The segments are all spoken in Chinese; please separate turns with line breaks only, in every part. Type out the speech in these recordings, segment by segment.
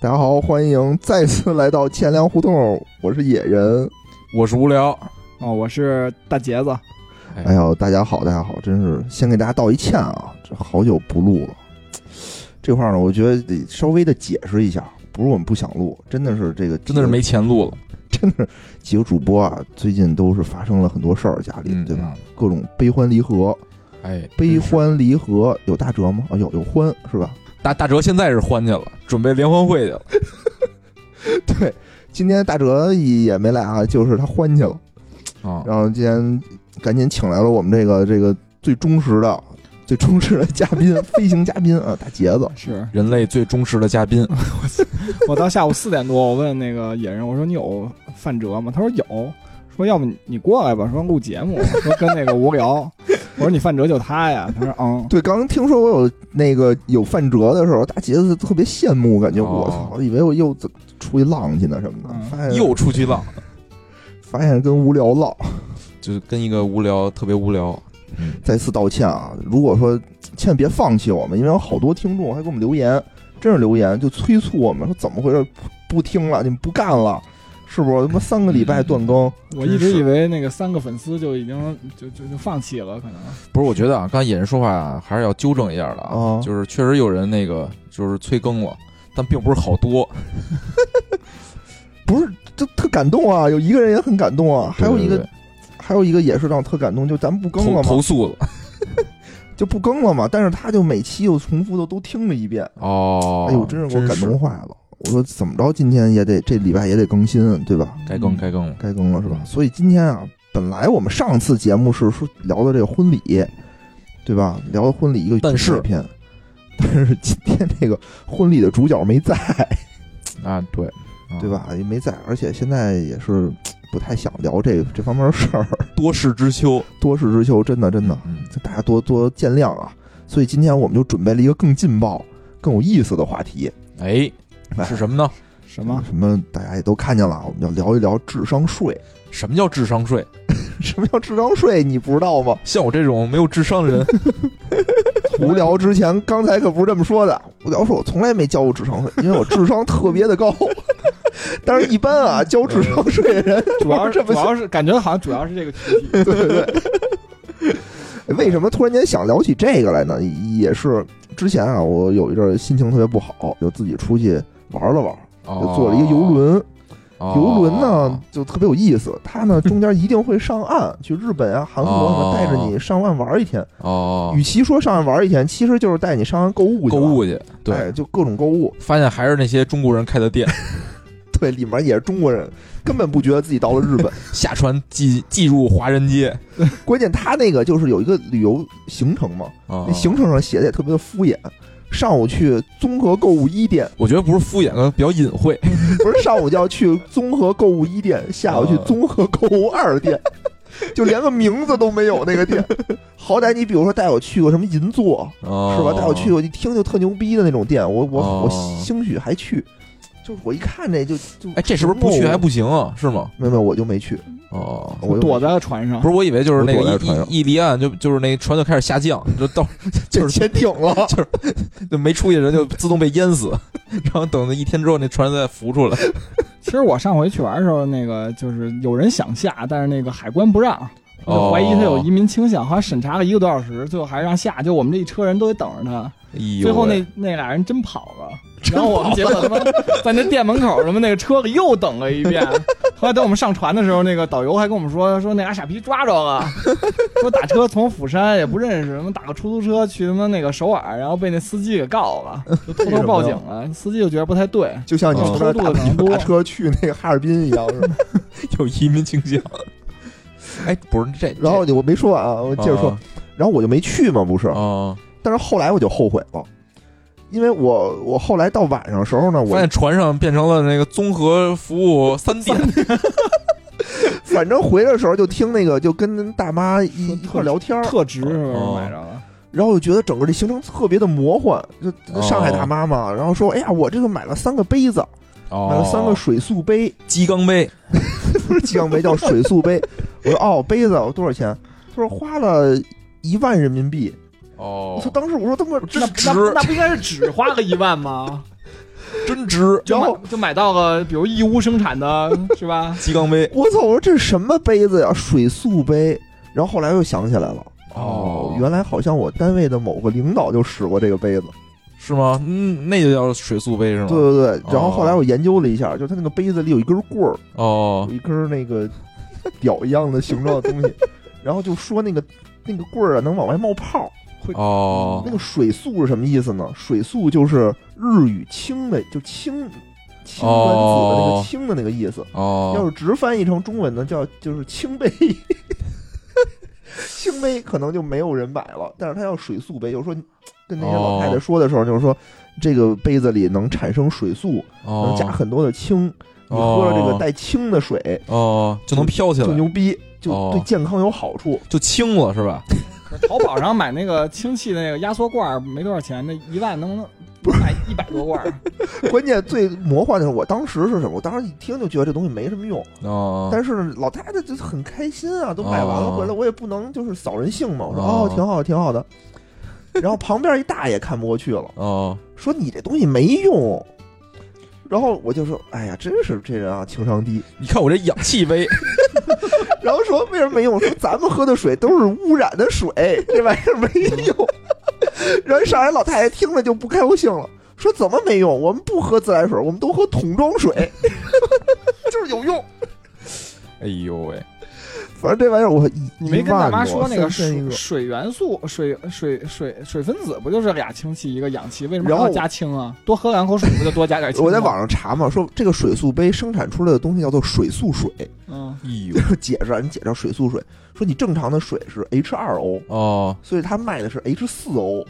大家好，欢迎再次来到钱粮胡同，我是野人。
我是无聊，
哦，我是大杰子，
哎呦，大家好，大家好，真是先给大家道一歉啊，这好久不录了。这块儿呢，我觉得得稍微的解释一下，不是我们不想录，真的是这个
真的是没钱录了，
真的是几个主播啊，最近都是发生了很多事儿，家里、
嗯
对吧？？各种悲欢离合，
哎，
悲欢离合有大折吗？啊，有有欢是吧？
大大哲现在是欢去了，准备联欢会去了。
对，今天大哲也没来啊，就是他欢去了。
啊，
然后今天赶紧请来了我们这个这个最忠实的、最忠实的嘉宾，飞行嘉宾啊，大杰子。
是
人类最忠实的嘉宾，
我到下午四点多，我问那个野人，我说你有范哲吗？他说有，说要不你你过来吧，说录节目，说跟那个无聊，我说你范哲就他呀，他说嗯，
对，刚听说我有那个有范哲的时候，大杰子特别羡慕，感觉
哦
我操，以为我又怎出去浪去呢什么的
嗯，
发现
又出去浪，
发现跟无聊浪。
就是跟一个无聊，特别无聊。嗯，
再次道歉啊！如果说欠别放弃我们，因为有好多听众还给我们留言，真是留言就催促我们说怎么回事不不听了，你们不干了，是不是？他妈三个礼拜断更，
我一直
真是
以为那个三个粉丝就已经就就就放弃了，可能
不是，我觉得啊，刚才野人说话啊，还是要纠正一下的
哦
啊，就是确实有人那个就是催更了，但并不是好多。
不是就特感动啊！有一个人也很感动啊，还有一
对
个
对
还有一个也是让我特感动，就咱们不更
对投
了嘛
投，诉了
就不更了嘛。但是他就每期又重复的都听了一遍，
哦，
哎呦，真是给我感
是
动坏了！我说怎么着，今天也得这礼拜也得更新，对吧？
该更
嗯
该更了。
该更了是吧？
嗯
所以今天啊，本来我们上次节目是说聊的这个婚礼，对吧？聊的婚礼一个
但是
主角篇，但是今天这个婚礼的主角没在，
啊，对，啊
对？吧？也没在，而且现在也是不太想聊这这方面的事儿，
多事之秋，
多事之秋，真的真的，
嗯，
这大家多多见谅啊。所以今天我们就准备了一个更劲爆、更有意思的话题，
哎，是什么呢？
什么
什么大家也都看见了，我们要聊一聊智商税。
什么叫智商税？
什么叫智商税？你不知道 吗？
像我这种没有智商的 人，
无聊之前，刚才可不是这么说的。无聊说，我从来没交过智商税，因为我智商特别的高。 但是，一般啊，交智商税的人，
主要是
这么
主要是感觉好像主要是这个群体，
为什么突然间想聊起这个来呢？也是之前啊，我有一阵儿心情特别不好，就自己出去玩了玩，
就
就坐了一个游轮。游
游
轮呢，就特别有意思，它呢中间一定会上岸，去日本啊、韩国啊，
哦
带着你上岸玩一天。
哦
与，其说上岸玩一天，其实就是带你上岸购物去
购
了。
物去，对，
哎，就各种购物。
发现还是那些中国人开 的店，
对，里面也是中国人，根本不觉得自己到了日本。
下船记记入华人街
关键他那个就是有一个旅游行程嘛，
啊
那。行程上写的也特别的敷衍。上午去综合购物一店，
我觉得不是敷衍，比较 隐晦。
不是上午就要去综合购物一店，
啊
下午去综合购物二 店，就连个名字都没有那个店。好歹你比如说带我去过什么银座，
哦
是吧？带我去过一听就特牛逼的那种店，我我、我
哦
兴许还去。就是我一看这就就
哎，这是不是不
哦
去还不行啊？是吗？
没有没有，我就没去，
哦，
我就
躲在船上
不，是，我以为就是那
我躲在
个
船上
一一一离岸就就是那船就开始下降，就 到
进潜艇了。
就没出去人就自动被淹死， 然后等了一天之后那船再浮出来。
其实我上回去玩的时候，那个就是有人想下，但是那个海关不让，
哦
就怀疑他有移民倾向，好像审查了一个多小时，最后还让下，就我们这一车人都得等着他。
哎呦喂
最后那那俩人真跑了，然后我们结果他妈 在那店门口什么那个车里又等了一 遍。后来等我们上船的时候，那个导游还跟我们说说那俩傻逼抓着 了，说打车从釜山也不认识，什么打个出租车去他妈那个首尔，然后被那司机给告了，就偷偷报警了。司机就觉得不太对，
就像你
嗯
从那儿
偷
打
渡的可能
打
多
车去那个哈尔滨一样，是 吧？
有移民 倾向。哎，不是这，
然后我没说完啊，我
这
接着说
啊，
然后我就没去嘛，不是？
哦
但是后来我就后悔了，因为我我后来到晚上的时候呢，
发
我
现船上变成了那个综合服务三店，
反正回来的时候就听那个就跟大妈一一
说特
块儿聊天儿，
特值是不
哦
是买着了？
然后我就觉得整个这行程特别的魔幻，就
哦
上海大妈嘛，然后说哎呀，我这个买了三个杯子，买
买
了三个水素杯，
鸡哦缸杯，
不是鸡缸杯，叫水素 杯。我说哦，杯子多少钱？他说花了一万人民币。
哦
我操！当时我说他妈
这
那
值
那那不应该是只花个一万吗？
真值
就
然
买
后
就买到了，比如义乌生产的，是吧？
鸡缸杯
我操！我说这是什么杯子呀？水素杯。然后后来又想起来了，
哦
哦原来好像我单位的某个领导就使过这个杯子。
是吗？嗯，那就叫水素杯是吗？
对对对。然后
哦
后来我研究了一下，就它那个杯子里有一根棍儿，
哦
有，一根那个 屌一样的形状的东西，然后就说那个那个棍儿啊能往外冒泡。
哦
那，个水素是什么意思呢？水素就是日语“氢”的，就氢氢原子的那个
哦
“氢”的那个意思。要
哦，
是直翻译成中文呢，叫就是青杯。 青杯可能就没有人买了，但是它要水素杯，就是说跟那些老
哦
太太说的时候，就是说这个杯子里能产生水素，能
哦，
加很多的氢，你
哦
喝了这个带氢的水
哦，就能飘起
就
来，
牛逼，就
哦
对健康有好 处。
就轻了是吧？
淘宝上买那个氢气的那个压缩罐儿没多少钱，那一万能不能买一百多罐 儿？
关键最魔幻的是，我当时是什么？我当时一听就觉得这东西没什么用，
哦，
但是老太太就很开心啊，都买完了
哦
回来，我也不能就是扫人兴嘛，我说
哦
哦，挺好，挺好的。然后旁边一大爷看不过去了，
哦，
说你这东西没用。然后我就说，哎呀，真是这人啊，情商低。
你看我这氧气杯，
然后说为什么没用？说咱们喝的水都是污染的水， 这玩意儿没用。 然后上海老太太听了就不高兴了，说怎么没用？我们不喝自来水，我们都喝桶装水，就是有用。
哎呦喂，
反正这玩意儿我一
你没跟大妈说那
一万多
个
三千一
水水元素、水水水水分子不就是俩氢气一个氧气？为什么
然
还
后
要加氢啊？多喝两口水不就多加点氢吗？
我在网上查嘛，说这个水素杯生产出来的东西叫做水素水，
嗯，
哎呦
就是解释啊，你解释水素水，说你正常的水是 H 二 O，
哦，
所以它卖的是 H 四 O，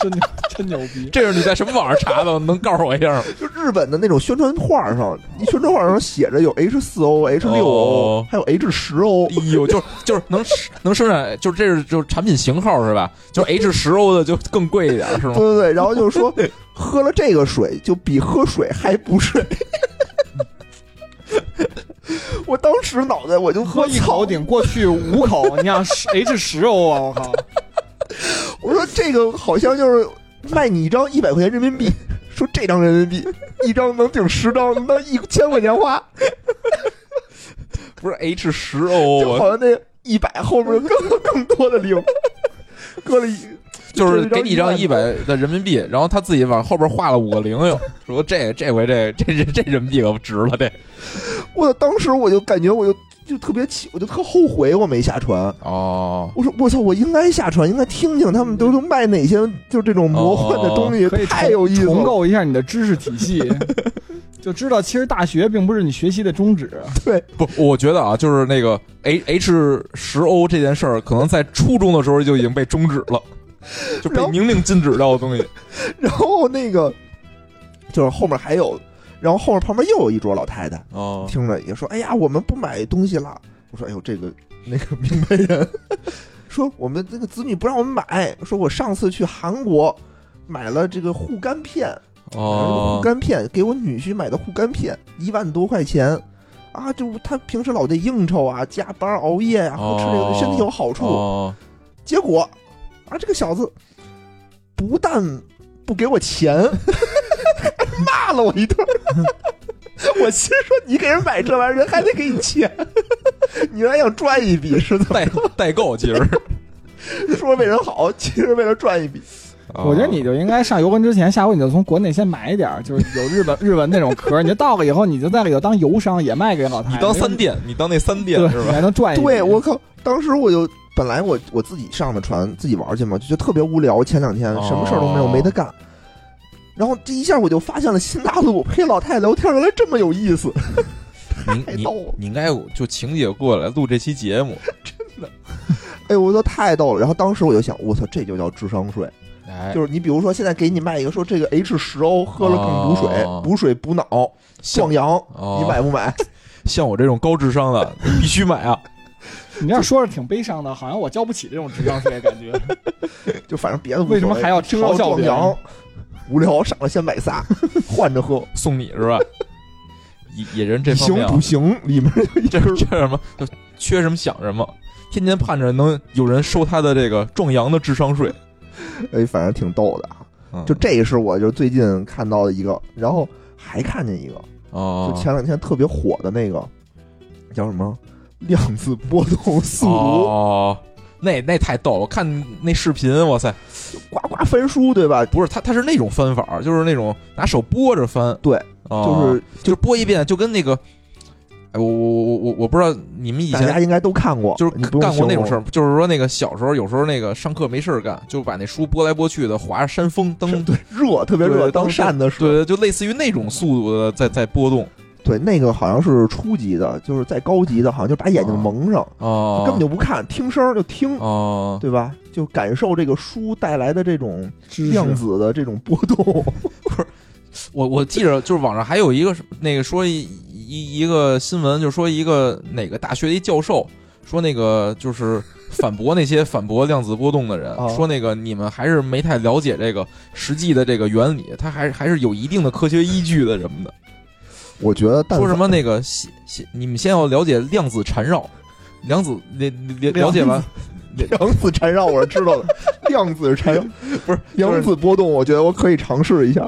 真牛真牛逼！
这是你在什么网上查的？能告诉我一下吗？
就日本的那种宣传画 上，一宣传画上写着有 H 四 O、H 六 O，
哦
还有 H 十 O，
哎呦，就是就是能能生产，就是这是就是产品型号是吧？就是 H 十 O 的就更贵一点是
对
吗？
对对，然后就是说喝了这个水就比喝水 还不睡。我当时脑袋我就
喝一口
我操
顶过去五口，你想十 H 十欧啊！我靠，
我说这个好像就是卖你一张一百块钱人 民币，说这张人民币一张能顶十张，能当一千块钱花，
不是 H 十 O，
就
我
好像那一百后面更更多的 零，搁了一
就是给你一张
这是
一
一张
百的人民币，然后他自己往后边画了五个零又，说这这回这这这这人民币可值了这。
我当时我就感觉我就就特别气，我就特后悔我没下船。
哦，
我说我操，我应该下船，应该听听他们都都卖哪些，就是这种魔幻的东西，
哦可以
太有意思
重
了。
构一下你的知识体系， 就知道其实大学并不是你学习的宗旨。
不，我觉得啊，就是那个 H H 十 O 这件事儿，可能在初中的时候就已经被终止了，就被
然后
明令禁止掉的东西。
然后那个就是后面还有，然后后面旁边又有一桌老太太，
哦，
听着也说：“哎呀，我们不买东西了。”我说：“哎呦，这个那个明白人 说我们那个子女不让我们买，说我上次去韩国买了这个护肝片，买了这个护
哦，
肝片给我女婿买的护肝片，一万多块钱。”啊，就他平时老得应酬啊，加班熬夜啊，
哦
吃这个对身体有好处。
哦，
结果啊，这个小子不但不给我钱， 还骂了我一顿。 我心说，你给人买这玩意儿，人还得给你钱， 你还想赚一笔是怎么
代代购其实，
着？说为人好，其实为了赚一笔。
哦
我觉得你就应该上游轮之前，下回你就从国内先买一点儿，就是有日本 日文那种壳，你就到了以后，你就在里头当游商，也卖给老太太。
你当三店，你当那三店
对，
是
你
吧？
还能赚一笔。
对我靠，当时我就本来我我自己上的船，自己玩去嘛，就觉得特别无聊。前两天
哦
什么事儿都没有，没得干。然后这一下我就发现了新大陆，陪老太太聊天原来这么有意思，
你
太
你
逗了。
你应该就请姐过来录这期节目，
哎，我说太逗了。然后当时我就想，我操，这就叫智商税。
哎，
就是你比如说，现在给你卖一个说这个 H 十 O 喝了更补水，
哦
补水补脑，
像
壮阳，
哦
你买不买？
像我这种高智商的 必须买啊！
你这样说是挺悲伤的，好像我交不起这种智商税，感 觉。
就反正别的无所谓
为什么还要
听到
嘲笑
壮
别人
阳？无聊上来先买 仨，换着喝，
送你是吧？ 野野人这方
行
面啊
不，行？里面有一
这
根儿
这什么就缺什么想什么，天天盼着能有人收他的这个壮阳的智商税。
哎，反正挺逗的啊。
嗯
就这个是我就是最近看到的一个，然后还看见一个，
哦
就前两天特别火的那个叫什么量子波动速读，
哦，那那太逗了！我看那视频，哇塞，
呱呱翻书，对吧？
不是他，他是那种翻法，就是那种拿手拨着翻，
对
哦，
就是
就是拨一遍，就跟那个，哎，我我我我我不知道你们以
大家
前
应该都看过，
就是
你不用
干过那
形
种
容
事儿，就是说那个小时候有时候那个上课没事儿干，就把那书拨来拨去的，划着扇风当
对，热特别
对
热，
当
当扇子使。
对，就类似于那种速度的在在波动
对，那个好像是初级的，就是再高级的，好像就把眼睛蒙上，
哦
根，本就不看，听声儿就听，
哦，
对吧？就感受这个书带来的这种
知识
量子的这种波动。
我我记着，就是网上还有一个什么那个说一一一个新闻，就说一个哪个大学的一教授说那个就是反驳那些反驳量子波动的人
哦，
说那个你们还是没太了解这个实际的这个原理，它还是还是有一定的科学依据的什么的。
我觉得但
说什
凡
么那个先先你们先要了解量子缠绕，量子了了了解完
量子缠绕，我是知道的。 量子缠绕
不是
量子波动，我觉得我可以尝试一下。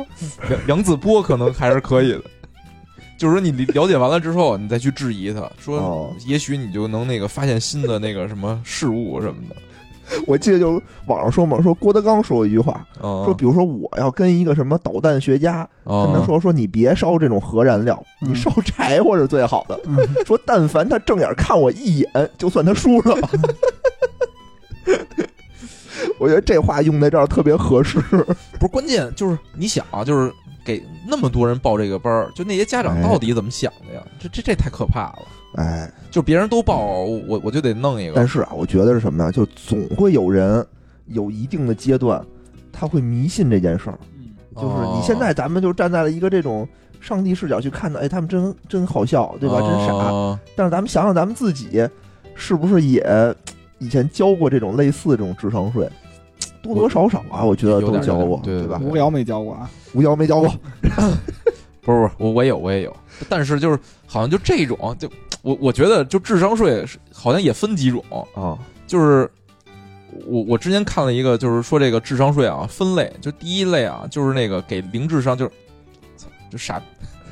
梁梁子波可能还是可以的。就是说，你了解完了之后，你再去质疑他，说
哦
也许你就能那个发现新的那个什么事物什么的。
我记得就是网上说嘛，说郭德纲说过一句话，
啊，
说比如说我要跟一个什么导弹学家跟他
啊，
说说你别烧这种核燃料，
嗯
你烧柴火是最好的。说但凡他正眼看我一眼，就算他输了。我觉得这话用在这儿特别合适。
不是关键，就是你想啊，就是给那么多人报这个班儿，就那些家长
哎
到底怎么想的呀？这这这太可怕了！
哎，
就别人都报，我我就得弄一个
但。是啊，我觉得是什么呀？就总会有人有一定的阶段，他会迷信这件事儿。
嗯
就是你
哦
现在咱们就站在了一个这种上帝视角去看的，哎，他们真真好笑，对吧？真傻。
傻。
但是咱们想想，咱们自己是不是也以前交过这种类似这种智商税？多多少少啊，我觉得
有
都
点
交过，
对
吧？
无聊没教过啊，
无聊没交过，
不是不是，我我也有我也有，但是就是好像就这种，就我我觉得就智商税是好像也分几种。
啊，
就是我我之前看了一个，就是说这个智商税啊分类，就第一类啊，就是那个给零智商，就是操就傻，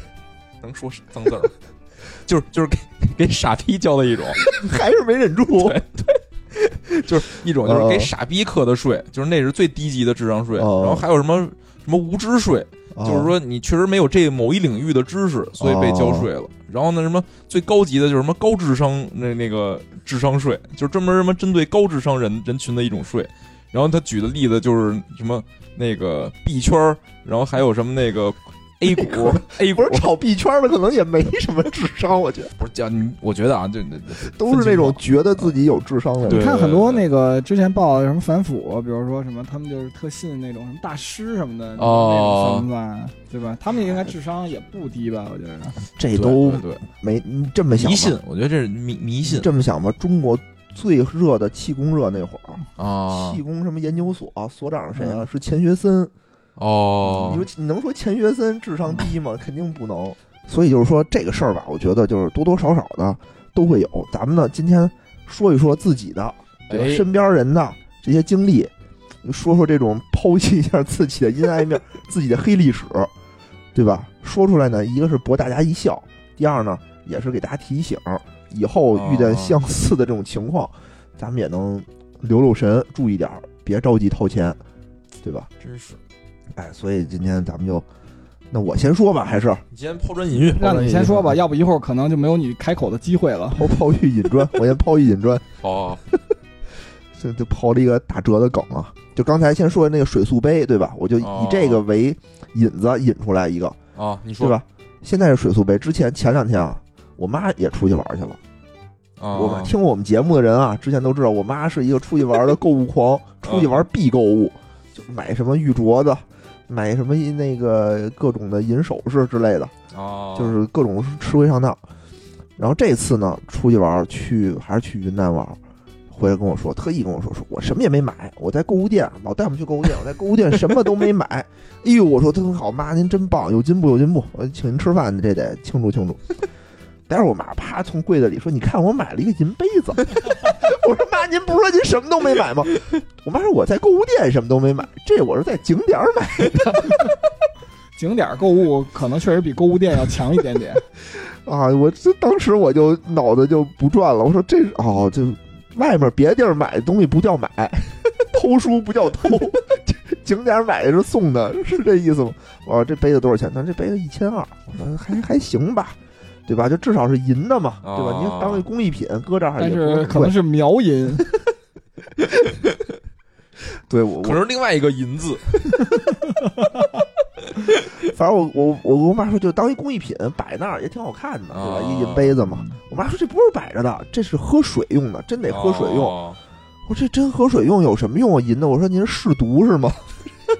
能说脏字儿吗， 就是就是给 给傻逼交的一种，
还是没忍住。
就是一种就是给傻逼课的税，就是那是最低级的智商税，然
哦
后还有什么什么无知税，就是说你确实没有这某一领域的知识，所以被交税了。然后
哦
呢，什么最高级的就是什么高智商那那个智商税，就是专门什么针对高智商人人群的一种税。然后他举的例子就是什么那个币圈儿，然后还有什么 那个 A 股 A 股
哎不是，炒币圈的，可能也没什么智商，我觉得
不是叫你，我觉得啊，就就就
都是那种觉得自己有智商的
对
人。
你看很多那个之前报的什么反腐，比如说什么，他们就是特信那种什么大师什么的
哦
那种存在，对吧？他们应该智商也不低吧？我觉得
这
对
都
对
没你这么
对
想吧
迷信，，我觉得这是迷迷信
这么想吧。中国最热的气功热那会儿，
啊
气功什么研究所所长是谁啊？
嗯
是钱学森。
哦
你说你能说钱学森智商低吗？肯定不能。所以就是说这个事儿吧，我觉得就是多多少少的都会有。咱们呢，今天说一说自己的，对吧
哎
身边人的这些经历，说说这种剖析一下自己的阴暗面、自己的黑历史，对吧？说出来呢，一个是博大家一笑，第二呢，也是给大家提醒，以后遇见
哦
相似的这种情况，咱们也能留留神，注意点儿，别着急掏钱，对吧？
真是
哎，所以今天咱们就，那我先说吧，还是
你先抛砖引玉，
让你先说吧，要不一会儿可能就没有你开口的机会了。
抛抛玉引砖，我先抛玉引砖，
哦
这就抛了一个打折的梗啊。就刚才先说的那个水素杯，对吧？我就以
哦
这个为引子引出来一个，
哦，你说
对？吧？现在是水素杯，之前前两天啊，我妈也出去玩去了。
啊
我们听我们节目的人啊，之前都知道，我妈是一个出去玩的购物狂，出去
嗯
玩必购物，就买什么玉镯子，买什么那个各种的银首饰之类的。
哦，
就是各种吃亏上当。然后这次呢，出去玩儿去还是去云南玩儿，回来跟我说，特意跟我说，说我什么也没买，我在购物店，老带我们去购物店，我在购物店什么都没买。哎呦，我说真好，妈您真棒，有进步有进步，我请您吃饭这得庆祝庆祝。哎但是我妈啪从柜子里说：“你看，我买了一个银杯子。” 我说：“妈，您不是说您什么都没买吗？”我妈说：“我在购物店什么都没买，这我是在景点儿买。
景点购物可能确实比购物店要强一点 点。”
啊，我这当时我就脑子就不转了，我说这哦，就外面别地儿买的东西不叫买， 偷书不叫偷。 景点买的是送的，是这意思吗？哦，这杯子多少钱？那这杯子一千二，我说还还行吧，对吧？就至少是银的嘛，对吧？
哦
您当个工艺品搁这儿
但
也不
是
会
可能
贵。
是苗银，
对我，
可
我
是另外一个银字，
反正我我我跟我妈说，就当一工艺品摆那儿也挺好看的，对吧？
哦
一银杯子嘛。我妈说这不是摆着的，这是喝水用的，真得喝水用。
哦
我说这真喝水用有什么用啊？银的，我说您是试毒是吗？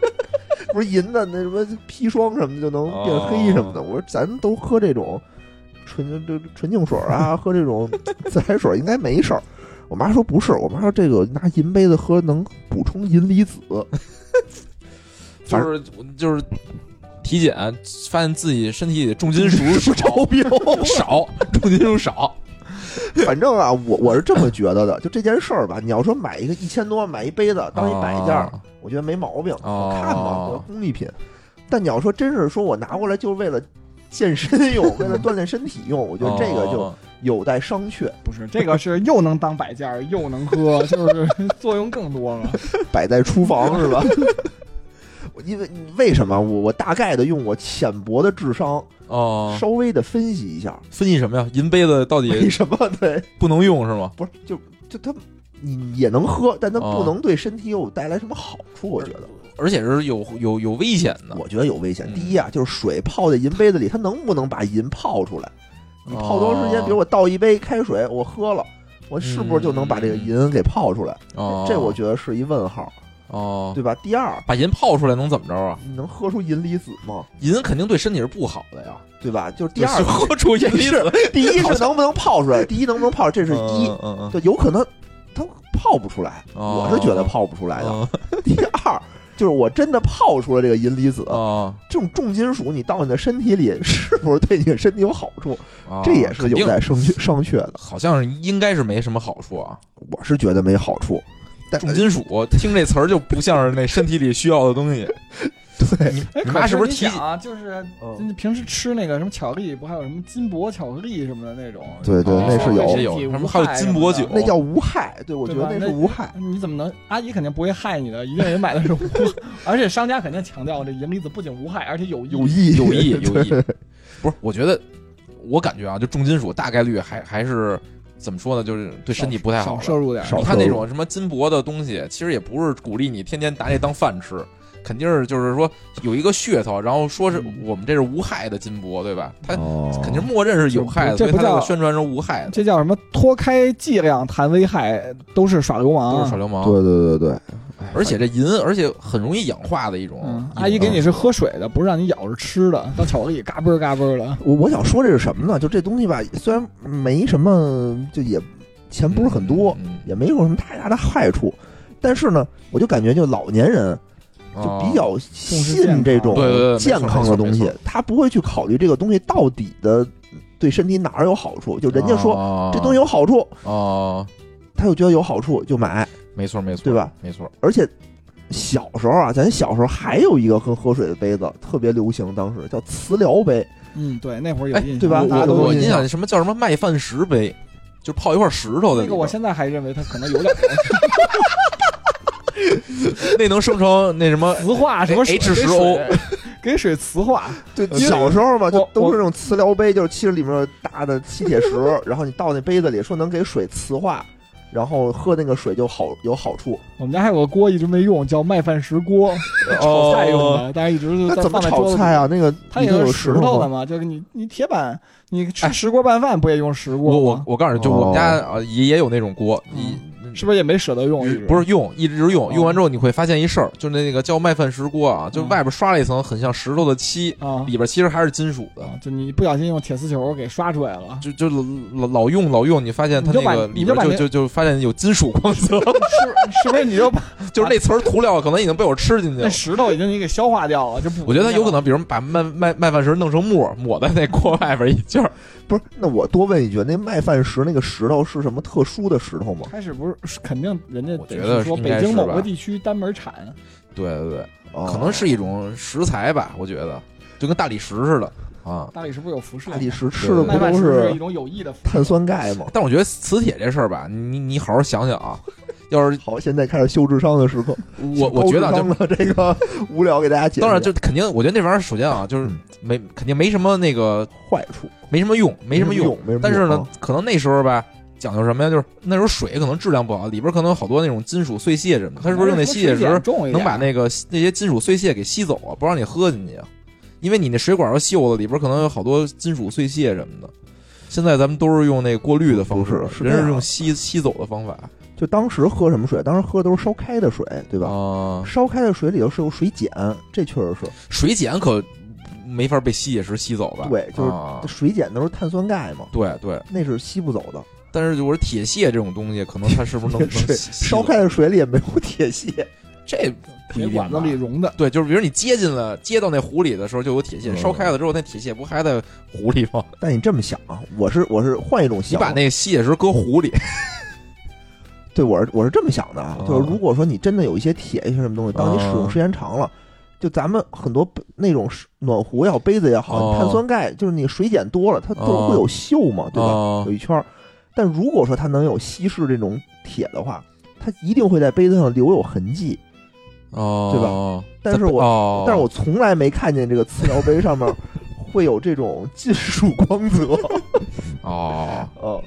不是银的那什么砒霜什么的就能变
哦
黑什么的。我说咱都喝这种纯这纯净水啊，喝这种自来水应该没事儿。我妈说不是，我妈说这个拿银杯子喝能补充银离子。
就
反
是就是体检发现自己身体里的 重 金属
超
少
标。
少，重金属少，
反正啊，我我是这么觉得的，就这件事儿吧，你要说买一个一千多买一杯子当一摆件儿，
哦
我觉得没毛病，
哦
好看嘛，对吧工艺品。但你要说真是说我拿过来就是为了健身用，为了锻炼身体 用，我觉得这个就
哦
有待商榷。
不是 这个是又能当摆件儿又能喝， 就是作用更多 了。
摆在厨房是 吧？我因为为什么我我大概的用我浅薄的智商
哦，
稍微的分析一下，
分析什么呀？银杯子到
为
底
什么对
不能用 是吗？
不是就就它你也能喝，但它
哦
不能对身体有带来什么好处，我觉得。
哎
而且是有有有危险的。
我觉得有危险。
嗯
第一啊，就是水泡在银杯子里，它能不能把银泡出来？你泡多长时间？
哦
比如我倒一杯开水，我喝了，我是不是就能把这个银给泡出来？
嗯哦，
这我觉得是一问号，
哦，
对吧？第二，
把银泡出来能怎么着啊？
你能喝出银离子吗？
银肯定对身体是不好的呀。
对吧？就是第二
就，喝出银
这
离子，
是 第一是能不能泡出来，第一能不能泡，这是一，
嗯嗯嗯
就有可能它泡不出来，
哦
我是觉得泡不出来的。
嗯
第二。就是我真的泡出了这个银离子，
哦，
这种重金属你到你的身体里，是不是对你的身体有好处？
哦
这也是
肯定
有待商榷商榷的。
好像是应该是没什么好处啊。
我是觉得没好处，但
重金属，听这词儿就不像是那身体里需要的东西。
对
你你
哎可
妈是不是
你
体
想啊？就是
嗯
就是平时吃那个什么巧克力，不还有什么金箔巧克力什么的那种？
对对
哦
那是有
对
是有
体无
什么还有
害
金
什么
箔
的
酒
那叫无害。对，我觉
对
得
吧
那是
那
无害。
你怎么能？阿姨肯定不会害你的，一定人买 的是无，而且商家肯定强调这银离子不仅无害，而且有益。
益
有益有益。不是，我觉得我感觉啊，就重金属大概率还还是怎么说呢，就是对身体不太好
啊少
的
摄入点儿。
少
你看
摄
那
入
种什么金箔的东西，其实也不是鼓励你天天拿这当饭吃，肯定是就是说有一个噱头，然后说是
嗯
我们这是无害的金箔，对吧？它
肯
肯定默认是有害的，
这
所以
不
它
叫
才会宣传成无害的，
这叫什么？脱开剂量谈危害，都是耍流氓。啊
都是耍流氓。
啊对对对对，
而且这银，而且很容易氧化的一种
嗯，。
一
阿姨
种
给你是喝水的，不是让你咬着吃的，当巧克力嘎嘣儿嘎嘣儿的。
我我想说这是什么呢？就这东西吧，虽然没什么，就也钱不是很多，，
嗯
也没有什么太大的害处。但是呢，我就感觉就老年人
嗯
就比较
视健康
信这种
对对对没错
健康的东
没错
西
没，
他不会去考虑这个东西到底的对身体哪儿有好处。就人家说
说
这东西有好处，
哦，
他就觉得有好处就买。
没错没错，
对吧？
没错，
而且小时候啊，咱小时候还有一个跟喝水的杯子特别流行，当时叫磁疗杯。
嗯，对，那会儿有
哎
印象，
对吧
我
大
我
家都有
我
印
印
象
象什么叫什么麦饭石杯，就泡一块石头的
那个，我现在还认为它可能有 点
那能生 成那什么
磁化什么水
H10O，
给水给水磁化。
对
因为
小时候嘛，就
我
都是那种磁疗杯，就是其实里面有大的吸铁石，然后你倒那杯子里，说能给水磁化，然后喝那个水就好有好处。
我们家还有个锅一直没用，叫麦饭石锅，炒菜用
哦，
的，但是一直就
那
在
怎么
放在桌
炒
子
菜
里。
啊？那个
它
里
也
头有
是
石
石头的
吗？
嘛，就是你你铁板，你吃
哎
石锅拌饭不也用石锅
我
吗？
哦
我我告诉你，就我们家啊也也有那种锅，
嗯
一嗯
是不是也没舍得用？一直
不是用，一直用，
哦
用完之后你会发现一事儿，就是那个叫麦饭石锅啊，就是
嗯
外边刷了一层很像石头的漆，
啊
里边其实还是金属的，
啊，就你不小心用铁丝球给刷出来了，
就就老老用老用，你发现它
你就
那个
把
里边
你就把
就
那
就就发现有金属光 泽，
哦是是不是你就把
就是那层涂料可能已经被我吃进去
那
了。
石头已经你给消化掉了？就不
我觉得它有可
能
能，比如把麦麦麦饭石弄成沫，抹在那锅外边一劲儿。
不是，那我多问一句，那麦饭石那个石头是什么特殊的石头吗？
开始不是肯定人家
我
得
觉得
是说
应该
北京
是
某
吧
个地区单门产，
对对对，
哦
可能是一种食材吧，我觉得就跟大理石似的啊。
大理石不是有辐射吗？
大理石吃的不
麦饭
都
是不是
是
一种有益的辐射？
碳酸钙吗？
但我觉得磁铁这事儿吧，你你好好想想啊。要 是
好，现在开始修智商的时刻。
我我觉得啊就
就 这个无聊给大家解释，
当然，就肯定，我觉得那玩意儿首先啊，就是
嗯
没肯定没什么那个
坏处
没什么用，没什么用。
用，没什么用
但是呢
啊，
可能那时候吧，讲究什么呀？就是那时候水可能质量不好，里边可能有好多那种金属碎屑什么的。它是不是用那吸铁石
重一点
能把那个那些金属碎屑给吸走啊？不让你喝进去啊？因为你那水管要锈了，里边可能有好多金属碎屑什么的。现在咱们都是用那过滤的方式
不是，是这样
人是用吸吸走的方法
就当时喝什么水？当时喝的都是烧开的水，对吧？
啊。
烧开的水里头是有水碱，这确实是
水碱可没法被吸铁石吸走吧？
对就是
啊
水碱，都是碳酸钙嘛，
对对，
那是吸不走的。
但是我说铁屑这种东西，可能它是 不是能能
水
吸吸
烧
走
开的水里也没有铁屑，
这不一
铁
定
管子
吧
里溶的，
对，就是比如你接近了，接到那湖里的时候就有铁屑，
嗯
烧开了之后那铁屑不还在湖里吗？
但你这么想啊，我是我是换一种
你
想法，
把那吸铁石搁湖里，
对我是我是这么想的啊，
哦
就是如果说你真的有一些铁一些什么东西，当你使
啊
用时间长了。就咱们很多杯那种是暖壶也好，杯子也好，
哦
碳酸钙就是你水碱多了，它
哦
都会有锈嘛，对吧？
哦
有一圈儿。但如果说它能有稀释这种铁的话，它一定会在杯子上留有痕迹。
哦，
但是我
哦、
但是我从来没看见这个瓷疗杯上面会有这种金属光 泽。
哦，
哦，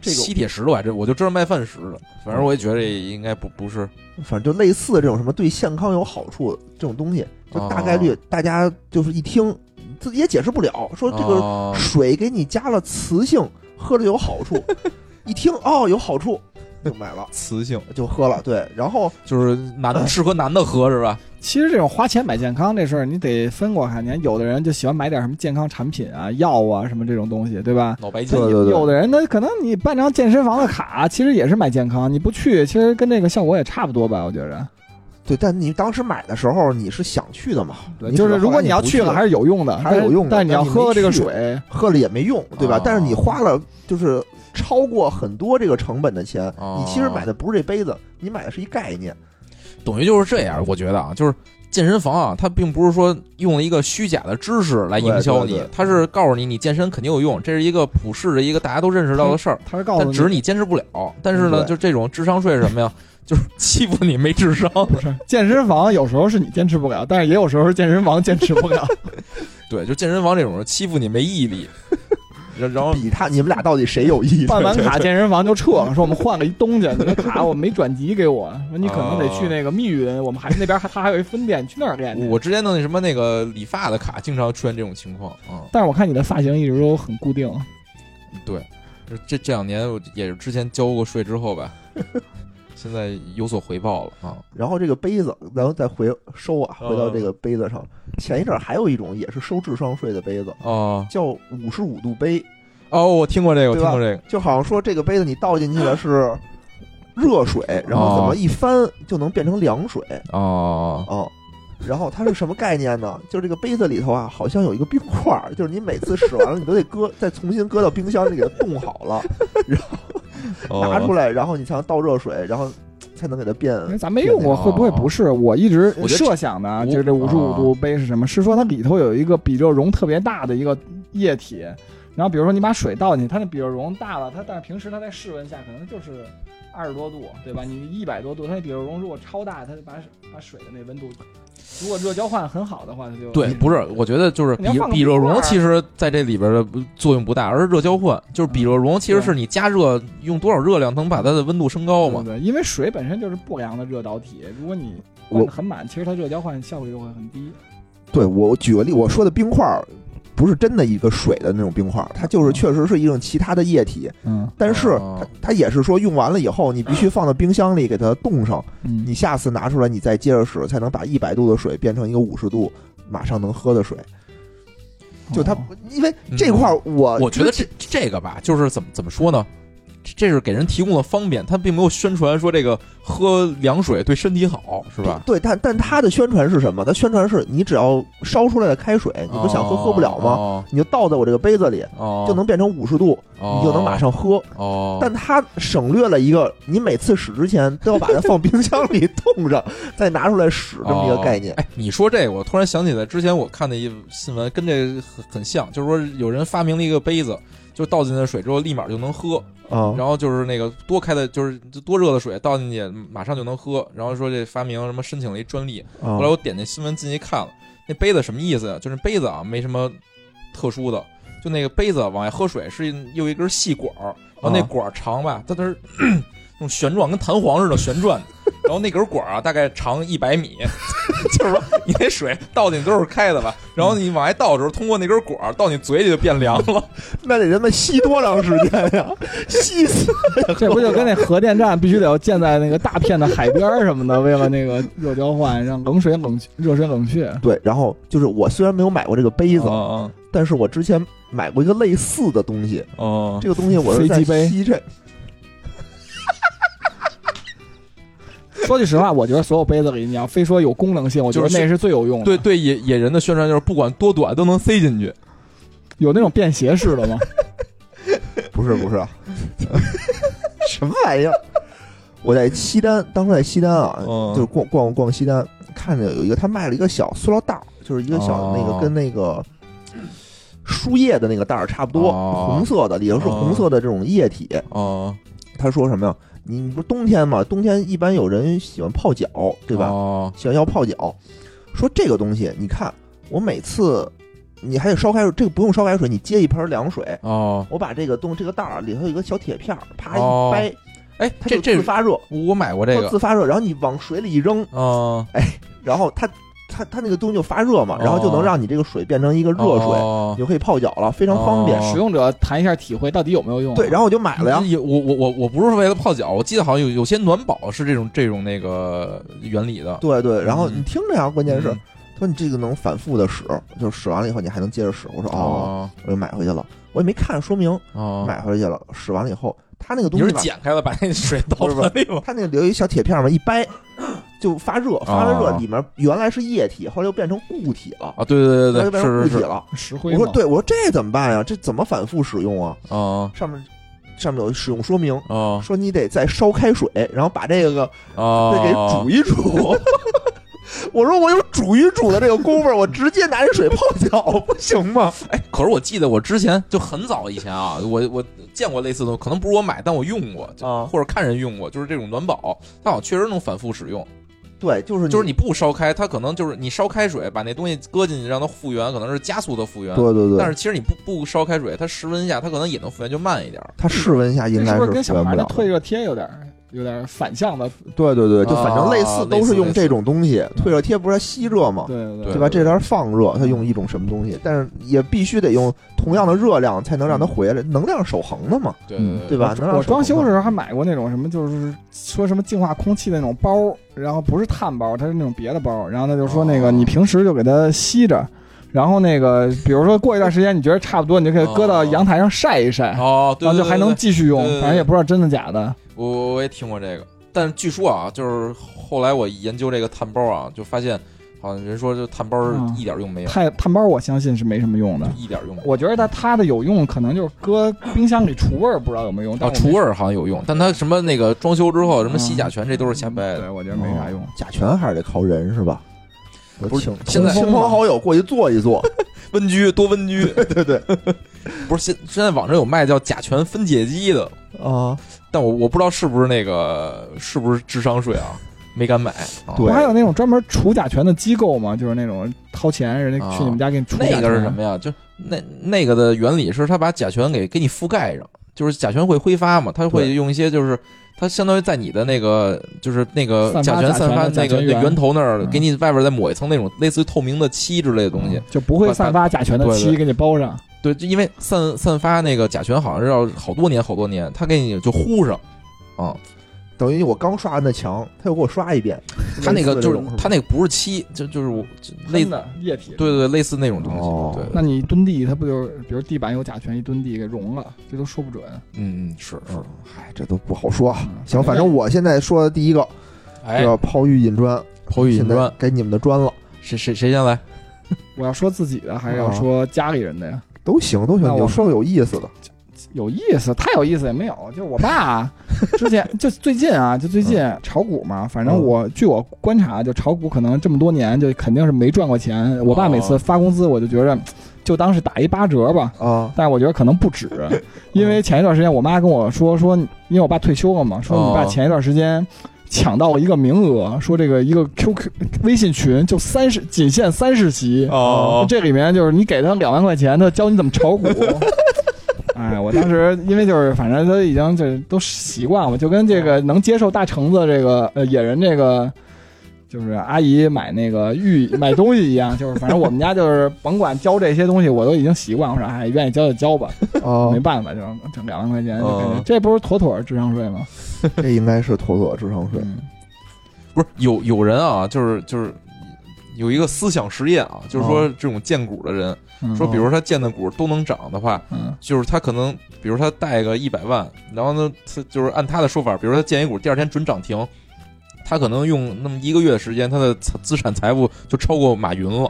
这个
吸铁石的我还真我就知道卖饭石的，反正我也觉得这应该不不是
反正就类似这种什么对健康有好处这种东西，就大概
哦
率大家就是一听自己也解释不了，说这个
哦
水给你加了磁性，喝着有好处， 一听哦有好处就买了
磁性，
就喝了，对，然后
就是男 的适合男的喝是吧？
其实这种花钱买健康这事儿，你得分过看。你看，有的人就喜欢买点什么健康产品啊、药啊什么这种东西，对吧？
脑白金
对对对
有的人呢，可能你办张健身房的卡，其实也是买健康，你不去，其实跟这个效果也差不多吧？我觉着，
对，但你当时买的时候你是想去的嘛，你
就是
只
如果你要
后来你不去
了，还是有用的，
还是有用的
但是你要
但你没
喝这个
去
水，
喝了也没用，对吧？
哦
但是你花了就是超过很多这个成本的钱，
哦
你其实买的不是这杯子，你买的是一概念，
等于就是这样，我觉得啊，就是健身房啊，它并不是说用了一个虚假的知识来营销
对
你
对对，
它是告诉你你健身肯定有用，这是一个普世的一个大家都认识
嗯
到的事儿，
他是告诉
但
你，
只是你坚持不了。但是呢，
哦对
就这种智商税是什么呀？ 就是欺负你没 智商。
不是健身房有时候是你坚持不了，但是也有时候是健身房坚持 不了。
对，就健身房这种人欺负你没毅 力，然然后
比他你们俩到底谁有意义？
办 完卡健身房就撤了，说我们换个一东家，你的卡我没转籍给我，说你可能得去那个密云，我们还那边还他还有一分店，你去那儿练去。
啊我之前弄那什么那个理发的卡，经常出现这种情况啊、
但是我看你的发型一直都很固定，
嗯对，就这这两年我也是之前交过税之后吧， 现在有所回报了啊。
然后这个杯子，咱们再回收啊，
嗯
回
哦
到这个杯子上。前一阵儿还有一种也是收智商税的杯子，
哦
叫五十五度杯，
哦，我听过这个，我
对
听
吧
过这个。
就好像说这个杯子你倒进去的是热水，然后
哦
怎么一翻就能变成凉水
哦，
啊。然后它是什么概念呢？就是这个杯子里头啊，好像有一个冰块儿，就是你每次使完了，你都得搁，再重新搁到冰箱里给它冻好了，拿出
来。
来，然后你才能倒热水，然后才能给它变。
因为咱没用过，
哦
会不会不是？我一直
我觉得
设想的啊，
这
就是这五十五
哦
度杯是什么？是说它里头有一个比热容特别大的一个液体，然后比如说你把水倒进去，它那比热容大了，它但是平时它在室温下可能就是。二十多度，对吧？你一百多度，它那比热容如果超大，它就把把水的那温度，如果热交换很好的话，它就
对，不是，我觉得就是
你要
比
放个
比热
冰
熔，
块儿
其实在这里边的作用不大，而是热交换。就是比热熔，其实是你加热用多少热量能把它的温度升高
对
嘛。
对，因为水本身就是不良的热导体，如果你灌
我
的很满，其实它热交换效率就会很低。
对我举个例，我说的冰块儿不是真的一个水的那种冰块儿，它就是确实是一种其他的液体，
嗯
但是
哦
它它也是说用完了以后，你必须放到冰箱里给它冻上，
嗯，
你下次拿出来你再接着使，才能把一百度的水变成一个五十度马上能喝的水。就它
哦，
因为这块儿我
嗯我觉得这这个吧，就是怎么怎么说呢？这这是给人提供了方便，他并没有宣传说这个喝凉水对身体好，是吧？
对，但但它的宣传是什么？它宣传是你只要烧出来的开水，你不想喝喝不了吗？
吗？
你就倒在我这个杯子里，
哦，
就能变成五十度，
哦，
你就能马上喝。
哦。
但它省略了一个，你每次使之前都要把它放冰箱里 冻着，再拿出来使这么一个概念
哦。哎，你说这个，我突然想起来之前我看的一新闻，跟这很很像，就是说有人发明了一个杯子，就倒进那水之后立马就能喝，
啊
哦然后就是那个多开的，就是就多热的水倒进去马上就能喝，然后说这发明什么申请了一专利，
后
后来我点那新闻进去看了，那杯子什么意思呀？就是杯子啊，没什么特殊的，就那个杯子往外喝水是有一根细管儿，然后那
啊
管儿 长吧，它它是那种旋转，跟弹簧似的旋转的。然后那根管儿啊，大概长一百米， 就是说你那水倒进去都是开的吧，然后你往外倒的时候，通过那根管儿到你嘴里就变凉了。
那得他妈吸多长时间呀？吸死！
这不就跟那核电站必须得要建在那个大片的海边儿什么的，为了那个热交换，让冷水冷热水冷却。
对，然后就是我虽然没有买过这个杯子，
啊
但是我之前买过一个类似的东西。
啊
这个东西我是在
飞机杯
西镇
说句实话，我觉得所有杯子里，你要非说有功能性，我觉得
就是
那是最有用的。
对，对，野野人的宣传就是不管多短都能塞进去。
有那种便携式 的吗？
不
嗯
是不是啊， 什么玩意儿？我在西单，当时在西单啊，
嗯
就是逛逛逛西单，看见有一个他卖了一个小塑料袋儿，就是一个小、
哦
那个跟那个输液的那个袋儿差不多，
哦
红色的，里头是
哦
红色的这种液体。
哦，
他说什么呀？你你不是冬天嘛？冬天一般有人喜欢泡脚，对吧？
哦，
喜欢要泡脚，说这个东西，你看我每次你还得烧开水，这个不用烧开水，你接一盆凉水，
哦，
我把这个东这个袋儿啊里头有一个小铁片儿，啪一
哦
掰，
哎，
它
这
就
这
自发热，
我我买过这
它
个，
自发热，然后你往水里一扔，
哦，
然后它它它那个东西就发热嘛，然后就
哦
能让你这个水变成一个热水，
哦
你就可以泡脚了，非常方便
哦。嗯
使用者谈一下体会，到底有没有用啊、
对，然后我就买了呀，
有我我我我不是为了泡脚，我记得好像有有些暖宝是这种这种那个原理的。
对对，然后
嗯
你听着呀，关键是
嗯
他说你这个能反复的使，就是使完了以后你还能接着使。我说哦，
哦
我就买回去了，我也没看说明，
哦，
买回去了，使完了以后，它那个东
你
西
是
吧
剪开了把那水倒出来吗？
它那个留一小铁片儿嘛，一掰就发热，发完
哦
热里面原来是液体，后来又变成固体了，
啊，对
后来
对对
又
对，
变成固
是是
体
是，
了。
实
我
惠
说
嘛，
对，我说这怎么办呀？这怎么反复使用啊？
哦
上面上面有说明。
哦
说你得再烧开水，然后把这个
哦，
再给煮一煮。我说我有煮一煮的这个功夫，我直接拿这水泡脚不行吗？
哎，可是我记得我之前就很早以前啊，我我见过类似的东西，可能不是我买，但我用过，就
啊
或者看人用过，就是这种暖宝，它好像确实能反复使用。
对，就是
就是你不烧开，它可能就是你烧开水，把那东西搁进去让它复原，可能是加速的复原。
对对对，
但是其实你不不烧开水，它室温下它可能也能复原，就慢一点儿。
它室温下应
这
该
是不是跟
复
小
原
孩
不
儿的
了
退热贴有点儿有点儿反向的？
对对对，就反正类
啊
似都
类似
是
类
用
似
这种东西。退热贴不是它吸热吗？
对对
对
对吧？这边放热，它用一种什么东西，但是也必须得用同样的热量才能让它回来，能量守恒的嘛，
嗯对
嗯
对
对，
吧？能量
我装修
守
的
恒的
时候还买过那种什么，就是说什么净化空气的那种包，然后不是碳包，它是那种别的包。然后他就说那
哦
个你平时就给它吸着，然后那个比如说过一段时间你觉得差不多，你就可以搁到
哦
阳台上晒一晒，
哦，对
然
对
后就
对
还能
对
继续用
对对对。
反正也不知道真的假的。
我我我也听过这个，但是据说啊，就是后来我研究这个碳包啊，就发现好像人说这碳包是
嗯
一点用没有，
碳碳包我相信是没什么用的
就。一点用没有。
我觉得它它的有用，可能就是搁冰箱里除味儿，不知道有没有用。但
啊，
我
除味儿好像有用，但它什么那个装修之后什么
嗯
洗甲醛，这都是瞎掰的。
对，我觉得没啥用
哦。甲醛还是得靠人是吧？我
不是
请
现在
亲朋好友过去坐一 坐，啊
温居多温居，
对对
不是现现在网上有卖叫甲醛分解机的，
啊，
但我我不知道是不是那个是不是智商税啊，没敢买。啊、
对
不还有那种专门除甲醛的机构吗？就是那种掏钱，人家去你们家给你除甲
哦那
醛。
个是什么呀？就那那个的原理是它把甲醛给给你覆盖上，就是甲醛会挥发嘛，它会
对
用一些就是它它相当于在你的那个就是那个
散发
甲醛
甲醛
散发
的甲
那个
醛
那
源
源头那儿，
嗯
给你外边再抹一层那种类似于透明的漆之类的东西。
就不会
把
散发甲醛的
对对
漆给你包上，
对，就因为散散发那个甲醛好像是要好多年好多年，它给你就糊上啊。
等于我刚刷完的墙，他又给我刷一遍。
它那个
类似这
就是
种吧
它那个不是漆，就就是我就类
喷的液体。
对对对类似那种东西。
哦
对，
那你蹲地，它不就是，比如地板有甲醛，一蹲地给融了，这都说不准。
嗯嗯是是
嗯，嗨，这都不好说啊。
嗯
行，反正我现在说的第一个就
哎，
要抛玉引砖，
抛玉引
现
砖
在，该你们的砖了，
谁谁谁先来？
我要说自己的，还是要
啊
说家里人的呀？
都行都行
那，我
你就说个有意思的。
有意思，太有意思也没有。就我爸啊之前，就最近啊，就最近
嗯
炒股嘛，反正
嗯
我据我观察，就炒股可能这么多年，就肯定是没赚过钱。我爸
哦
每次发工资，我就觉着，就当是打一八折吧。
啊，
但是我觉得可能不止，因为前一段时间我妈跟我说说，因为我爸退休了嘛，说你爸
哦
前一段时间抢到了一个名额，说这个一个 QQ 微信群就三十，仅限三十席，
哦
这里面就是你给他两万块钱，他教你怎么炒股。 哎，我当时因为就是反正都已经就是都习惯了，就跟这个能接受大橙子这个呃野人这个。就是阿姨买那个玉买东西一 样，就是反正我们家就是甭管教这些东西，我都已经习惯了。我说哎，愿意教就教吧，
哦
没，办法，就是这两万块钱就感觉
哦
这不是妥妥智商税吗？
这应该是妥妥智商税。
嗯
不是有有人啊，就是就是有一个思想实验啊，就是说
哦
这种荐股的人，
嗯
说比如他荐的股都能涨的话，
嗯
就是他可能比如他贷个一百万，然后呢，他就是按他的说法，比如他建一股，第二天准涨停。他可能用那么一个月的时间，他的资资产财富就超过马云 了，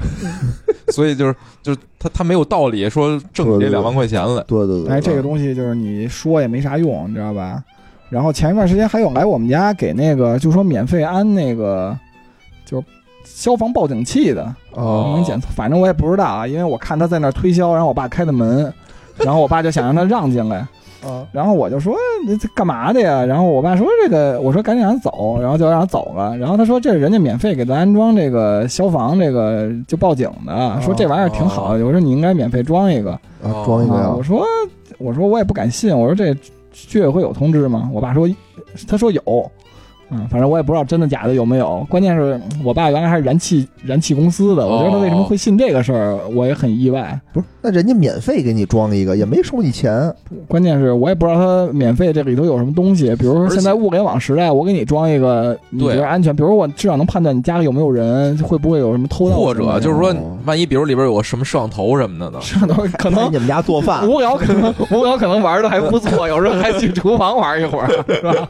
所以就是就是他他没有道理说挣你
对对
这
对
两万块钱来，
对对对，啊
哎，这个东西就是你说也没啥用，你知道吧？然后前一段时间还有来我们家给那个就说免费安那个就是消防报警器的，
哦，
能检测，反正我也不知道啊，因为我看他在那儿推销，然后我爸开的门，然后我爸就想让他让进来，
啊
然后我就说这这干嘛的呀？然后我爸说这个，我说赶紧让他走，然后就让他走了。然后他说这是人家免费给咱安装这个消防这个就报警的，说这玩意儿挺好，我说你应该免费装一个。
啊，装一个
啊我
呀，
说我说我也不敢信，我说这居委会有通知吗？我爸说他说有。嗯，反正我也不知道真的假的有没有，关键是我爸原来还是燃气燃气公司的，我觉得他为什么
哦
会信这个事儿，我也很意外。
不是，那人家免费给你装一个，也没收你钱。
关键是我也不知道它免费这里头有什么东西，比如说
而且
现在物联网时代，我给你装一个，你觉
对
得安全？比如我至少能判断你家里有没有人，会不会有什么偷盗什么
或者
的，
就是说
哦，
万一比如里边有个什么摄像头什么 的呢？
这都可
还是
能
你们家做饭，
无聊，可能无聊，可能玩的还不错，有时候还去厨房玩一会儿，是吧？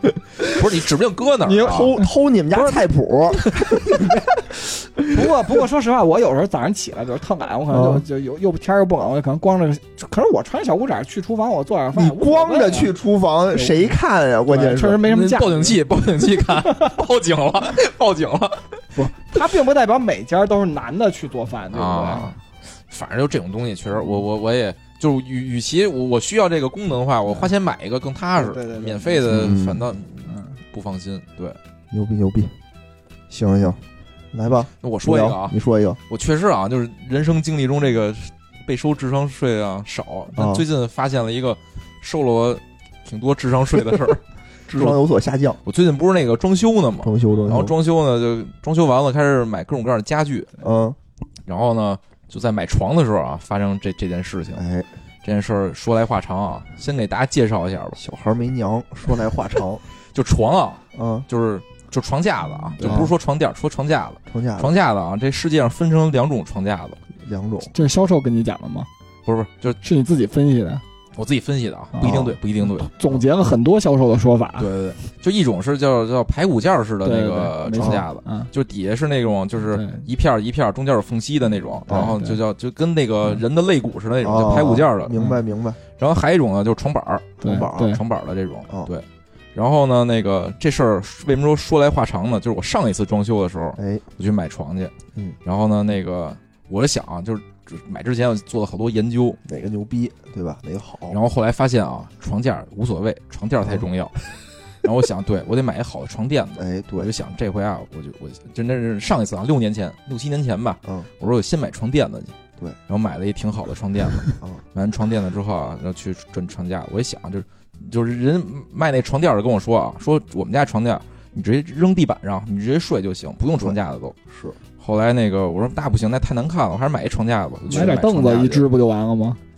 不是你指不定搁哪
你
儿、啊，
偷偷你们家菜谱，
不过不过说实话，我有时候早上起来，比如特懒，我可能就就有又天儿又不冷，我可能光着，可是我穿小裤衩去厨房，我做点饭，
你
无所谓啊
光着去厨房谁看呀？关键
对确实
是
没什么价值。
报警器，报警器看，报警了，报警了
它并不代表每家都是男的去做饭，对不对？
啊！反正就这种东西，确实，我我我也就是与与其我我需要这个功能的话，我花钱买一个更踏实，
嗯对对对
免费的
嗯
反倒
嗯。
不放心。对，
牛逼牛逼，行行，来吧，
那我说一个
无聊
啊，
你说一个，
我确实啊，就是人生经历中这个被收智商税啊少，但最近发现了一个收了我挺多智商税的 事儿。
智商有所下降，
我最近不是那个装修呢嘛，
装修装
然后
修，
装修呢就装修完了，开始买各种各样的家具，
嗯，
然后呢，就在买床的时候啊，发生这这件事情。
哎，
这件事儿说来话长啊，先给大家介绍一下吧。
小孩没娘，说来话长，
就床啊，
嗯，
就是就床架子啊，
对
就不是说床垫儿，说床架子。
床架
床架子啊，这世界上分成两种床架子，
两种，
这是销售跟你讲的吗？
不是不是，就是
是你自己分析的，
我自己分析的啊，
哦
不一定对，不一定对。
总结了很多销售的说法。
对对对，就一种是叫叫排骨架式的那个
对对对
床架子，
嗯，
就底下是那种就是
对
一片儿一片儿中间有缝隙的那种，
对
然后
对嗯
就叫就跟那个人的肋骨似的那种，叫
哦
排骨架的。
明白明白，
然后还有一种呢，就是床板儿，嗯
对
床板儿
对，
床板儿的这种
哦，
对。然后呢，那个这事儿为什么说说来话长呢？就是我上一次装修的时候，
哎，
我去买床去，
嗯，
然后呢，那个我就想啊，就是就是买之前我做了好多研究，
哪个牛逼，对吧？哪个好？
然后后来发现啊，床垫儿无所谓，床垫儿才
哦
重要。 然后我想，对我得买一好的床垫子。
哎，
我就
对，
想这回啊，我就我真的是上一次啊，六年前、六七年前吧，
嗯，
我说我先买床垫子去，
对
然后买了一挺好的床垫子，
嗯
买完床垫子之后啊，然后去转床架，我一想就是就是人卖那床垫儿的跟我说啊，说我们家床垫儿你直接扔地板上，你直接睡就行，不用床架子都。
是
后来那个我说那不行，那太难看了，我还是买一床架子吧。我去
买点凳
床架
子一支不就完了吗？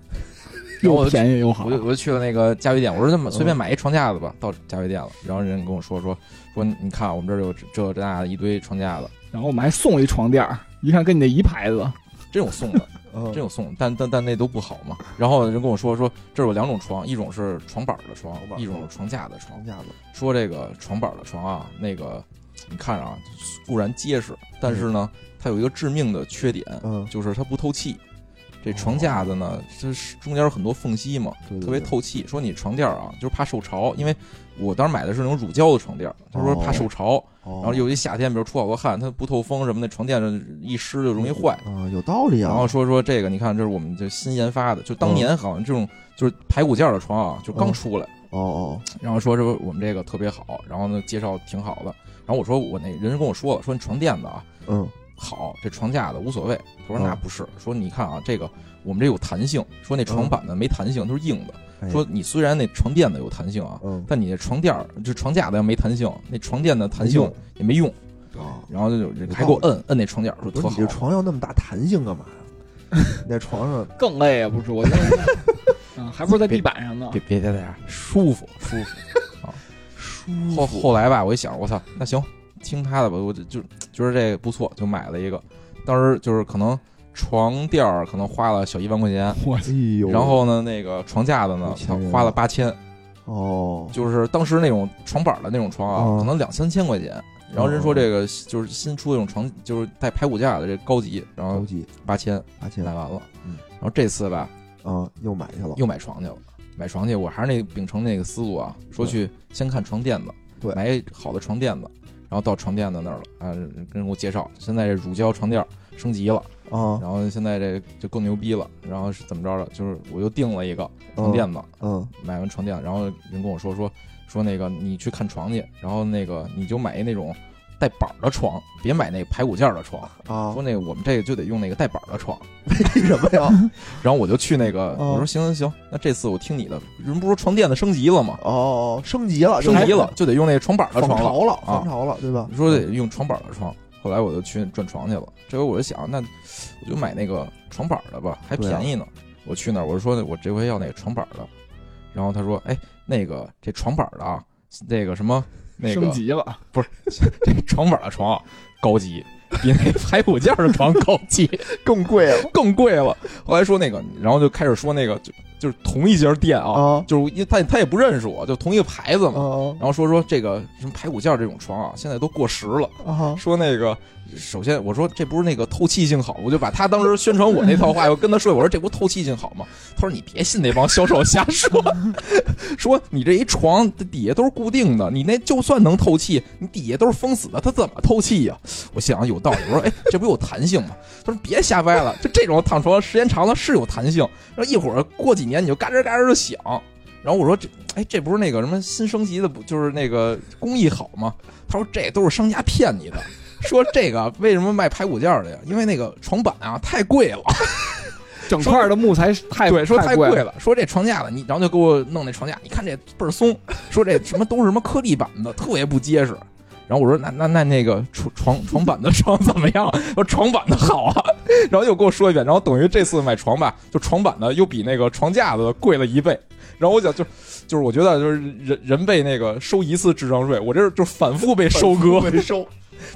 然后
又
我就
便宜又好
我。就我就去了那个家具店，我说这么随便买一床架子吧，到家具店了，然后人跟我说说说你看我们这儿有这这那的一堆床架子，
然后我们还送了一床垫儿，一看跟你那一牌子，
真有送的，
嗯
真有送的，但但但那都不好嘛。然后人跟我说说这儿有两种床，一种是床板儿的床
床板，儿
一种是床架的床
床。架子
说这个床板儿的床啊，那个你看着啊固然结实，但是呢它有一个致命的缺点，
嗯
就是它不透气。这
哦
床架子呢，它是中间有很多缝隙嘛，
对对
特别
对
透气。说你床垫儿啊，就是怕受潮，因为我当时买的是那种乳胶的床垫儿，他说
哦
怕受潮，
然
然后尤其夏天，比如出好多汗，它不透风什么的，床垫上一湿就容易坏。
啊有道理啊，
然后说说这个，你看这是我们这新研发的，就当年好像这种就是排骨架儿的床啊，就刚
嗯
出来，
哦哦
然后说说我们这个特别好，然后呢介绍挺好的，然后我说我那人家跟我说了，说你床垫子啊
嗯
好，这床架子无所谓。他说
嗯
那不是，说你看啊，这个我们这有弹性，说那床板呢没弹性，都是硬
哎
的。说你虽然那床垫子有弹性啊，
嗯
但你那床垫儿就床架子要没弹性，那床垫的弹性
没用
也没用。
啊，
然后就
理
还给我摁摁那床垫儿，说
不
特
是
好
你。这床要那么大弹性干嘛呀？ 你在床上
更累啊，不是？我觉得， 嗯，还不如在地板上呢。
别别别这样，舒服舒服。
舒
后
服，
后来吧，我一想，我操，那行，听他的吧，我就就觉得这个不错，就买了一个。当时就是可能床垫儿可能花了小一万块钱，
我
哎呦，
然后呢那个床架子
有
呢，
钱
他
人
花
啊
了八千。
哦，
就是当时那种床板的那种床啊，
嗯
可能两三千块钱。然后人说
哦
这个就是新出的这种床，就是带排骨架的这高级，然
高
后
级
八千
八千
买完了
嗯。
然后这次吧，
啊，又买去了，
又买床去了，买床去，我还是那秉承那个思路啊，说去先看床垫子，
对
买一好的床垫子，然后到床垫子那儿了啊，跟人给我介绍，现在这乳胶床垫儿升级了，
啊，
然后现在这就更牛逼了，然后是怎么着了？就是我又订了一个床垫子，
嗯
买完床垫，然后人跟我说说说那个你去看床去，然后那个你就买一那种带板儿的床，别买那排骨架儿的 床。
啊
说，那个我们这个就得用那个带板儿的床。
为什么呀？
然后我就去那个，
哦
我说行行行，那这次我听你的，人不是床垫子升级了吗？
哦，升级了，
升级了就得用那个床板儿的
防
床了。
潮了，
啊
防潮了，对吧？
说得用床板儿的床，后来我就去转床去了。这回我就想，那我就买那个床板儿的吧，还
对啊
便宜呢。我去那儿，我就说我这回要那个床板儿的。然后他说，哎，那个这床板儿的啊，那个什么。 那个
升级了，
床板的床啊高级，比那排骨架的床高级，
更贵了
更贵了。后来说那个，然后就开始说那个，就就是同一家店啊，
啊
就是因为他他也不认识我，就同一个牌子嘛。
啊
然后说说这个什么排骨架这种床啊，现在都过时了。
啊！
说那个，首先我说这不是那个透气性好，我就把他当时宣传我那套话又跟他说，我说这不透气性好吗？他说你别信那帮销售瞎说，说你这一床底下都是固定的，你那就算能透气，你底下都是封死的，它怎么透气呀、我想有道理，我说哎，这不有弹性吗？他说别瞎掰了，就这种躺床时间长了是有弹性，然后一会儿过几年你就嘎吱嘎吱就响。然后我说这，哎，这不是那个什么新升级的，不就是那个工艺好吗？他说这都是商家骗你的，说这个为什么卖排骨架儿的呀？因为那个床板啊太贵了，
整块的木材太
对，说
太
贵
了，
了，说这床架子你，然后就给我弄那床架，你看这倍儿松，说这什么都是什么颗粒板的，特别不结实。然后我说那那那那个床床床板的床怎么样？ 我说床板的好啊，然后又给我说一遍，然后等于这次买床吧，就床板的又比那个床架子的贵了一倍。然后我想就就是我觉得就是人人被那个收一次智商税，我这是就反复被收割，
回收，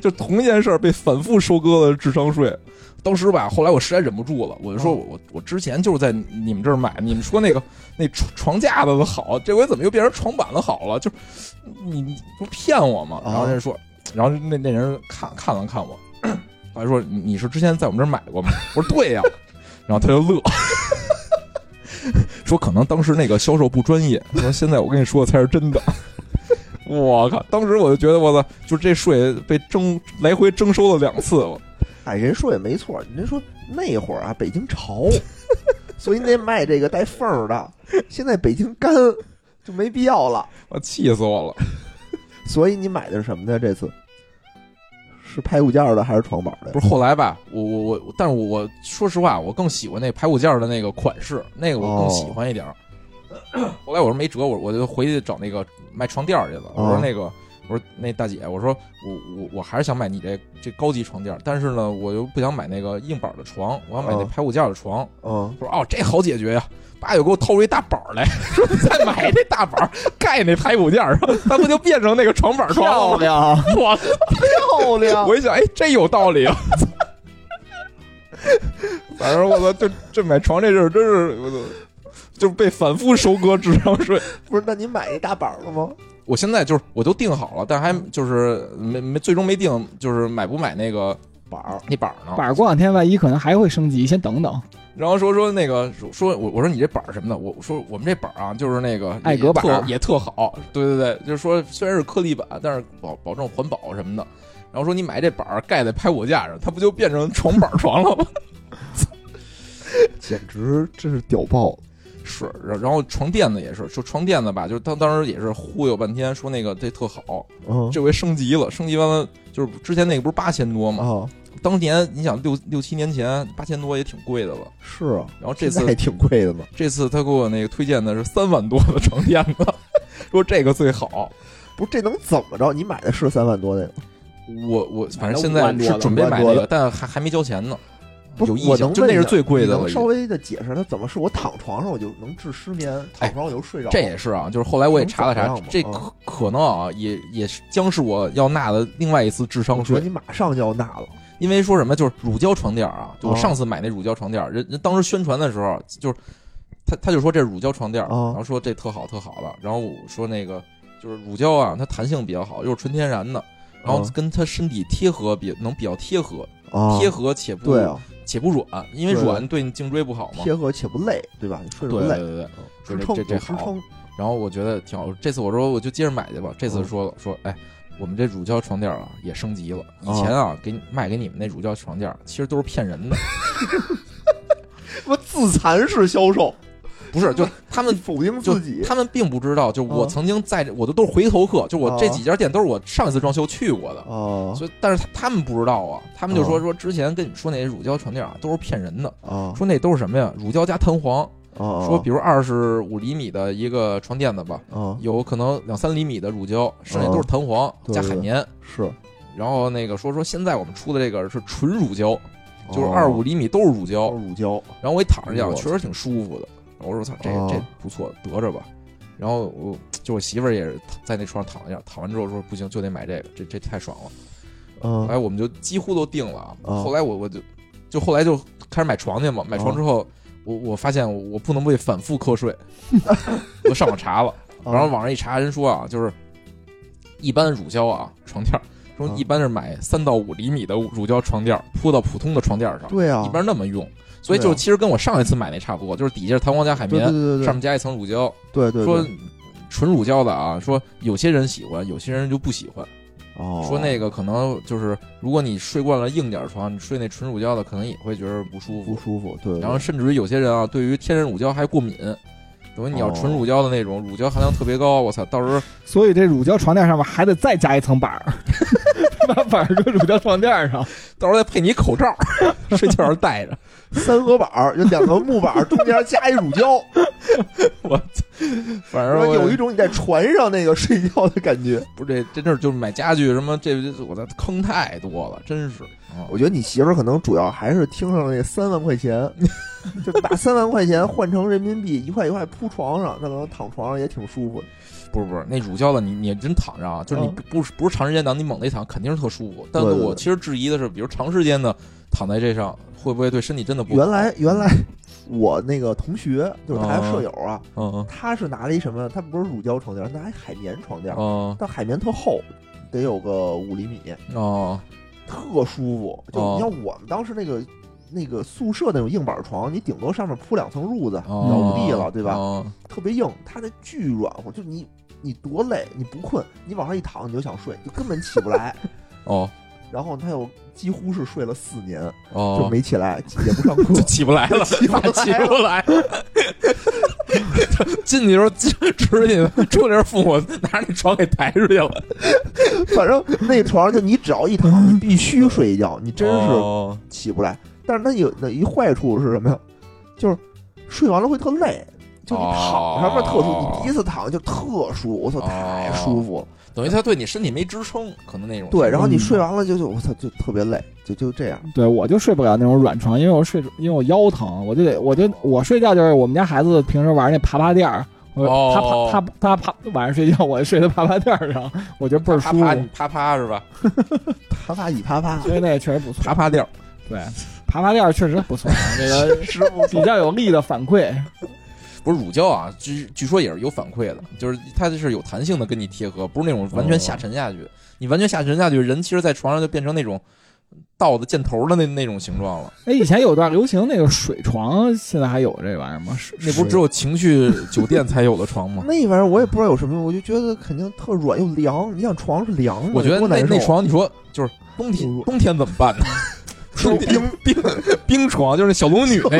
就同一件事儿被反复收割了智商税。当时吧，后来我实在忍不住了，我就说
哦
我我我之前就是在你们这儿买，你们说那个那床床架子的好，这回怎么又变成床板的好了？就是你你不是骗我吗？
啊
然后他就说，然后那那人看看了看我，他说你你是之前在我们这儿买过吗？我说对呀、 然后他就乐， 说可能当时那个销售不专业，说现在我跟你说的才是真的。我靠！当时我就觉得我操，就这税被征来回征收了两次，我
哎，人说也没错，人说那会儿啊，北京潮， 所以那卖这个带缝儿的，现在北京干就没必要了。
我气死我了！
所以你买的是什么呢？这次是排骨架儿的还是床板儿的？
不是后来吧，我我我，但是我我说实话，我更喜欢那排骨架儿的那个款式，那个我更喜欢一点儿。 后来我说没辙，我我就回去找那个卖床垫儿去了。我说
啊
那个，我说那大姐，我说我我我还是想买你这这高级床垫儿，但是呢，我又不想买那个硬板儿的床，我想买那
啊
排骨架儿的床。
嗯，
我说哦，这好解决呀、爸又给我掏出一大板儿来，说你再 买这大板儿盖那排骨架儿，它不就变成那个床板儿床
漂
了吗？
亮，
我
漂 亮，
我一想，哎，这有道理啊！反正我操，这这买床这事儿真是我操，就被反复收割智商税。
不是？那你买一大板儿了吗？
我现在就是我都定好了，但还就是没没最终没定，就是买不买那个
板儿，
那板儿呢？
板儿过两天万一可能还会升级，先等等。
然后说说那个说说我我说你这板儿什么的，我我说我们这板儿啊，就是那个
艾格板儿
也特也特好，对对对，就是说虽然是颗粒板，但是保保证环保什么的。然后说你买这板儿盖在拍我架上，它不就变成床板儿床 了吗？
简直真是屌爆！
是，然然后床垫子也是，说床垫子吧，就是他当时也是忽悠半天，说那个这特好，
嗯，
这回升级了，升级完了就是之前那个不是八千多吗？
啊，
当年你想六六七年前八千多也挺贵的了，
是啊，
然后这
现在还
次
挺贵的呢。
这次他给我那个推荐的是三万多的床垫子， 说这个最好，
不是这能怎么着？你买的是三万多那个？
我我反正现
买了五
在
万多
是
了
准备买
五万
那
多
个，但还还没交钱呢，
不是
有意
我
向，
能
就那
问一
是
下
最贵
你
的
能
了已经
稍。微的解释它怎么是我躺床上我就能治失眠，躺床上我就睡着了。
哎这也是啊，就是后来我也查了查
能怎么样，嘛
这
嗯
可可能啊，也也是将是我要纳的另外一次智商
我觉得
税。
你马上就要纳了。
因为说什么，就是乳胶床垫儿啊，就我
哦
上次买那乳胶床垫儿，人人当时宣传的时候，就是他他就说这是乳胶床垫儿，
哦
然后说这特好特好的，然后我说那个就是乳胶啊，它弹性比较好，又是纯天然的，然后
哦
跟它身体贴合比能比较贴合，
啊
贴合且不
对啊，
且不软，因为
对
软对你颈椎不好嘛。
贴合且不累，对吧？你睡
对
着不
对
累，
对对，
嗯
说
支
这
撑
这这
有支
好
撑。
然后我觉得挺好。这次我说我就接着买去吧。这次
嗯
说了说，哎，我们这乳胶床垫啊也升级了。以
哦
前啊给你卖给你们那乳胶床垫，其实都是骗人的，
我自残式销售，
不是？ 就他们
否定
就
自己。
他们并不知道，就我
嗯
曾经在这，我都都是回头客，就我这
哦
几家店都是我上一次装修去过的。
啊
所以，但是他他们不知道啊，他们就说
哦
说之前跟你说那些乳胶床垫啊都是骗人的，
啊
说那都是什么呀？乳胶加弹簧，
啊！
说比如二十五厘米的一个床垫子吧，
啊
有可能两三厘米的乳胶，剩下都是弹簧
哦对
加海绵。
是
然后那个说说现在我们出的这个是纯乳胶，就是
哦
二五厘米都是乳胶。
包乳胶
然后我一躺下
我
确实挺舒服的。我说操，这
哦
这不错，得着吧。然后我就我媳妇儿也是在那床上躺一下，躺完之后说不行，就得买这个，这这太爽了。后
嗯
来我们就几乎都定了啊。
哦
后来我我就就后来就开始买床去嘛，买床之后。我我发现我我不能被反复瞌睡， 我上网查了，
啊
然后网上一查，人说啊，就是一般乳胶啊床垫儿，说
啊
一般是买三到五厘米的乳胶床垫儿铺到普通的床垫儿上，
对啊，
一般那么用。所以
对啊
就其实跟我上一次买那差不多，就是底下是弹簧加海
对
绵，
对对对
上面加一层乳胶。
对对对
说纯乳胶的啊，说有些人喜欢，有些人就不喜欢。
哦
说那个可能就是，如果你睡惯了硬点儿床，你睡那纯乳胶的可能也会觉得不舒
不
服。
舒服，对，对
然后甚至于有些人啊，对于天然乳胶还过敏，等于你要纯
哦
乳胶的那种，乳胶含量特别高，我操，到时候
所以这乳胶床垫上面还得再加一层板儿， 把板儿搁乳胶床垫上。
到时候再配你口罩 儿，睡觉时戴着。
三合板儿就两个木板儿中间加一乳胶，
反
然
正
后
我
有一种你在船上那个睡觉的感觉。
不是这真是就是买家具什么这这我操坑太多了，真是。嗯
我觉得你媳妇儿可能主要还是听上了那三万块钱，就把三万块钱换成人民币一块一块铺床上，那可能躺床上也挺舒服的。
不是不是那乳胶的你你真躺着啊，就是你
嗯
不不是不是长时间躺，你猛的一躺肯定是特舒服。但是
对对
我
对
其实质疑的是，比如长时间的躺在这上，会不会对身体真的不好？
原来原来我那个同学就是他舍友啊，
嗯
他是拿了一什么？他不是乳胶床垫，拿一海绵床垫
嗯，嗯
但海绵特厚，得有个五厘米，
哦
特舒服。就
哦
你像我们当时那个那个宿舍那种硬板床，你顶多上面铺两层褥子，
哦，
了不地了，对吧？
哦
特别硬，它那巨软和，就你你多累你不困，你往上一躺你就想睡，就根本起不 来。
哦
然后他又几乎是睡了四年，就
哦，
没起来，也不上 课
就。起不来了，
起不来了
起不来了。 进去的时候直直进去，出来时候父母拿着那床给抬出去了。
反正那床上就你只要一躺， 你必须睡一觉，你真是
哦
起不来。但是它有那一坏处是什么呀？就是睡完了会特累，就你躺上面特舒服，
哦
你第一次躺就特舒服，我操，太舒服了。
等于他对你身体没支撑，可能那种
对，然后你
嗯
睡完了就就我操就特别累，就就这样。
对，我就睡不了那种软床，因为我睡，因为我腰疼，我就得，我就我睡觉就是我们家孩子平时玩那爬爬垫儿，我、
哦
他爬他他爬晚上睡觉，我睡在爬爬垫儿上， 我觉得倍儿
啪
舒服，
啪你啪啪是吧？
啪啪一啪啪，
所以那也确实不错。
啪啪调，
对，爬爬垫儿确实不错，这 个
师傅
比较有力的反馈。
不是乳胶啊，据据说也是有反馈的，就是它是有弹性的跟你贴合，不是那种完全下沉下去。你完全下沉下去，人其实在床上就变成那种倒的箭头的那那种形状了。
哎，以前有段流行那个水床，现在还有这玩意儿吗？是
那不是只有情趣酒店才有的床吗？
那玩意儿我也不知道有什么用，我就觉得肯定特软又凉。你想床是凉的，
我觉得
多
那
难受啊
那床，你说就是冬天
嗯
冬天怎么办呢？
受
冰冰冰床，就是那小龙女那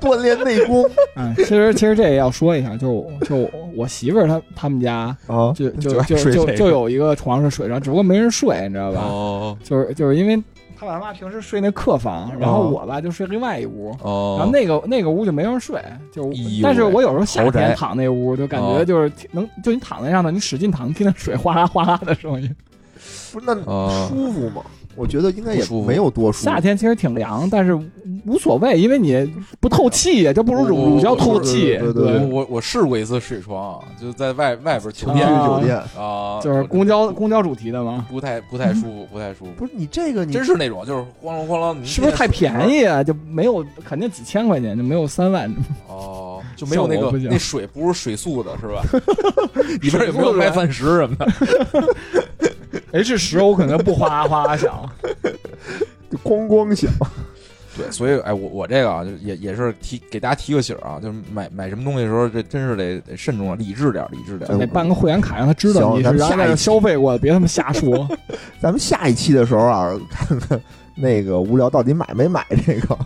锻炼内 功
哎，其实其实这也要说一下，就我就我我媳妇儿她他们家
啊
就
就
就
爱
就
睡这
就
个
就有一个床是水床，只不过没人睡，你知道吧？
哦
就是就是因为他爸他妈平时睡那客房，然后我吧就睡另外一屋，然后
哦，
那个那个屋就没人睡，就
哎呦
但是我有时候夏
豪宅
天躺那屋，就感觉
哦
就是挺能就你躺在上头，你使劲躺，听见水哗啦哗啦的声音。
不是那
啊
舒服吗？我觉得应该
不
也
舒服
没有多舒服
夏。天其实挺凉，但是无所谓，因为你不透气，这不如
我
乳乳胶透
对
气。
对对对
我我我试过一次水床啊，就在外外边酒
情趣
店
啊
酒店
啊，
就是公交公交主题的嘛，
不太不太舒服，不太舒服。
不是你这个你
真是那种，就是咣啷咣啷，你
是不是太便？宜啊？就没有肯定几千块钱就没有三万，
哦，就没有那
效果
个
不行
那水不是水素的，是 吧？里边也没有麦饭石什么的。
H 十我可能不哗啦哗啦响。
就咣咣响，
对，所以哎，我我这个啊，就也也是提给大家提个醒儿啊，就是买买什么东西的时候，这真是得得慎重啊，理智点儿，理智点儿。
哎
得办个会员卡，让他知道
行
你
咱们
是然后
下
在
一
这
期
消费过的，别他妈瞎说。
咱们下一期的时候啊，看看那个无聊到底买没买这个。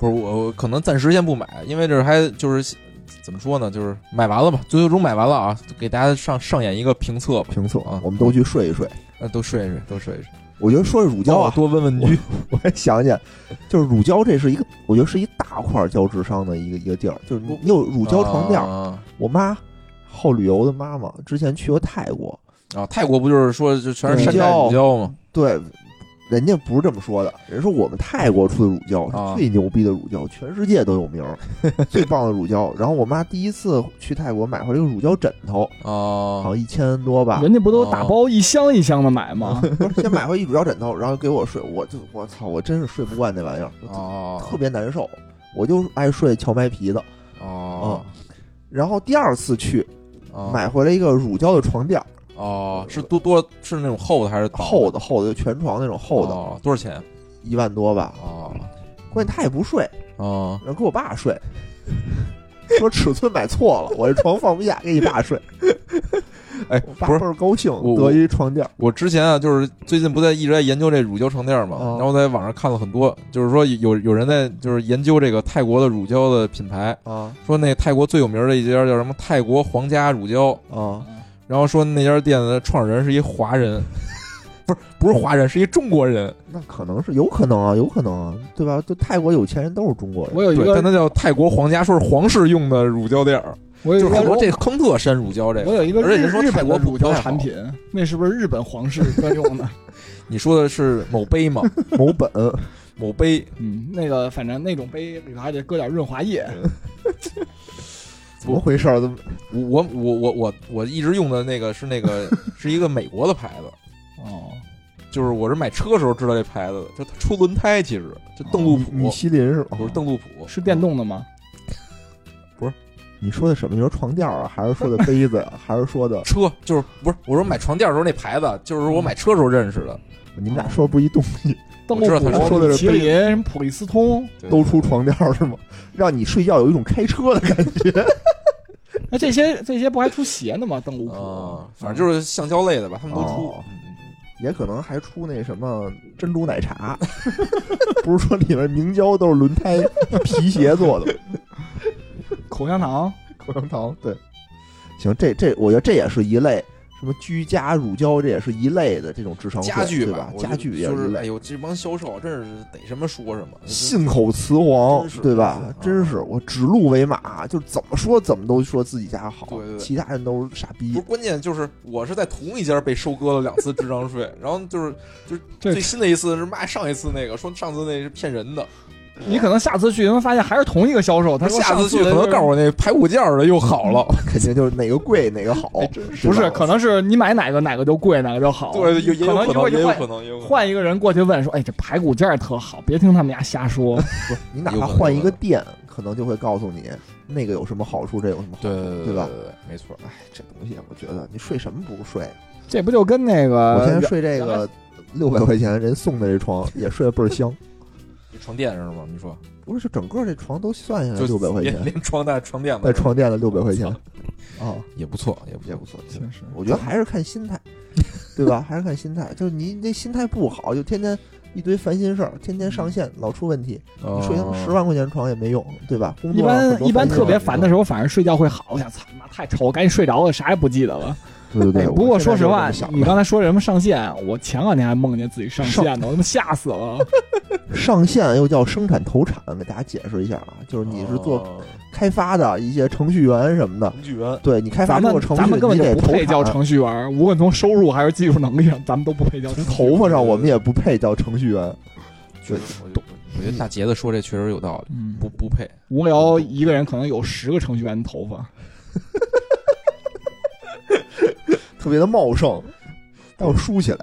不是我我可能暂时先不买，因为这还就是怎么说呢，就是买完了吧，最最终买完了啊，给大家上上演一个评测吧。
评测
啊
我们都去睡一睡。
那呃都睡一睡，都睡一睡，
我觉得说是乳胶
帮我
啊，
多问问居。
我也想起来，就是乳胶这是一个，我觉得是一大块儿交智商的一个一个地儿，就是你你有乳胶床垫儿。
啊
我妈好旅游的妈妈之前去过泰国，
啊，泰国不就是说就全是山寨
乳胶
乳胶吗？
对，人家不是这么说的，人说我们泰国出的乳胶
啊
是最牛逼的乳胶，全世界都有名儿，最棒的乳胶。然后我妈第一次去泰国买回来一个乳胶枕头，好
啊哦
像一千多吧，
人家不都打包一箱一箱的买吗？
不是先买回一乳胶枕头，然后给我睡，我就我操，我真是睡不惯那玩意儿，
哦
特别难受。我就爱睡荞麦皮的，
哦
然后第二次去
哦
嗯买回来一个乳胶的床垫儿，
哦，是多多是那种厚的还是薄的
厚的厚的就全床那种厚的，
哦哦多少钱？
一万多吧。
哦
关键他也不睡，
哦，
然后给我爸睡， 说尺寸买错 了，我这床放不下，给你爸睡。
哎，
我爸
不
倍
是。
儿高兴
我，
得一床垫儿
我之前啊，就是最近不在一直在研究这乳胶床垫嘛，
哦
然后在网上看了很多，就是说有有人在就是研究这个泰国的乳胶的品牌，
啊
说那泰国最有名的一家叫什么泰国皇家乳胶，
啊！
然后说那家店的创始人是一华 人，不是不是华人，是一中国人，
那可能是有可能啊，有可能啊，对吧？就泰国有钱人都是中国人
我，有一
对，但
个，
他叫泰国皇家，说是皇室用的乳胶垫儿，
我
就
有
是
一
好多
个，
这坑特深乳胶这
我
个。
有一个
而且
日
人说
日
泰
本
国
的
乳
乳胶
不太
产
好
品，那是不是日本皇室专用 的？
你说的是某杯吗？
某 本
某杯
嗯，那个反正那种杯里头还得搁点润滑液。
怎么回事儿？怎么
我我我我我我一直用的那个是那个 是一个美国的牌子，
哦，
就是我是买车时候知道这牌子的，就它出轮胎其实就邓禄
米
普，
其林哦是吧？
不是邓禄普，
是电动的吗？
你说的什么？你说床垫儿啊，还是说的杯子啊，还是说的？
车，就是不是我说买床垫的时候那牌子，就是我买车时候认识的，
你们俩说的不是一东西？
邓
我知道
禄
他
说的是
普、米其
杯
林、什么普利司通，
对
都出床垫儿是吗？ 让你睡觉有一种开车的感觉。
那这些这些不还出鞋呢吗？邓禄普
啊，，反正就是橡胶类的吧，他们都出嗯
哦。也可能还出那什么珍珠奶茶， 不是说里面明胶都是轮胎皮鞋做的
口香糖。
口香糖。对，行，这这我觉得这也是一类什么居家乳胶，这也是一类的这种智商税
家具
对吧？
我
家具也
就
一
是，哎
类，
呦，这帮销售真是逮什么说什么，
信口雌黄
真是，
对吧？
真是啊
真是我指鹿为马，就是怎么说怎么都说自己家好
对对，对
其他人都是傻
不
逼
是。关键，就是我是在同一家被收割了两次智商税，然后就是就是
这
最新的一次是骂上一次那个，说上次那是骗人的，
你可能下次去，他们发现还是同一个销售，他说
下
上
次去
的
可能
就是
告诉我那排骨件儿的又好了，
肯定就是哪个贵哪个好，
哎
不是，
吧
可能是你买哪个哪个就贵，哪个就好。
对，有也有
可能
可能，也
一会儿就
有
换
可能，也有可能。
换一个人过去问说：“哎，这排骨件儿特好，别听他们家 瞎说。
你哪
有
怕
可能
换
有
一
可
个店，可能就会告诉你那个有什么好处，这有什么好处，
对
对
对
吧？
对，没错。
哎，这东西我觉得你税什么不税？”
这不就跟那
我现
个
在睡这个六百块钱人送的这床也睡得倍儿香，
就床垫是吗？你说
不是，就整个这床都算下来
就
六百块
连
钱，
连床带床垫
带
子
床垫的六百块钱，啊，
也不错，也不
也
错。
不错。
确实
我觉得还是看心态，对吧？还是看心态，就是你那心态不好，就天天一堆烦心事儿，天天上线，老出问题。你睡上十
万，
万块钱床也没用，对吧？工
一
作上很
般
多
一般
烦心
特别
事儿
烦的时候，反而睡觉会好。我想，操你妈太丑，我赶紧睡着了，啥也不记得了。
对对对。
哎
我
不
现
过
在
说
就
实
是这
话
么，想
你
的
刚才说什么上线，我前两天还梦见自己上线呢，我他妈吓死了。
上线又叫生产投产，给大家解释一下啊，就是你是做
哦
开发的一些程序员什么的，
程序员，
对你开发
咱
这
们
个程序，
咱们根本
你得
就不
投
配叫
产。
程序员，无论从收入还是技术能力上，咱们都不配叫程
从
序员。
头发上我们也不配叫程序员，
确实，我觉得我觉得大杰子说这确实有道理，
嗯，
不不配。
无聊一个人可能有十个程序员的头发。
特别的茂盛，要梳起来。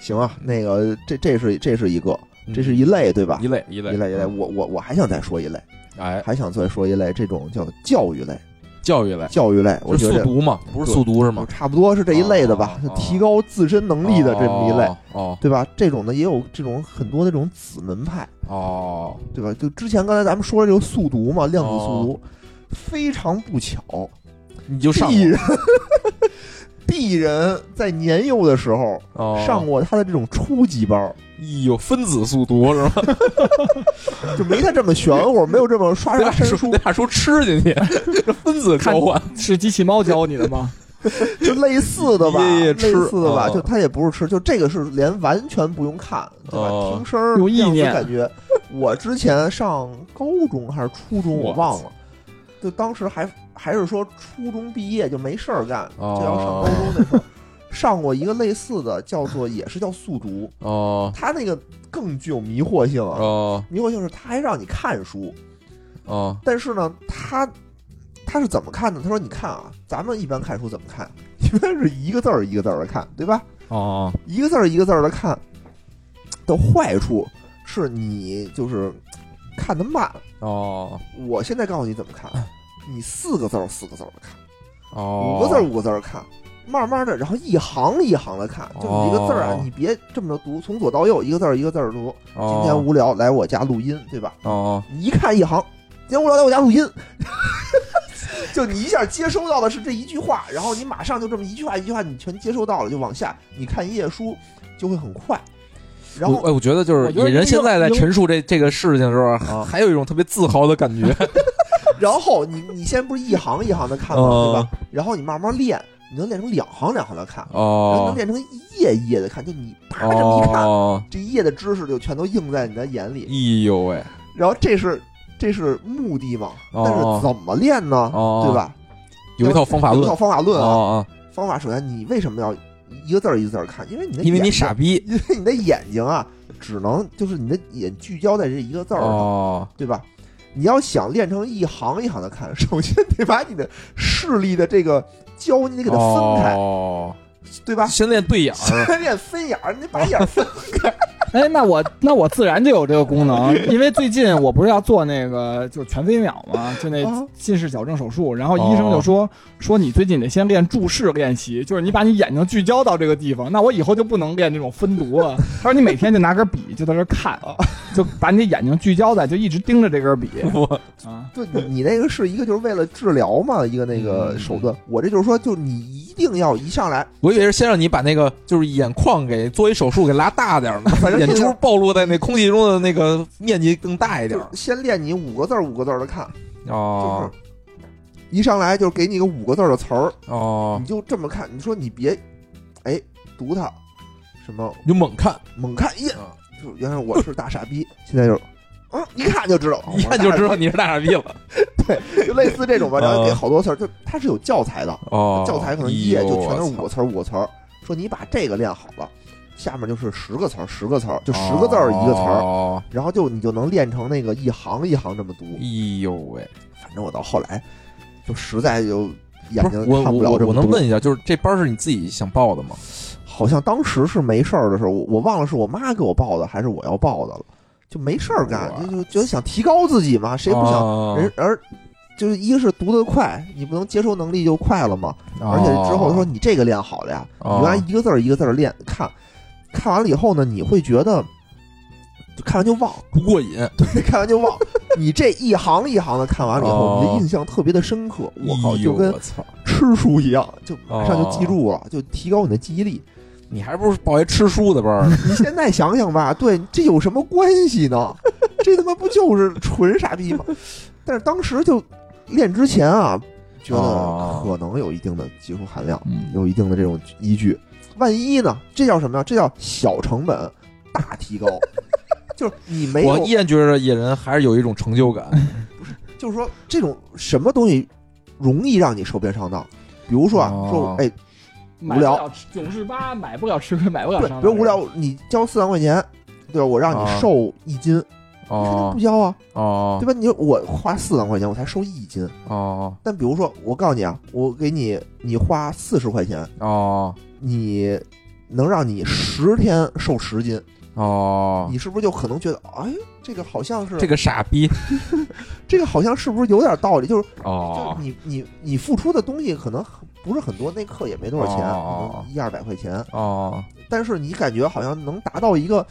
行啊，那个这这是这是一个，这是一类对吧？
一类一类嗯
一类一类，
嗯
我我我还想再说一类，
哎，
还想再说一类，这种叫教育类，
教育类，
教育类，我
就
觉
是
得
速读嘛，不是
对
速读是
就？
吗
差不多是这一类的吧
哦，
就
哦
提高自身能力的这么一类，
哦
对吧？这种呢也有这种很多那种子门派，
哦哦，
对吧？就之前刚才咱们说的这个速读嘛，量子速读，非常不巧，
你就上
鄙人鄙人在年幼的时候
过
上，
哦
过他的这种初级班儿，
咦有分子速读是吧？
就没他这么玄乎，没有这么刷
得
刷
把
删
书
书
得，把书吃进去，这分子交换
是机器猫教你的吗？
就类似的吧，
爷爷
类
吃
似的吧，
哦
就他也不是吃，就这个是连完全不用看，对吧？
哦
听声儿
用意
这样子
念
感觉。我之前上高中还是初中，我
我
忘了，就当时还还是说初中毕业就没事儿干，就
哦
要上高中那时候。上过一个类似的，叫做也是叫速读，
哦
他那个更具有迷惑性啊！
哦
迷惑性是他还让你看书，
哦，
但是呢，他他是怎么看的？他说：“你看啊，咱们一般看书怎么看？ 一般是一个字儿一个字儿的看，对吧？
哦
一个字儿一个字儿的看。的坏处是你就是看得慢。
哦
我现在告诉你怎么看，
哎
你四个字儿四个字儿的看，
哦，
五个字儿五个字儿地看。”慢慢的，然后一行一行的看，就是一个字儿啊
哦，
你别这么着读，从左到右一个字儿一个字儿地读。今天
哦
无聊，来我家录音，对吧？
哦
你一看一行，今天无聊在我家录音， 就你一下接收到的是这一句话，然后你马上就这么一句话一句话你全接收到了，就往下你看一页书就会很快，然
我
后
哎，我觉得就是
我觉得
野人现在在
英英
陈述这这个事情的时候，
啊
还还有一种特别自豪的感 觉。
然后你你先不是一行一行的看吗？对吧？
嗯
然后你慢慢练，你能练成两行两行的看，然后能
哦
练成一页一页的看，就你啪这么一看，
哦，
这一页的知识就全都映在你的眼里，
哎呦喂，
然后这是这是目的嘛？但
哦
是怎么练呢？
哦
对吧？
有一套方法
有
论
一套方法论啊。
哦哦，
方法，首先你为什么要一个字儿一个字儿看？因为你的
因为你
眼睛
傻，逼
因为你的眼睛啊，只能就是你的眼聚焦在这一个字儿啊上，
哦
对吧？你要想练成一行一行的看， 首先得把你的视力的这个焦，你得给它分开，啊
哦，
对 吧？
先练对眼儿，
先练分眼儿，你得把眼儿分。
哎，那我那我自然就有这个功能，因为最近我不是要做那个就是全飞秒嘛，就那
啊
近视矫正手术，然后医生就说、说你最近得先练注视练习，就是你把你眼睛聚焦到这个地方，那我以后就不能练这种分读了。 他说你每天就拿根笔就在这儿看，
哦
就把你眼睛聚焦在，就一直盯着这根笔
我
啊。
对你，你那个是一个就是为了治疗嘛，一个那个
嗯
手段。我这就是说，就是你一定要一上来，
我以为是先让你把那个就是眼眶给做一手术给拉大点儿呢，
反正
眼
这
珠
个
暴露在那空气中的那个面积更大一
就
点
是
儿
先练你五个字儿五个字儿的看，就是
哦。
一上来就给你个五个字儿的词儿，
哦
你，就这么看，你说你别，哎，读它，什么
你就猛看，
猛看一眼，
啊
就原来我是大傻逼，现在就是，嗯，一看就知道，
一看就知道你是大傻逼了。
就类似这种吧，然后给
啊
好多词儿，就它是有教材的，
哦，
教材可能一页就全
哎
是
呦
五
我
个
操
词儿，五个词儿，说你把这个练好了，下面就是十个词儿，十个词儿，就十个字儿一个词儿，
哦
然后就你就能练成那个一行一行这么读。
哎呦喂，
反正我到后来就实在就眼
不是
睛
我
看
我
不了
我
这
我
么
能
多。
问一下，就是这班是你自己想报的吗？
好像当时是没事儿的时候，我我忘了是我妈给我报的还是我要报的了，就没事儿干
哇，哦
就就觉得想提高自己嘛，谁不想？
想
人而就是一个是读得快，你不能接收能力就快了嘛，而且
啊
之后说你这个练好了呀，你
哦
原来一个字儿一个字儿练看，看完了以后呢，你会觉得就看完就忘，
不过瘾，
对，看完就忘。你这一行一行的看完了以后，
哦
你的印象特别的深刻，我靠，
哎呦
就跟
我哦操，
吃书一样，就马上就记住了，就提高你的记忆力。
你还不如报一吃书的班儿呢。
你现在想想吧，对，这有什么关系呢？这他妈不就是纯傻逼吗？但是当时就练之前啊，觉得
哦
可能有一定的技术含量，
嗯，
有一定的这种依据。万一呢？这叫什么呀？这叫小成本大提高， 就是你没
我
有
依，然觉得野人还是有一种成就 感。
就是说这种什么东西容易让你受骗上当。比如说啊，
哦
说哎，
买
无
不
聊
了九十八，买不了吃亏，买不了
对，
上当。
比如无聊，你交四万块钱，对吧？我让你
哦
瘦一斤，你肯定
哦
不交啊。
哦
对吧？你说我花四万块钱我才收一斤，
哦
但比如说我告诉你啊，我给你你花四十块钱，
哦
你能让你十天瘦十斤，
哦，
你是不是就可能觉得，哎，这个好像是
这个傻逼
这个好像是不是有点道理？就是就
哦
是你你你付出的东西可能很不是很多，那课也没多少钱，
哦
可能一二百块钱，
哦，
但是你感觉好像能达到一个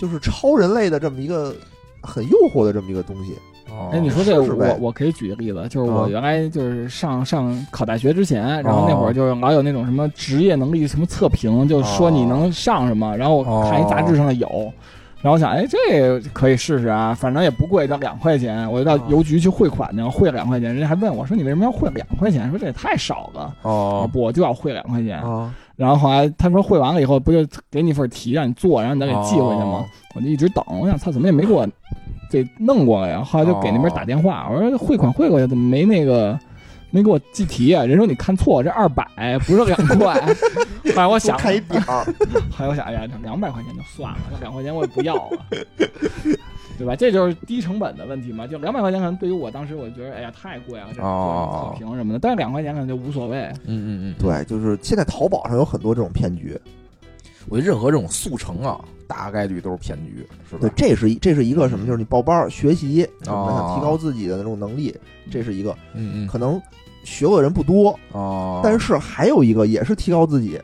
就是超人类的这么一个很诱惑的这么一个东西。
哦
哎，你说这
是
我
呗
我我可以举个例子，就是
啊
我原来就是上上考大学之前，然后那
哦
会儿就是老有那种什么职业能力什么测评，就说
哦
你能上什么，然后我看一杂志上的有，然后我想哎这可以试试啊，反正也不贵，到两块钱，我就到
啊
哦
邮局去汇款去，汇两块钱，人家还问我说你为什么要汇两块钱？说这也太少了，我
哦
说不我就要汇两块钱，
哦
然后后来他说汇完了以后，不就给你一份题让你做，然后你再给寄回去
哦
吗？我就一直等，我想操，怎么也没给我这弄过
哦
来呀？后来就给那边打电话，我说汇款汇过去，怎么没那个没给我寄题啊？人说你看错，这二百不是 两块。后来我
就
想，
看一表，
后来我想，哎呀， 两百块钱就算了，那两块钱我也不要了。对吧？这就是低成本的问题嘛。就两百块钱，可能对于我当时，我觉得哎呀太贵了，这
哦
测评什么的。但是两块钱可能就无所谓。
嗯嗯嗯，
对，就是现在淘宝上有很多这种骗局。
我觉得任何这种速成啊，大概率都是骗局，是吧
对，？
嗯
这是一这是一个什么？就是你报班儿学习，我们想
哦
提高自己的那种能力，这是一个
嗯嗯
可能学过的人不多，
哦，
但是还有一个也是提高自己，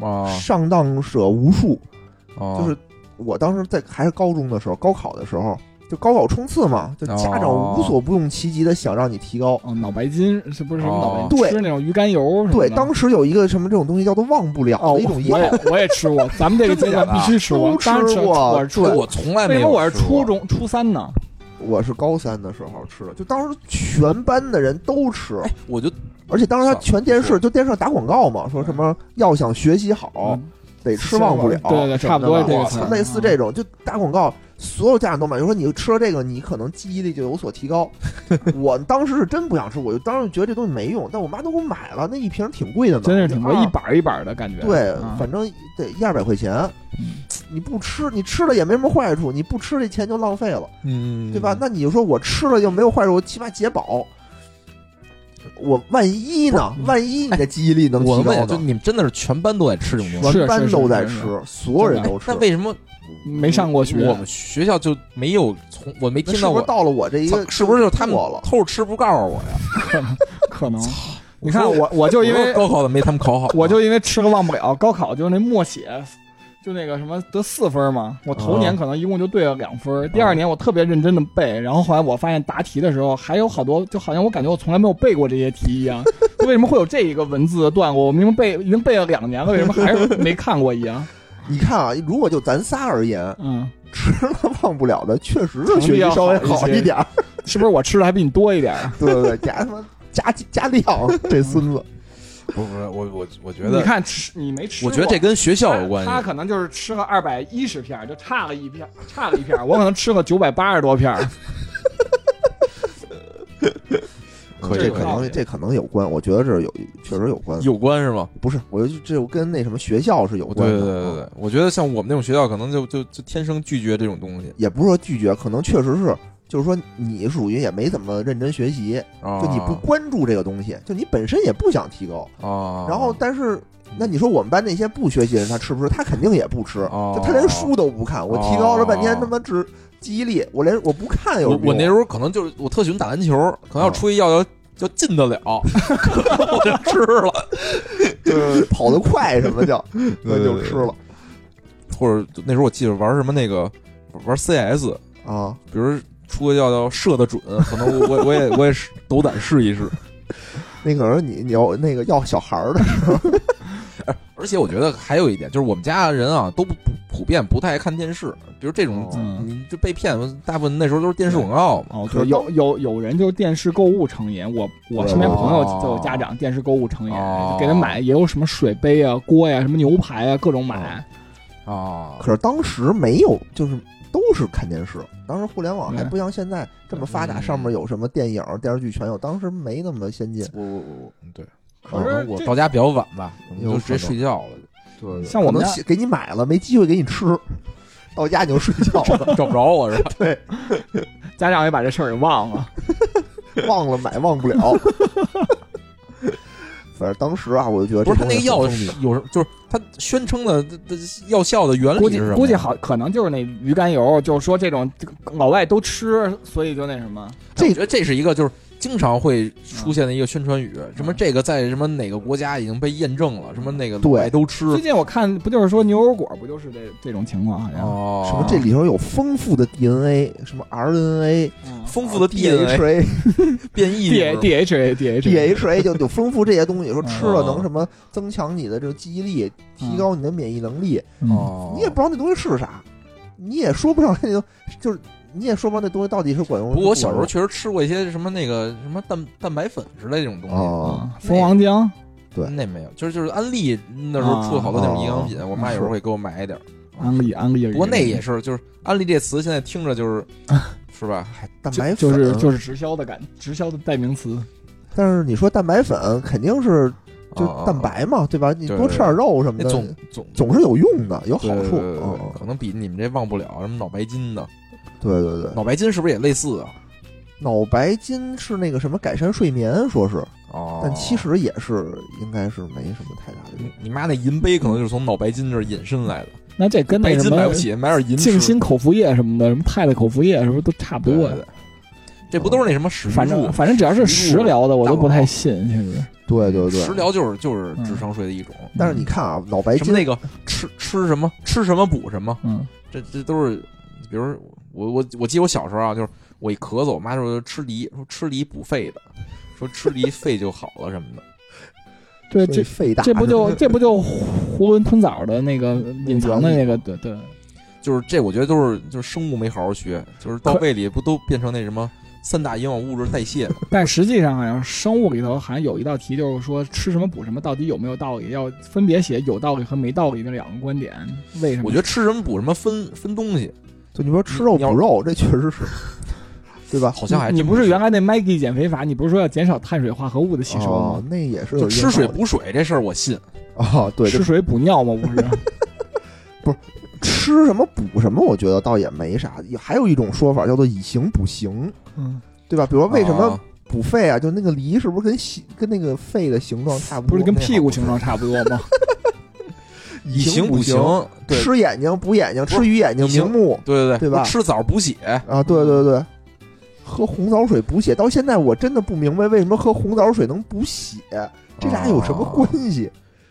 哦
上当者无数。
哦，
就是我当时在还是高中的时候，高考的时候，就高考冲刺嘛，就家长
哦
无所不用其极的想让你提高。
哦，脑白金是不是什么脑白
哦
金？
对
吃那种鱼肝油什么
对，
的
当时有一个什么这种东西叫做忘不了
嗯哦，
的一种
我
药，
也我也吃过，咱们这个阶段必须吃过，
都吃
当然
过
我是初
对
我从来
为
没
什
有
么我是
吃过
初中初三呢？
我是高三的时候吃的，就当时全班的人都吃，
哎，我就
而且当时他
操
全电视
是
就电视上打广告嘛，说什么
嗯
要想学习
哦
好，
嗯
得吃忘不了，
对
什
对对
么的
差不多这个
哇
词儿嗯
类似这种就打广告，所有家长都买，就说你吃了这个，你可能记忆力就有所提 高。我当时是真不想吃，我就当时觉得这东西没用，但我妈都给我买了，那一瓶挺贵的呢，
真是挺贵，
就
一
二。
板儿一板儿的感觉。
嗯啊对
啊，嗯
反正得一二百块钱，你不吃，你吃了也没什么坏处，你不吃这钱就浪费了。
嗯，
对吧？那你就说我吃了又没有坏处，我起码解饱。我万一呢？万一你的记忆力能
我
提
问一
高
下，就
呢？
你们真的是全班都在吃这种东西？
是
全班
是
都
是
在
是是
吃，所有人都 吃
那。为什么
没上过学，
我们学校就没有从我没
那
听
是
到
不
过
是？到了我这一
操
个？
是不是就是他们
过了？
偷着吃不告诉我呀？
可能。你
我
看
说
我我就因
我
为
说高考怎么没他们考好啊？
我就因为吃个忘不了，高考就那默写。就那个什么得四分嘛，我头
哦
年可能一共就对了两分，第二年我特别认真的背，然后后来我发现答题的时候还有好多，就好像我感觉我从来没有背过这些题一样。 就为什么会有这一个文字的段落？我明明背已经背了两年了，为什么还是 没看过一样？
你看啊，如果就咱仨而言，
嗯，
吃了忘不了的，确实是
成绩
学习
要
稍微
好一
好
些
一点儿。
是不是我吃的还比你多一点儿？
对对对，家他妈加加 料，这孙子
不不，我我我觉
你
得，
看吃你没吃过，
我觉得这跟学校有关
他他
系。
可能就是吃了二百一十片儿，就差了一片儿，差了一片儿。我可能吃了九百八十多片儿。
嗯
可以
这
可
可
以
能这可能有关，我觉得这有确实有关，
有关是吗？
不是，我就这跟那什么学校是有
对
关
对
的，
对对对
嗯，
我觉得像我们那种学校，可能就就就天生拒绝这种东西
也不是说拒绝，可能确实是。就是说，你属于也没怎么认真学习，
啊。
就你不关注这个东西，就你本身也不想提高。
啊，
然后，但是那你说我们班那些不学习的人，他吃不吃？他肯定也不吃，
哦
就他连书都不看。我提高了半天
哦，
他妈只记忆力，我连我不看有
我
什么
我那时
用
候可能就是我特喜欢打篮球，可能要
啊
出去要要要进得了， 我就吃了，
就是 跑得快，什么叫 那就吃了
或者那时候我记得玩什么那个玩 CS，
啊。
比如出去要要射得准，可能我我我也我也是斗胆试一试。
那可能你你要那个要小孩儿的，
而且我觉得还有一点，就是我们家人啊都不不普遍不太爱看电视，比如这种、
哦
嗯
你就被骗，大部分那时候都是电视广告嘛。
哦，对， 有有有人就是电视购物成瘾，我我身边朋友
哦
就有家长电视购物成瘾，
哦
就给他买也有什么水杯啊、锅呀、什么牛排啊，各种买。
哦啊，
可是当时没有，就是都是看电视。当时互联网还
对
不像现在这么发达，
嗯
上面有什么电影、电视剧全有，当时没那么先进。啊
我我我啊对，
可
可
是
能哦我
这
到家比较晚吧，可能
有
就
可能
直接睡觉了，
对
像我们家
给你买了，没机会给你吃，到家你就睡觉了，
找不着我是吧？
家长也把这事儿给忘了。
忘了买忘不了。 反正当时啊，我就觉得
不
这
是他
东
那个
西
药
很
是
风靡
有什么？就是他宣称的这这药效的原
估
理
计
是什么呀？
估计好，可能就是那鱼肝油，就是说这种这个老外都吃，所以就那什么。
哎，我觉得这是一个就是经常会出现的一个宣传语，什么
嗯
这个在什么哪个国家已经被验证了，什么那个
对
外都吃
最近我看不就是说牛油果不就是这这种情况，好啊像、
哦，
什么这里头有丰富的 DNA，什么 RNA、
嗯
丰
啊
富的 DNA
DHA、
变异
D A D H A D H A
DHA 就有丰富这些东西，说吃了
嗯
能什么增强你的这个记忆力，提
哦嗯
高你的免疫能力，
哦，
你也不知道那东西是啥，你也说不上来那个，就是你也说不上那东西到底是管用。
不过我小时候确实吃过一些什么那个什么蛋蛋白粉之类这
嗯
种东西，
哦，
啊蜂王浆
对
那没有，就是就是安利那时候出了好多那种营养品，
哦
我妈有时候会给我买一点儿。
安利安利人，
不过那也是，就是安利这词现在听 着就是，是吧？
蛋白粉
就是就是直销的感，直销的代名词。
但是你说蛋白粉肯定是就
啊
蛋，白嘛，对吧？你
对
多吃点肉什么
那
的，
总总
总是有用的，有好
对对
处。
对对
嗯，
可能比你们这忘不了什么脑白金的，
对对对，
脑白金是不是也类似啊？
脑白金是那个什么改善睡眠，说是，
哦，
但其实也是应该是没什么太大的用
你。你妈那银杯可能就是从脑白金这儿引申来的，
那这跟
白
那什
金
么
买不起，买点银吃
静心口服液什么的，什么泰的口服液什么都差不
对
多
对。对这不都是那什么史玉
反
柱
正？反正只要是食疗的，我
大
都
佬
不太信。其实，
对对嗯对，
食疗就是就是
嗯
智商税的一种，
但是你看啊，脑白
什么
金
那个吃吃什么吃什么补什么，
嗯，
这这都是，比如说我我我记得我小时候啊，就是我一咳嗽，我妈就说吃梨，说吃梨补肺的，说吃梨肺就好了什么的。
对，
所以
这
肺大，
这 不就这不就囫囵吞枣的那个隐藏的那个对对。
就是这，我觉得都是就是生物没好好学，就是到
可
胃里不都变成那什么三大营养物质代谢吗？
但实际上，好像生物里头好像有一道题，就是说吃什么补什么，到底有没有道理？要分别写有道理和没道理这两个观点。为什么？
我觉得吃什么补什么分分东西，
就你说吃肉
你要
补肉，这确实 是，对吧？
好像还
你
真
不是原来那 Maggie 减肥法，你不是说要减少碳水化合物的吸收
哦
吗？，
那也是
就
有
吃
一定
水
道理
补水这事儿我信，
哦，对，
啊吃
就
水补尿吗？不 是，
吃什么补什么，我觉得倒也没啥。也还有一种说法叫做以形补形，
嗯，
对吧？比如说为什么
啊
补肺啊，就那个梨是不是跟形跟那个肺的形状差不
不
多？
是跟屁股形状差不多吗？
以形补形？对
吃眼睛补眼睛，
不是
吃鱼眼睛
以形哎
明目
对对
对吧
不是吃枣补血，
啊！对对对，喝红枣水补血。到现在我真的不明白为什么喝红枣水能补血，这俩有什么关
啊？
系？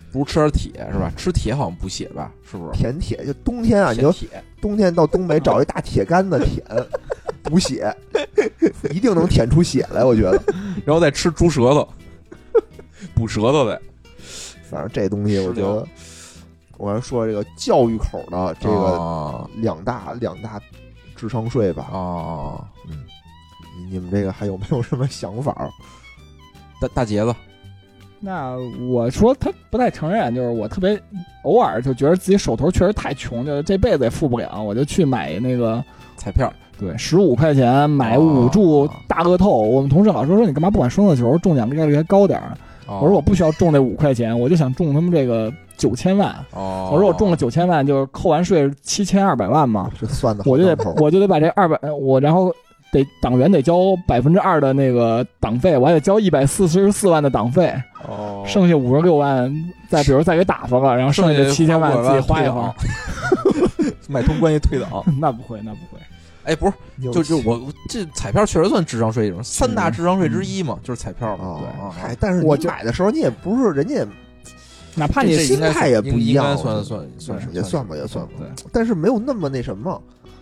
不是吃点铁是吧？吃铁好像补血吧？是不 是？
舔铁就冬天啊，你就
铁
冬天到东北找一大铁杆子舔，补血，一定能舔出血来。我觉得，
然后再吃猪舌头，补舌头 的。
反正这东西我觉
食
得，我要说这个教育口的这个
啊
两大两大智商税吧。
啊，
你你们这个还有没有什么想法？
大大杰子，
那我说他不太承认，就是我特别偶尔就觉得自己手头确实太穷，就是这辈子也付不了，我就去买那个
彩票
对十五块钱买五注大乐透。我们同事老说说你干嘛不买双色球，中奖概率还高点儿。
我
我说我不需要中这五块钱，我就想中他们这个九千万。
哦，
我说我中了九千万，就是扣完税七千二百万嘛，
这算的，
我就
头
得我就得把这二百呃我然后。得党员得交百分之二的那个党费，我还得交一百四十四万的党费，
哦，
剩下五十六万再比如再给打发了，然后剩下的七千万自己花一花。
买通关系退档。
那不会，那不会。
哎，不是，就就我这彩票确实算智商税一种，三大智商税之一嘛，就是彩票嘛。对
啊，
啊，
嗯嗨，但是
我
你
就
买的时候你也不是人家也
哪怕
这
你
这
心
应该
态
算
也不
应
一样
应
我
该算
觉
算算是
也
算
算吧，也算吧，
对，
但是没有那么那什么。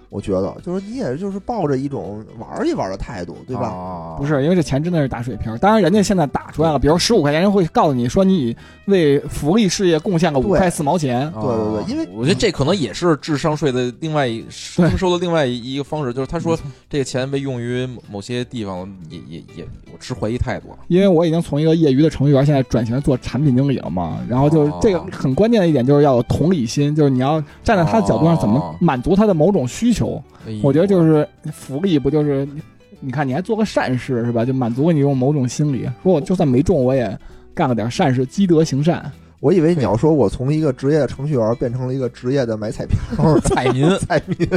我觉得就是你也就是抱着一种玩一玩的态度，
啊
对吧？
吧
不是因为这钱真的是打水漂。当然，人家现在打出来了，比如十五块钱，人会告诉你说你为福利事业贡献个五
对啊
块四毛钱。
对
对对因
哦
为
我觉得这可能也是智商税的另外一 征收的另外一个方式，就是他
嗯
说这个钱被用于某某些地方，也也也，我持怀疑态度啊。
因为我已经从一个业余的程序员，现在转型做产品经理了嘛，然后就是
哦
这个很关键的一点就是要有同理心，就是你要站在他的角度上怎
哦
么满足他的某种需求。
哎呦
我觉得就是福利不就是，你看你还做个善事是吧？就满足了你用某种心理，说我就算没中我也干了点善事，积德行善。
我以为你要说我从一个职业的程序员变成了一个职业的买彩票
彩民，我
彩民，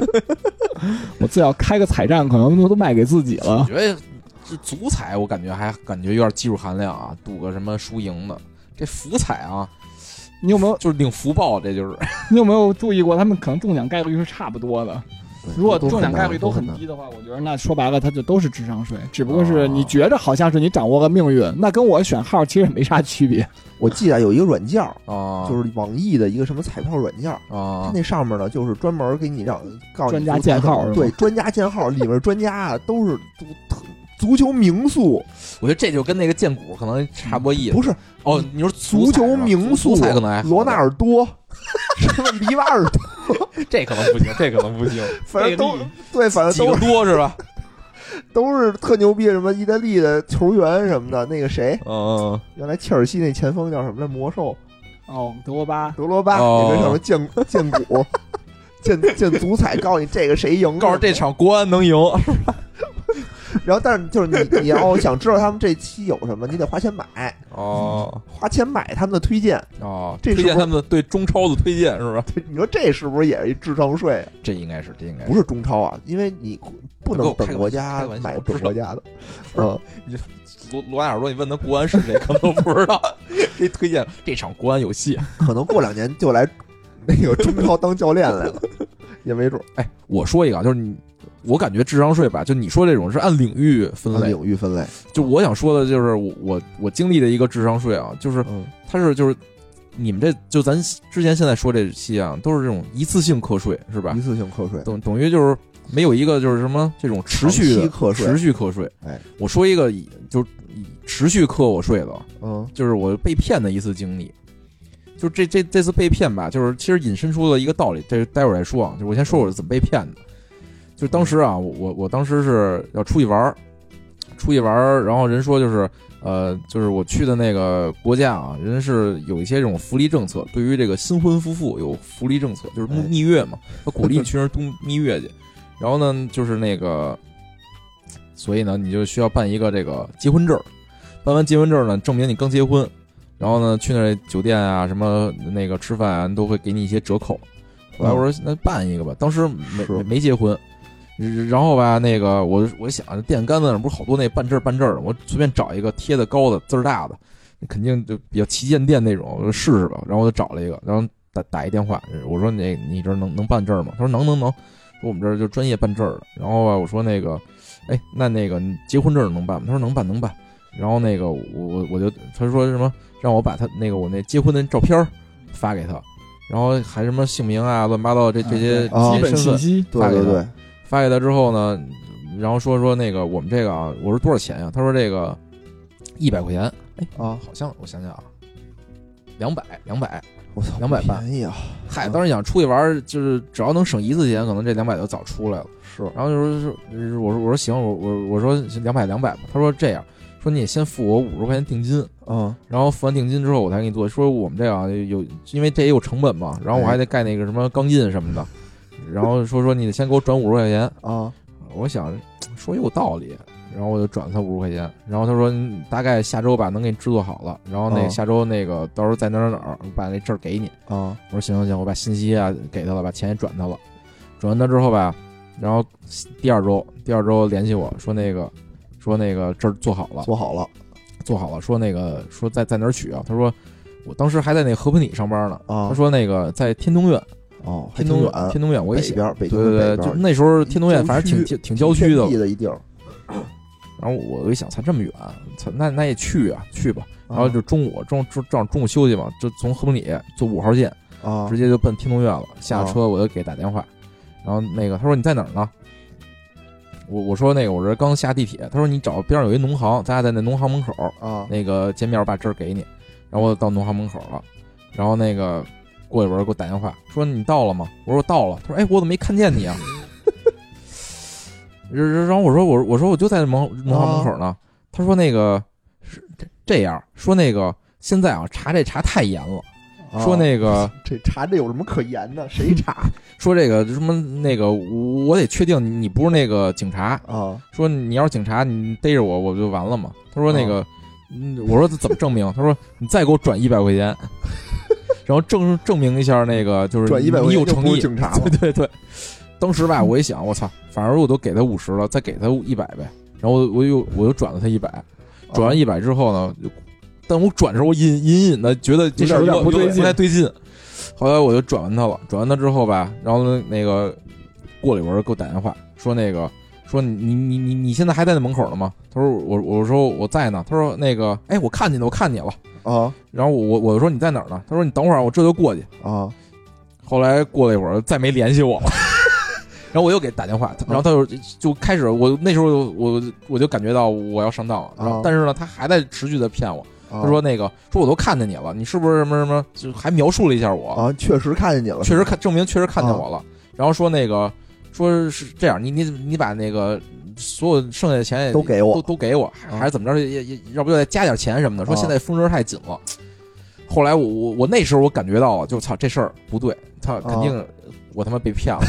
我自己要开个彩站，可能都卖给自己
啊
了。
觉得这足彩我感觉还感觉有点技术含量啊，赌个什么输赢的。这福彩啊，
你有没有
就是领福报，这就是
你有没有注意过，他们可能中奖概率是差不多的。如果
都
中奖
很
概
难
率都很
难哦
低的话，我觉得那说白了，它就都是智商税，只不过是你觉着好像是你掌握了命运，那跟我选号其实也没啥区别。
我记得有一个软件儿，
啊，
就是网易的一个什么彩票软件儿，它
啊，
那上面呢就是专门给你让告诉你
专家
足彩
建号
怎么
是
对，专家建号里面专家啊都是足足球名宿，
我觉得这就跟那个剑骨可能差不多意思。
不是
哦，你说
足
彩
球
是吧
名
足
宿
足彩可能哎还好
罗纳尔多，什么里瓦尔多，
这可能不行，这可能不行，
反正都
贝利
对，反
几
正都
个
是
多 是吧？
都是特牛逼，什么意大利的球员什么的。那个谁，
嗯，
原来切尔西那前锋叫什么来？魔兽
哦，德国巴
德罗巴
哦
也跟什么建建股。建建足彩，告诉你这个谁赢，
告诉这场国安 能赢，
然后，但是就是你，你要想知道他们这期有什么，你得花钱买，
哦
花钱买他们的推荐。
哦，
这
推
是
荐
不
他们对中超的推荐是吧？
你说这是不是也是一智商税？
这应该是，这应该
不是中超啊，因为你不能
不是
本国
开
家
玩笑
买
我知道
本国家的。
不是
嗯，
是罗罗纳尔多，你问他国安是谁，可能不知道。 这推荐这场国安有戏。
可能过两年就来那个中超当教练来 了，也没准儿。
哎，我说一个啊，就是你，我感觉智商税吧，就你说这种是按领域分
按嗯
类。
领域分类，
就我想说的就是我我我经历的一个智商税啊，就是
嗯，
它是就是你们这就咱之前现在说这期啊，都是这种一次性课税是吧
一？次性课税，
等等于就是没有一个就是什么这种持续
长期
的
课税
持续课税。
哎，
我说一个以就是以持续课我税的，啊
嗯
就是我被骗的一次经历。就这这这次被骗吧，就是其实引申出了一个道理，这待会儿再说啊。就我先说我是怎么被骗的。就当时啊，我我我当时是要出去玩儿，出去玩儿，然后人说就是呃，就是我去的那个国家啊，人是有一些这种福利政策，对于这个新婚夫妇有福利政策，就是蜜
哎
蜜月嘛，他鼓励你去人度蜜月去。然后呢，就是那个，所以呢，你就需要办一个这个结婚证儿，办完结婚证儿呢，证明你刚结婚。然后呢，去那酒店啊，什么那个吃饭啊，都会给你一些折扣。后来我说那办一个吧，当时没
是
没没结婚，然后吧，那个我我想电线杆子上不是好多那办证儿办证儿的，我随便找一个贴的高的字儿大的，肯定就比较旗舰店那种，我说试试吧。然后我就找了一个，然后打打一电话，我说那你这儿能能办证儿吗？他说能能能，说我们这儿就专业办证儿的。然后吧，我说那个，哎，那那个你结婚证儿能办吗？他说能办能办。然后那个我我我就他说什么让我把他那个我那结婚的照片儿发给他，然后还什么姓名啊乱七八糟这这些
啊
嗯基
这些
本
身
信
份
息，
对
发给
对
他
对，
发给他之后呢，然后说说那个我们这个啊，我说多少钱呀、他说这个一百块钱，哎，
啊，
好像我想想啊，两百两百，
我操，
200吧
便宜啊，
嗨，
嗯
当时想出去玩儿，就是只要能省一次钱，可能这两百就早出来了。
是
然后就说是，我说我说行，我我我说两百两百吧。他说这样，说你先付我五十块钱定金，
嗯
然后付完定金之后我才给你做。说我们这个啊有，因为这也有成本嘛，然后我还得盖那个什么钢印什么的，然后说说你得先给我转五十块钱。
啊
我想说有道理，然后我就转了他五十块钱。然后他说你大概下周吧能给你制作好了，然后那
哦
下周那个到时候在哪儿哪儿哪儿我把那证儿给你。
啊
我说行行行，我把信息啊给他了，把钱也转他了。转完他之后吧，然后第二周第二周联系我说那个说那个这儿做好了，
做好了
做好了，说那个说在在哪儿取啊？他说我当时还在那和平里上班呢。
啊
他说那个在天通苑，
哦，还
天
挺
通
远，
天通苑我给
北
写。
边儿北
对
京
对
的北
对，
边
就
儿
那时候天通苑反正挺
郊
挺挺郊区的
偏僻，的一地儿，
然后我我一想，操这么远，操那那也去啊，去吧。
啊
然后就中午中中正好中午休息嘛，就从和平里坐五号线，
啊
直接就奔天通苑了。下车我就给打电话，然后那个他说你在哪儿呢？我我说那个我这刚下地铁，他说你找边上有一农行，咱俩在那农行门口
啊
那个见面，我把证儿给你。然后我到农行门口了，然后那个过一会儿给我打电话说你到了吗？我说到了。他说哎，我怎么没看见你啊？ 然然然后我说我我说我就在农农行门口呢。他说那个是这这样说那个现在啊查这查太严了，
啊
说那个
这查这有什么可言的？谁 查
说这个什么那个我我得确定你你不是那个警察，
啊？
说你要是警察，你逮着我我不就完了吗？他说那个，嗯我说怎么证明？他说你再给我转一百块钱， 然后证证明一下那个就是
转一百
你
块
有
钱就
诚
不是
意。
警察
对
了
对对，当时吧，我一想，我操，反正我都给他五十了，再给他一百呗。然后我我又我又转了他一百，转完一百之后呢，就但我转的时候我隐隐隐的觉得这事儿
有点
有
不
点
对劲
不太对劲。后来我就转完他了，转完他之后吧，然后呢那个过了一会儿给我打电话说那个说你你你你你现在还在那门口呢吗？他说我我说我在呢。他说那个哎我看见了我看见了。
啊
然后我我我说你在哪儿呢？他说你等会儿我这就过去。
啊
后来过了一会儿，再没联系我了。然后我又给打电话，然后他就就开始，我那时候我我就感觉到我要上当了，然后
啊
但是呢，他还在持续的骗我，
啊！
他说那个说我都看见你了，你是不是什么什么，就还描述了一下我，
啊，确实看见你了，啊
确实看证明确实看见我了，然后说那个说是这样，你你你把那个所有剩下的钱也
都给我
都都给我，还
啊
还是怎么着，也也要不就再加点钱什么的，说
啊
现在风声太紧了。后来我我我那时候我感觉到了，就操这事儿不对，操
啊
肯定我他妈被骗了。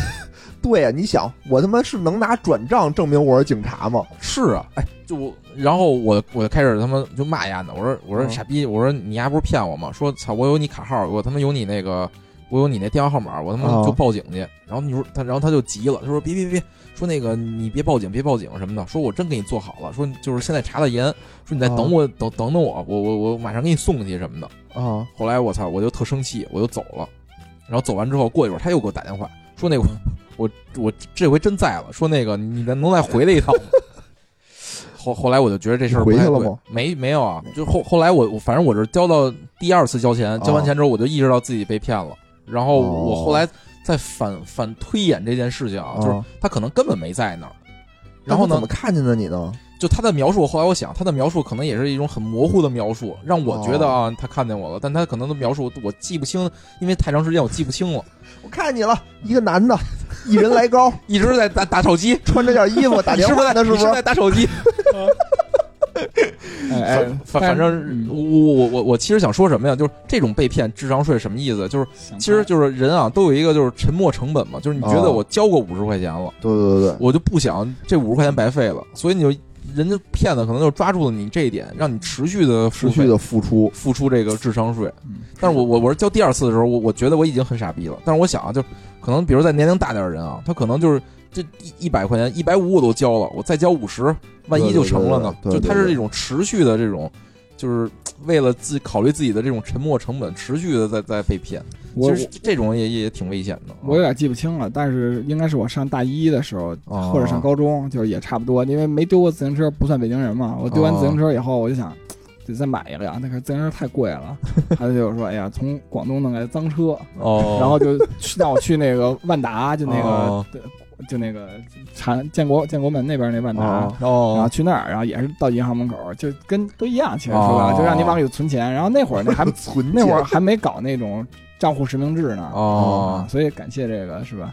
对啊呀、你想，我他妈是能拿转账证明我是警察吗？
是啊，哎，就我，然后我我就开始他妈就骂丫呢，我说我说
嗯
傻逼，我说你丫不是骗我吗？说操，我有你卡号，我他妈有你那个，我有你那电话号码，我他妈
哦
就报警去。然后你说他，然后他就急了，他说别别别，说那个你别报警，别报警什么的，说我真给你做好了，说就是现在查的严，说你再等我，等等等我，我我我马上给你送去什么的。
啊
后来我操，我就特生气，我就走了。然后走完之后，过一会儿他又给我打电话，说那
嗯
个我我这回真在了，说那个你能能再回来一趟吗？ 后后来我就觉得这事儿不太
你回
对
去了吗，
没没有啊，就后后来我我反正我这交到第二次交钱，
哦
交完钱之后我就意识到自己被骗了，然后
哦
我后来再反反推演这件事情啊，就是
啊！
他可能根本没在那儿，
那
然后
他怎
呢
么，看见的你呢？
就他的描述，后来我想，他的描述可能也是一种很模糊的描述，让我觉得
哦
啊，他看见我了，但他可能的描述我记不清，因为太长时间我记不清了，
我看见你了，一个男的，一人来高，
一直在打打手机，
穿着件衣服 打
你
电
是不
话
是
呢，
在
是
你
不
是在 打手机？
哎哎，
反反
但是
正
嗯
我我我我其实想说什么呀？就是这种被骗智商税什么意思？就是
想
其实
看
就是人啊都有一个就是沉没成本嘛，就是你觉得
哦
我交过五十块钱了，
对对对对，
我就不想这五十块钱白费了，所以你就人家骗子可能就抓住了你这一点，让你持续的
持续的付出
付出这个智商税。
嗯
但是我我我是交第二次的时候，我我觉得我已经很傻逼了。但是我想啊，就可能比如在年龄大点的人啊，他可能就是这一一百块钱、一百五我都交了，我再交五十，万一就成了呢？
对对对对对
就他是一种持续的这种，就是为了自考虑自己的这种沉没成本，持续的在在被骗。
我
其实这种也也也挺危险的啊。
我有点记不清了，但是应该是我上大一的时候，
哦
或者上高中，就是也差不多，因为没丢过自行车，不算北京人嘛。我丢完自行车以后，我就想。得再买一个呀，那个自行车太贵了。 他就说：“哎呀，从广东弄来的脏车，
哦，
然后就去让我去那个万达，就那
哦
个，对就那个长建国建国门那边那万达，
啊
然后
哦
去那儿，然后也是到银行门口，就跟都一样，其实说白
哦
了，就让你往里存钱。然后那会儿 那还
存
那会儿
钱
还没搞那种账户实名制呢，
哦
啊，所以感谢这个是吧？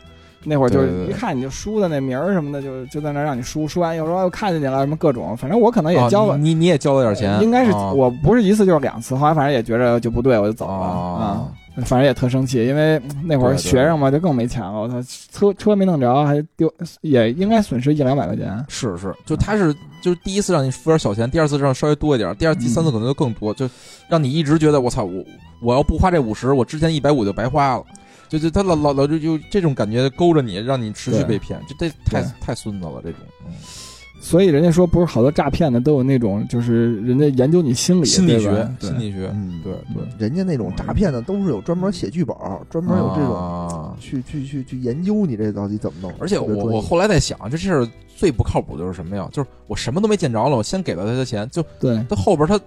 那会儿就
对对
是
对
一看你就输的那名儿什么的，就就在那儿让你输，输完又说又哎看见你了什么各种，反正我可能也
啊
交了，
你，你也交了点钱，
应该是
啊
我不是一次就是两次，后来反正也觉着就不对，我就走了啊
啊。，
反正也特生气，因为嗯那会儿
对对
学生嘛，就更没钱了。我操，车车没弄着，还丢，也应该损失一两百块钱。
是是，就他是就是第一次让你付点小钱，第二次让稍微多一点，第二第三次可能就更多，就让你一直觉得我操，我我要不花这五十，我之前一百五就白花了。就就他老老老就就这种感觉勾着你，让你持续
对
被骗，就这太
对
太孙子了这种。嗯
所以人家说，不是好多诈骗的都有那种，就是人家研究你心理，
心理
对
学
吧，对
心理学，
嗯，
对对，
人家那种诈骗的都是有专门写剧本，专门有这种
种。
去去去去研究你这到底怎么弄。
啊而且
特别
我
专业
我后来在想，这事儿最不靠谱就是什么呀？就是我什么都没见着了，我先给了他的钱，就
对，
他后边他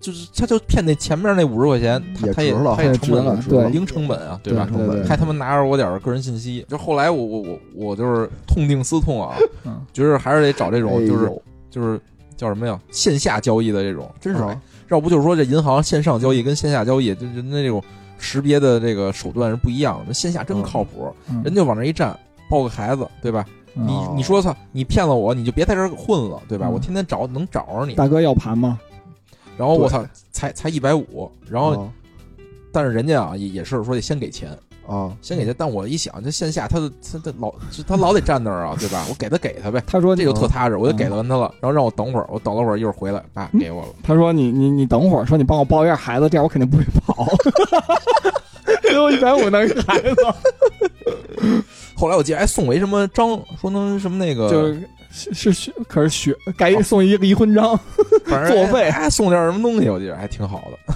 就是他就骗那前面那五十块钱，他
也
他也
值了
他也
也
成
值
本
了
值
对
零成本啊，吧？
成本
对
还他妈拿着我点儿个人信息，就后来我我我我就是痛定思痛啊，
嗯
觉得还是得找这种就
哎
是
呦
就是叫什么呀，线下交易的这种，真是哎
啊
要不就是说这银行线上交易跟线下交易，就就那种识别的这个手段是不一样的，线下真
嗯
靠谱，
嗯
人就往那一站。抱个孩子，对吧？
嗯
你
哦
你说操，你骗了我，你就别在这儿混了，对吧？
嗯
我天天找能找着你，
大哥要盘吗？
然后
对
我操，才才一百五，然后
啊
哦
但是人家啊也也是说得先给钱，
啊，
先
嗯
给他，但我一想，这线下他的他他老就他老得站那儿啊，对吧？我给他给他呗，
他说
这就特踏实，我就给
嗯
了完他了，然后让我等会儿，我等了会儿一会儿回来，爸给我了。
他说你你你等会儿，说你帮我抱一下孩子，这样我肯定不会跑。 给我一百五弄一 孩子，
后来我记得还哎送我一什么章，说能什么那个，
就是是是学，可是学该送一离婚章，
反 正
作废
还送点什么东西，我记得还挺好的。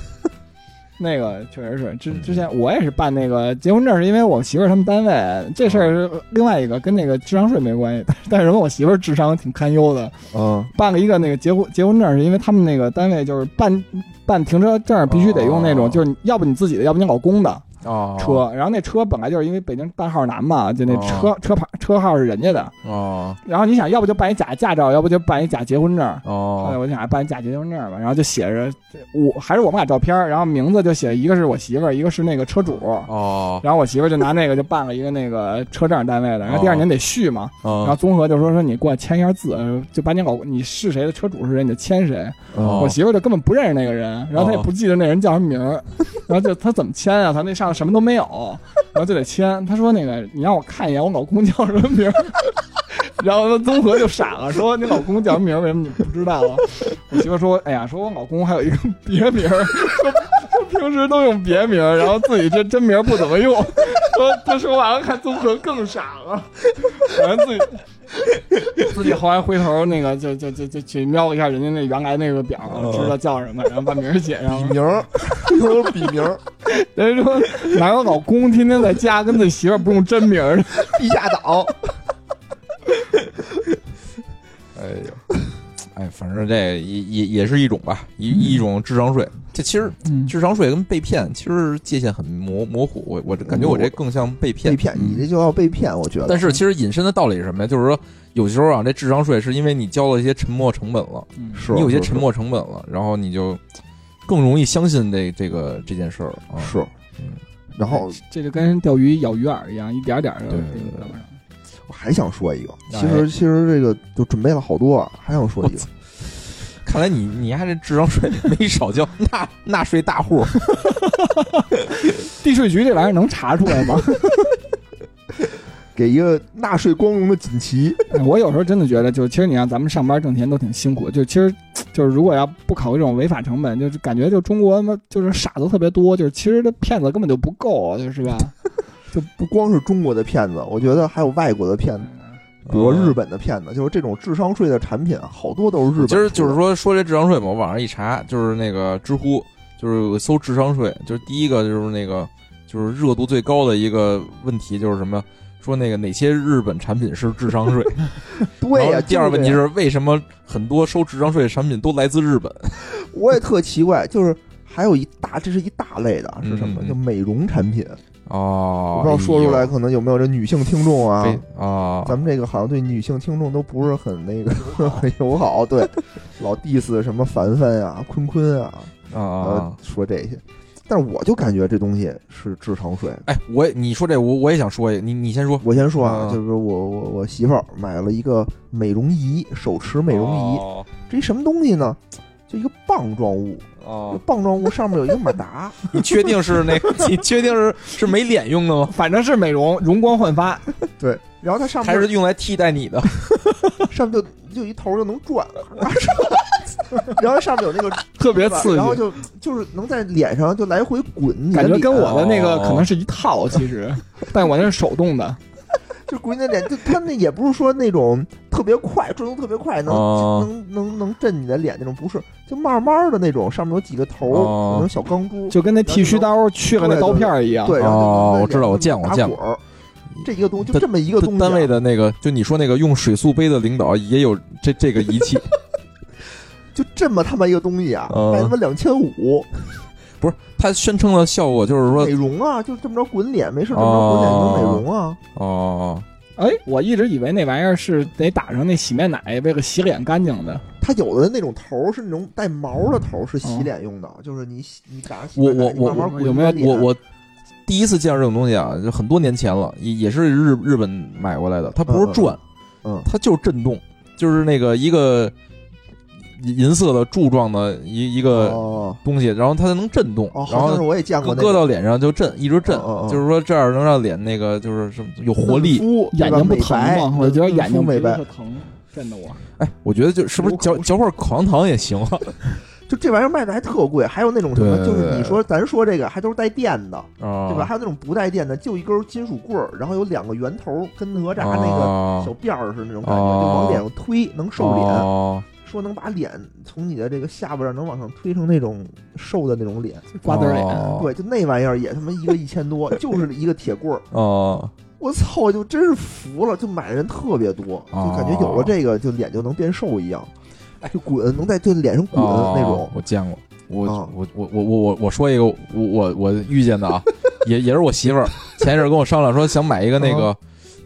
那个确实是，之
嗯
之前我也是办那个结婚证，是因为我媳妇儿他们单位这事儿是另外一个跟那个智商税没关系， 但但是我媳妇儿智商挺堪忧的，
嗯
办了一个那个结婚 结婚证，是因为他们那个单位就是办办停车证必须得用那种，
哦
就是你要不你自己的，要不你老公的
哦，
车，然后那车本来就是因为北京大号难嘛，就那
哦
车车牌车号是人家的，
哦
然后你想要不就办一假驾照，要不就办一假结婚证，后来
哦
哎我就想办假结婚证吧，然后就写着这我还是我们俩照片儿，然后名字就写一个是我媳妇儿，一个是那个车主。
哦，
然后我媳妇儿就拿那个就办了一个那个车证单位的，然后第二
哦
年得续嘛，然后
然
综合就说说你过来签一下字，呃就把你老你是谁的车主是谁你就签谁。
哦
我媳妇儿就根本不认识那个人，然后她也
哦
不记得那人叫什么名儿，然后就她怎么签啊？她那上什么都没有，然后就得签。她说那个你让我看一眼我老公叫什么名儿， 然后综合就傻了，说你老公叫什么名儿？为什么你不知道啊？我媳妇儿说，哎呀，说我老公还有一个别名儿，说说平时都用别名儿，然后自己这真名儿不怎么用。 说她说完了，看综合更傻了，反正自己。自己后来回头那个就就就就去瞄了一下人家那原来那个表，知道叫什么，然后把名儿写上
笔
了。
名儿，有笔名儿，
人家说哪有老公天天在家跟自己媳妇儿不用真名儿的？
地下党，
哎呦，哎，反正这也也也是一种吧，一一种智商税。这其实
嗯，
智商税跟被骗其实界限很模模糊，我我这感觉我这更像被骗
被。骗，你这就要被骗，我觉得。
嗯但是其实引申的道理是什么呀？就是说，有时候啊，这智商税是因为你交了一些沉没成本了，
嗯
是啊
你有一些
是
沉没成本了，然后你就更容易相信这这个这件事儿啊。
是
嗯，
然后
这就跟钓鱼咬鱼饵一样，一点儿点儿的
对
给你
对
钓上。
我还想说一个，
哎
其实其实这个就准备了好多，啊，还想说一个，
看来你你还这智商税没少交，纳纳税大户。
地税局这玩意儿能查出来吗？
给一个纳税光荣的锦旗。
哎 我有时候真的觉得，就是其实你让咱们上班挣钱都挺辛苦，就其实就是如果要不考虑这种违法成本，就是感觉就中国他妈就是傻子特别多，就是其实这骗子根本就不够，啊就是吧？
不光是中国的骗子，我觉得还有外国的骗子，比
嗯
如日本的骗子，就是这种智商税的产品，啊好多都是日本出的。
今儿就是说说这智商税嘛，我网上一查，就是那个知乎，就是我搜智商税，就是第一个就是那个就是热度最高的一个问题就是什么呀？说那个哪些日本产品是 智商税？
对
然
呀、
后第二个问题
就这
是为什么很多收智商税的产品都来自日本？
样，我也特奇怪，就是还有一大，这是一大类的，啊是什么？
嗯嗯嗯
就美容产品，
哦
我，不知道说出来可能有没有这女性听众啊
哎？呦非啊，
咱们这个好像对女性听众都不是很那个 很友好， 对，老 diss 什么凡凡呀、坤坤啊，
啊啊
呃
啊，
说这些。但是我就感觉这东西是制糖水。
哎，我你说这我我也想说一个，你你先说
我先说啊，
嗯
就是我我我媳妇儿买了一个美容仪，手持美容仪，
哦
这一什么东西呢？就一个棒状物，这
哦，
棒状物上面有一个马 达，
你确定是那？ 你确定是是没脸用的 吗？
反正是美容，容光焕发，
对，然后它上
还
面
是用来替代你的？
上面就就一头就能转， 然后上面有那个
特别刺
然后
激，
就就是能在脸上就来回滚你的
感
脸，
觉跟我的那个
哦
可能是一套，其 实，但我那是手动的，
就滚你的脸，就它那也不是说那种特别快，转动特别快，能、
哦
能能能震你的脸那种，不是，就慢慢的那种，上面有几个头，
哦
有那种小钢珠，
就跟那剃须刀去了那刀片儿一样。
对，然后就能在
哦我
脸
知道我
上
见过
打
见过
滚儿这一个东西就这么一个东西啊，
单位的那个，就你说那个用水素杯的领导也有这这个仪器，
就这么他妈一个东西啊，
嗯
卖他妈两千五，
不是他宣称的效果就是说
美容啊，就这么着滚脸，没事这么着滚脸就能美容啊，
哦，
哎，我一直以为那玩意儿是得打上那洗面奶，为了洗脸干净的。
它有的那种头儿是那种带毛的头，是洗脸用的，
哦
就是你洗你打洗
我
面奶
我
你
我
慢慢滚
有没有
你的
我
脸
我第一次见到这种东西啊，就很多年前了，也也是日日本买过来的，它不是转，
嗯
它就是震动，就是那个一个银色的柱状的一一个
哦
东西，然后它能震动，
哦，
呃然
好像是
后
我也见过
搁
那
搁
个
到脸上就震，一直震，
嗯嗯嗯
就是说这样能让脸那个就是什么有活
嫩
力。
肤对
眼
吧
睛不
美
疼
白
吗？我觉得眼
嫩
睛
肤美白
特，疼，震的我。
哎，我觉得就是不是嚼嚼块口香糖也行 啊？
就这玩意儿卖的还特贵，还有那种什么，
对
就是你说咱说这个还都是带电的，
啊，
对吧？还有那种不带电的，就一根金属棍儿，然后有两个圆头，跟哪吒那个
哦
小辫儿似的那种感觉，
哦
就往脸上推，能瘦脸，
哦
说能把脸从你的这个下巴这儿能往上推成那种瘦的那种脸，
瓜子儿
嗯
哦
脸，
对，就那玩意儿也他妈一个一千多，就是一个铁棍儿，
哦，
我操，我就真是服了，就买的人特别多，就感觉有
哦
了这个，就脸就能变瘦一样，就滚能在对脸上滚
哎哦
那种，
我见过。我
啊
我我我我我我说一个我我我遇见的啊， 也也是我媳妇儿前一阵儿跟我商量说想买一个那个，
嗯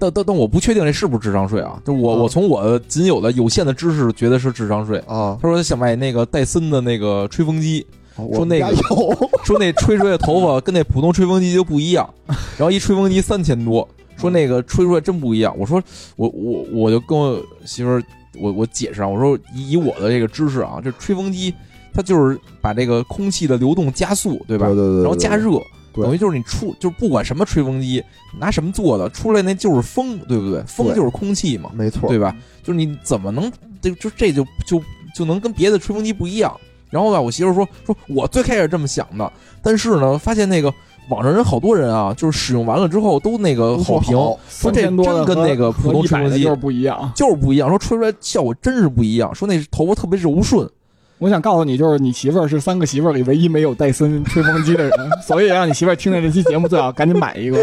但但但我不确定这是不是智商税啊，就我
啊
我从我仅有的有限的知识觉得是智商税。
啊，
她说想买那个戴森的那个吹风机，
说
那个
有，
说那吹出来的头发跟那普通吹风机就不一样，然后一吹风机三千多，说那个吹出来真不一样。我说我我我就跟我媳妇儿我我解释啊，我说以以我的这个知识啊，这吹风机它就是把这个空气的流动加速，对吧？
对对对
然后加热，
对
等于就是你出就是不管什么吹风机拿什么做的，出来那就是风，对不对？风
对
就是空气嘛，
没错，
对吧？就是你怎么能这就这就就就能跟别的吹风机不一样？然后吧，我媳妇说说我最开始这么想的，但是呢，发现那个网上人好多人啊，就是使用完了之后都那个
都说
好评，说
三
这真
千多的
跟那个普通吹风机
就是不一样。
就是不一样，说吹出来效果真是不一样，说那头发特别柔顺。
我想告诉你，就是你媳妇儿是三个媳妇儿里唯一没有戴森吹风机的人， 所以让你媳妇儿听见这期节目，最好赶紧 买一个。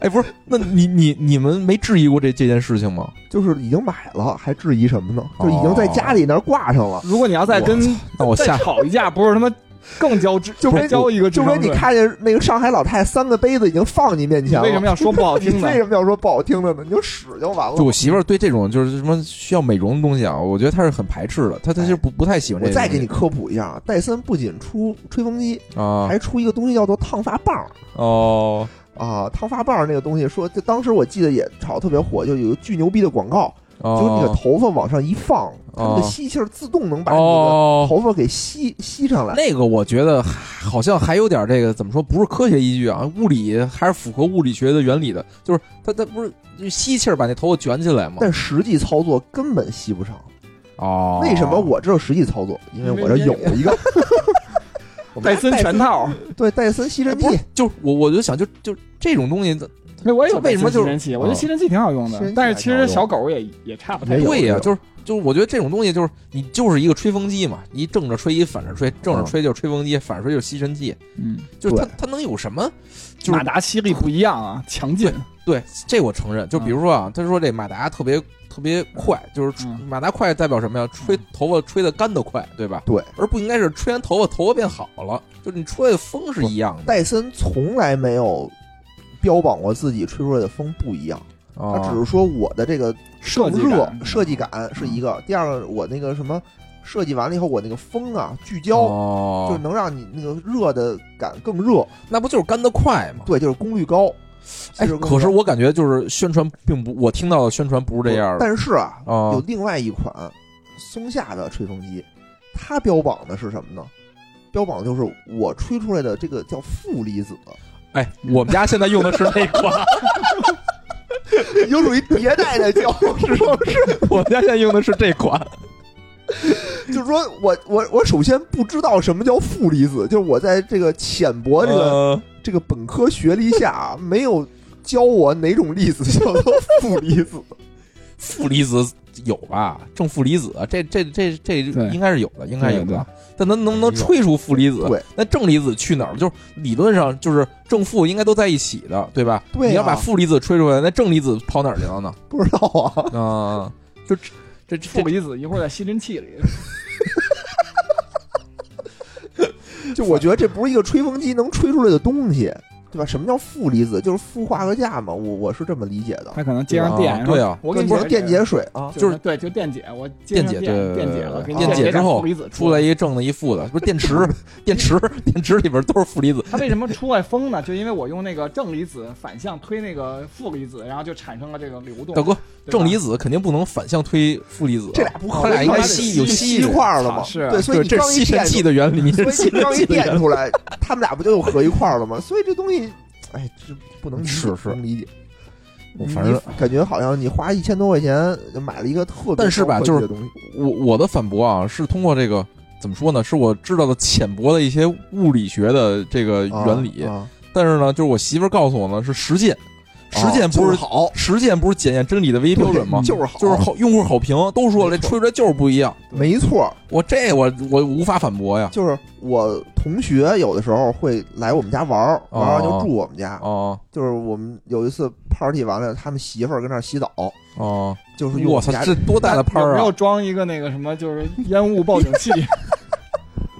哎，不是，那你你你们没质疑过这这件事情吗？
就是已经买了，还质疑什么呢？就已经在
哦
家里那儿挂上了，
如果你要再跟
那我
再
下
吵一架，不是他妈更交智，
就跟
更交一个智
就
商
跟你
税。
看见那个上海老太太三个杯子已经放你面
你
前了，
为什么要说不好听
你为
的？
什么要说不好听的呢？你就使就完了
就。我媳妇儿对这种就是什么需要美容的东西啊，我觉得她是很排斥的，她她就不不太喜欢这
我
个东
再
西。
给你科普一下啊，戴森不仅出吹风机，
啊
还出一个东西叫做烫发棒儿
哦
啊。烫发棒儿那个东西说，就当时我记得也炒得特别火，就有一个巨牛逼的广告，
哦，
就是你的头发往上一放，它那个
哦
吸气儿自动能把你的
哦，
头发给吸吸上来。
那个我觉得还好像还有点这个怎么说，不是科学依据啊，物理还是符合物理学的原理的，就是它它不是就吸气儿把那头发卷起来吗？
但实际操作根本吸不上。
哦，
为什么我知道实际操作？因为我这有一个我们
戴森全套，
对戴森吸尘器
哎不，是就是我我就想就就这种东西
那哎我也有
为什么
戴森
就
吸尘器？我觉得
哦
吸尘器挺好用
吸尘
的
器，
但是其
还挺好
实
用
小狗也也差不太
也有
多。
对呀、
有
就是就是我觉得这种东西就是你就是一个吹风机嘛，一正着吹一反着吹，正着吹就是吹风机，反着吹就是吸尘器，
嗯，
就是它
对
它能有什么？就是
马达吸力不一样啊，强劲。
对，这我承
嗯
认。就比如说啊，他说这马达特别特别快，就是吹
嗯
马达快代表什么呀？吹头发吹得干得快，对吧？
嗯对，
而不应该是吹完头发头发变好了，就是你出来的风是一样的。
戴森从来没有标榜过自己吹出来的风不一样，他只
啊
是说我的这个
设计
热
感
嗯
设计感是一个，第二个我那个什么。设计完了以后，我那个风啊聚焦，就
哦，
能让你那个热的感更热。
那不就是干得快吗？
对，就是功率高。
哎，
技术更
可是
高
我感觉就是宣传并不，我听到的宣传不是这样的
但是啊，
啊
有另外一款松下的吹风机，它标榜的是什么呢？标榜的就是我吹出来的这个叫负离子，
哎，我们家现在用的是 那款，
又属于迭代的 教是不是？
我们家现在用的是这款。
就是说我我我首先不知道什么叫负离子，就是我在这个浅薄这个、
呃
这个本科学历下啊，没有教我哪种粒子叫做负离子。
负离子有吧？正负离子，这这这这
对
应该是有的，应该有
对
的
对。
但咱能不能
有
吹出负离子？
对，
那正离子去哪儿了？就是理论上就是正负应该都在一起的，对吧？
对啊
你要把负离子吹出来，那正离子跑哪儿去了呢？
不知道 啊，
啊、就这这
负
这
离子一会儿在吸尘 器里，
就我觉得这不是一个吹风机能吹出来的东西，对吧？什么叫负离子？就是负化合价嘛，我我是这么理解的。
它可能接上电，
啊对啊
我给你
不是电
解
解，水啊，
就是哦对，就电解，我接上
电解
电
对
电解了，
对
给你
电
解
解
之后
负离子
出来。一正的一负的，不是电池， 电池电池里边都是负离子。
它为什么出来风呢？就因为我用那个正离子反向推那个负离子，然后就产生了这个流动。
大哥，
对吧
正离子肯定不能反向推负离子，啊
这俩不合
它俩应
应
该
该
吸有吸
吸
着
块儿了嘛？
是
对，所以
对，
你
这
刚
是
一
吸尘
电
器的原理，你
所
是
以
吸
你
尘
刚
器
一
的原
电
理。
出来，他们俩不就又合一块儿了吗？所以这东西，哎，这不能理解
是是
不能理解。你
我反正
你感觉好像你花一千多块钱就买了一个特别，
但是吧就是
东西，
我我的反驳啊，是通过这个怎么说呢？是我知道的浅薄的一些物理学的这个原理，
啊啊
但是呢，就是我媳妇儿告诉我呢是实践，实践不、
哦就是好，
实践不是检验真理的唯一标准吗？
就是好，
就是好，用户好评都说了，
没
这
错
吹出来就是不一样。
没错，
我这我我无法反驳呀。
就是我同学有的时候会来我们家玩儿，
哦
玩完就住我们家。
哦
就是我们有一次 party 完了，他们媳妇儿跟那儿洗澡，
哦，
就是用
我
我
操
们，家
这多大的拍
有
儿
没有
啊！
装一个那个什么，就是烟雾报警 器？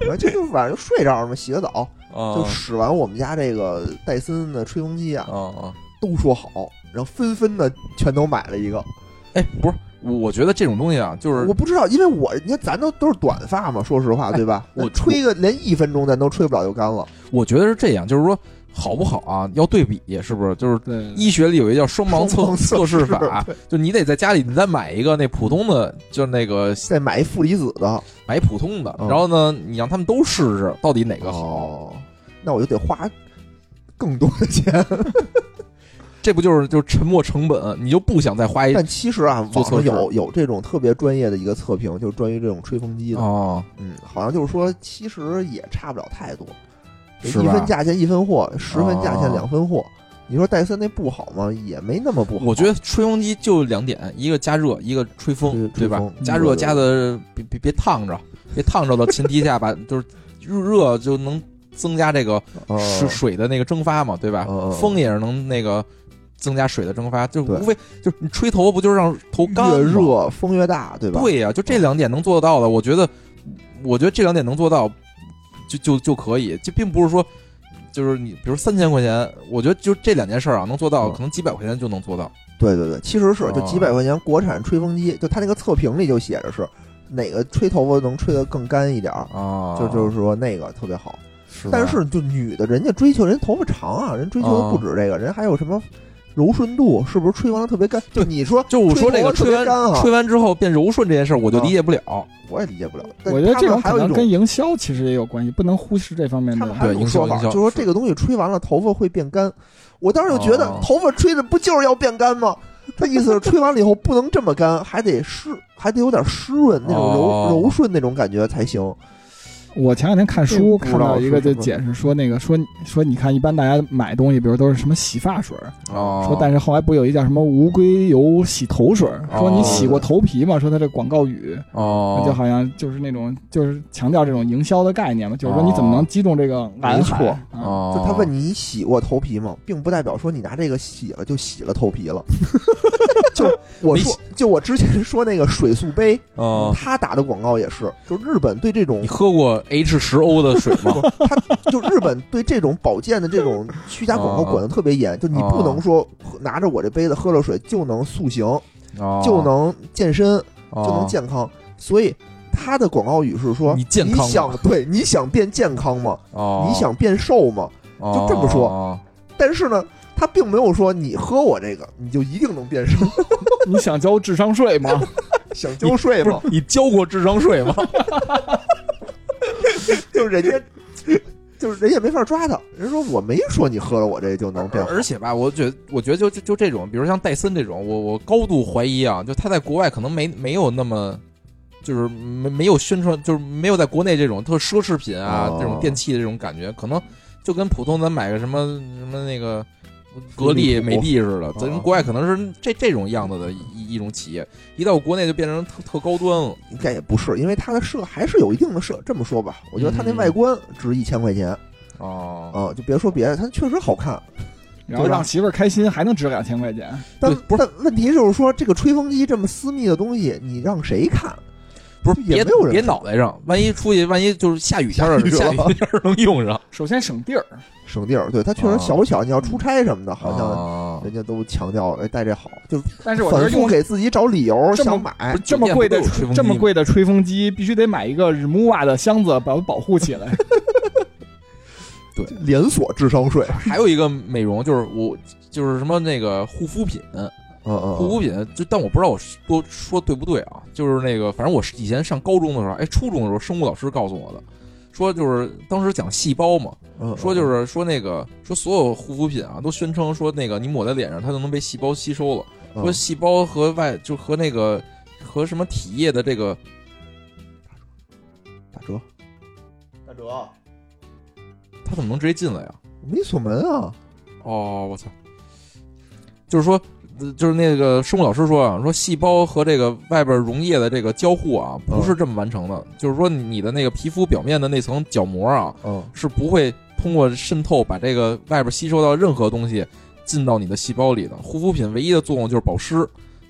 反正就就晚上就睡着了嘛，洗个澡就
啊
使完我们家这个戴森的吹风机啊
啊，啊！
都说好，然后纷纷的全都买了一个。
哎，不是，我我觉得这种东西啊，就是哎
我不知道，因为我你看咱都都是短发嘛，说实话，对吧？
我
那吹个连一分钟咱都吹不了就干了。
我觉得是这样，就是说好不好啊，要对比，是不是？就是
对，
医学里有一个叫双盲
双
测
盲测
测
试
试法，就你得在家里你再买一个那普通的，就是那个
再买一负离子的
买普通的，
嗯
然后呢，你让他们都试试到底哪个好。
哦，那我就得花更多的钱。
哎这不就是就是沉没成本？你就不想再花一
但其实啊，
做
网
测
上
试
有有这种特别专业的一个测评，就是关于这种吹风机的，
哦，
嗯，好像就是说其实也差不了太多，就是一分
吧？
价钱一分货，十分价钱
哦
两分货。你说戴森那不好吗？也没那么不好。
我觉得吹风机就两点，一个加热，一个吹风，
吹
对吧
吹风？
加热
嗯
加的别别别烫着，别烫着的前提下吧， 就是热热就能增加这个
呃
水水的那个蒸发嘛，对吧
嗯嗯嗯？
风也是能那个增加水的蒸发，就
对
无非就是你吹头发不就是让头干
越
吗？
热风越大，对吧？哦
对呀、就这两点能做到的，我觉得，我觉得这两点能做到，就就就可以，这并不是说。就是你，比如三千块钱，我觉得就这两件事儿啊，能做到，
嗯
可能几百块钱就能做到。
对对对，其实是就
啊
几百块钱国产吹风机，就它那个测评里就写着是哪个吹头发能吹得更干一点儿，
啊，
就就是说那个特别好。
是吧
但是就女的，人家追求人头发长啊，人追求的不止这个，人还有什么柔顺度，是不是吹完了特别干？就你说，
就我说这个
吹头发特别
吹
干
完
啊
吹完之后变柔顺这件事儿，我就理解不了。
我也理解不了。但
我觉得
他
这
们
种
还
可
有一
能跟
种，
营销其实也有关系，不能忽视这方面
他
的
们。还有一种
对营销
说法，
营销
就说
是
这个东西吹完了头发会变干。我当时就觉得
哦
头发吹的不就是要变干吗？他意思是吹完了以后不能这么干，还得湿，还得有点湿润那种
哦
柔柔顺那种感觉才行。
我前两天看
这
书
不知
看
道
到一个
是
就
什么
解释说那个说说你看一般大家买东西，比如都是什么洗发水儿，
哦，
说但是后来不有一叫什么无硅油洗头水儿，说你
哦
洗过头皮吗？说它这广告语，
哦
那，就好像就是那种就是强调这种营销的概念嘛，就是说你怎么能击中这个蓝海？
没错
啊，
哦，
就他问你洗过头皮吗，并不代表说你拿这个洗了就洗了头皮了。 就我
没
说
洗，
就我之前说那个水素杯，
哦，
他打的广告也是，就日本对这种
你，喝过 H 十 O 的水吗？
就日本对这种保健的这种虚假广告管得特别严，就你不
哦
能说喝拿着我这杯子喝了水就能塑形，
哦，
就能健身，
就
就能健康，所以。它的广告语是说
你健康吗
想对你想变健康吗？
哦，
你想变瘦吗？
哦
就这么说
哦
但是呢，它并没有说你喝我这个你就一定能变瘦，
你想交智商税吗？
啊
想交税
不
吗？
是你交过智商税吗？
就是人家。 就是人家没法抓他，人说我没说你喝了我这就能变好，
而且吧，我觉得我觉得就就就这种，比如像戴森这种，我我高度怀疑啊，就他在国外可能没没有那么。就是没没有宣传，就是没有在国内这种特奢侈品啊，
哦
这种电器的这种感觉，可能就跟普通咱买个什么什么那个格力、
利浦
美的似的，咱国外可能是这这种样子的一一种企业，一到国内就变成特特高端了。
应该也不是，因为它的设还是有一定的设。这么说吧，我觉得它那外观值一千块钱啊、
哦，
就别说别的，它确实好看。
然后让媳妇儿开心，还能值两千块钱？
但
对不是
但问题就是说，这个吹风机这么私密的东西，你让谁看？
不是，
也
别
没有人
别脑袋上，万一出去，万一就是下雨天儿，
下
下
雨
雨
了
天儿能用 上，
首先省地儿，
省地儿，对它确实小不小。你要出差什么的，好像
哦
人
像
家都强调哎带这好，就
但是我觉得
反复
用
给自己找理由
这么
想买。
不是
这么贵的
酒店不都有吹风机
这
吗
么贵的吹风机，必须得买一个 Remova 的箱子把它保护 起来。
连锁智商税，
还有一个美容就是我就是什么那个护肤品，
嗯
护
嗯
肤品就但我不知道我多说对不对啊，就是那个反正我以前上高中的时候，哎，初中的时候生物老师告诉我的，说就是当时讲细胞嘛，
嗯，
说就是说那个说所有护肤品啊都宣称说那个你抹在脸上它就能被细胞吸收了，
嗯
说细胞和外就和那个和什么体液的这个
打折，打折，
它怎么能直接进来呀、
没锁门啊，
哦，我操！就是说，呃就是那个生物老师说啊，说细胞和这个外边溶液的这个交互啊，
嗯
不是这么完成的。就是说，你的那个皮肤表面的那层角膜啊，
嗯，
是不会通过渗透把这个外边吸收到任何东西进到你的细胞里的。护肤品唯一的作用就是保湿，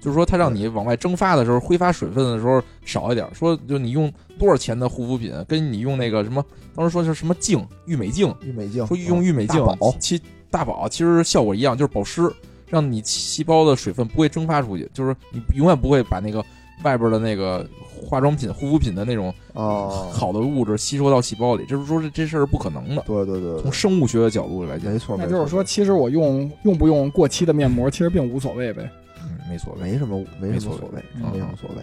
就是说它让你往外蒸发的时候挥发水分的时候少一点。说就你用多少钱的护肤品，跟你用那个什么，当时说是什么净郁美净，
郁美净，嗯
说用郁美净
哦大宝，
其大宝其实效果一样，就是保湿，让你细胞的水分不会蒸发出去，就是你永远不会把那个外边的那个化妆品、护肤品的那种
哦，
好的物质吸收到细胞里，这是说这这事儿是不可能的。
对对对对，
从生物学的角度来讲，
没错，
那
没
就是
错
说，其实我用用不用过期的面膜，其实并无所谓呗。
嗯没所谓。
没什么，没
没
什么
所
所谓，
嗯
没什么所谓，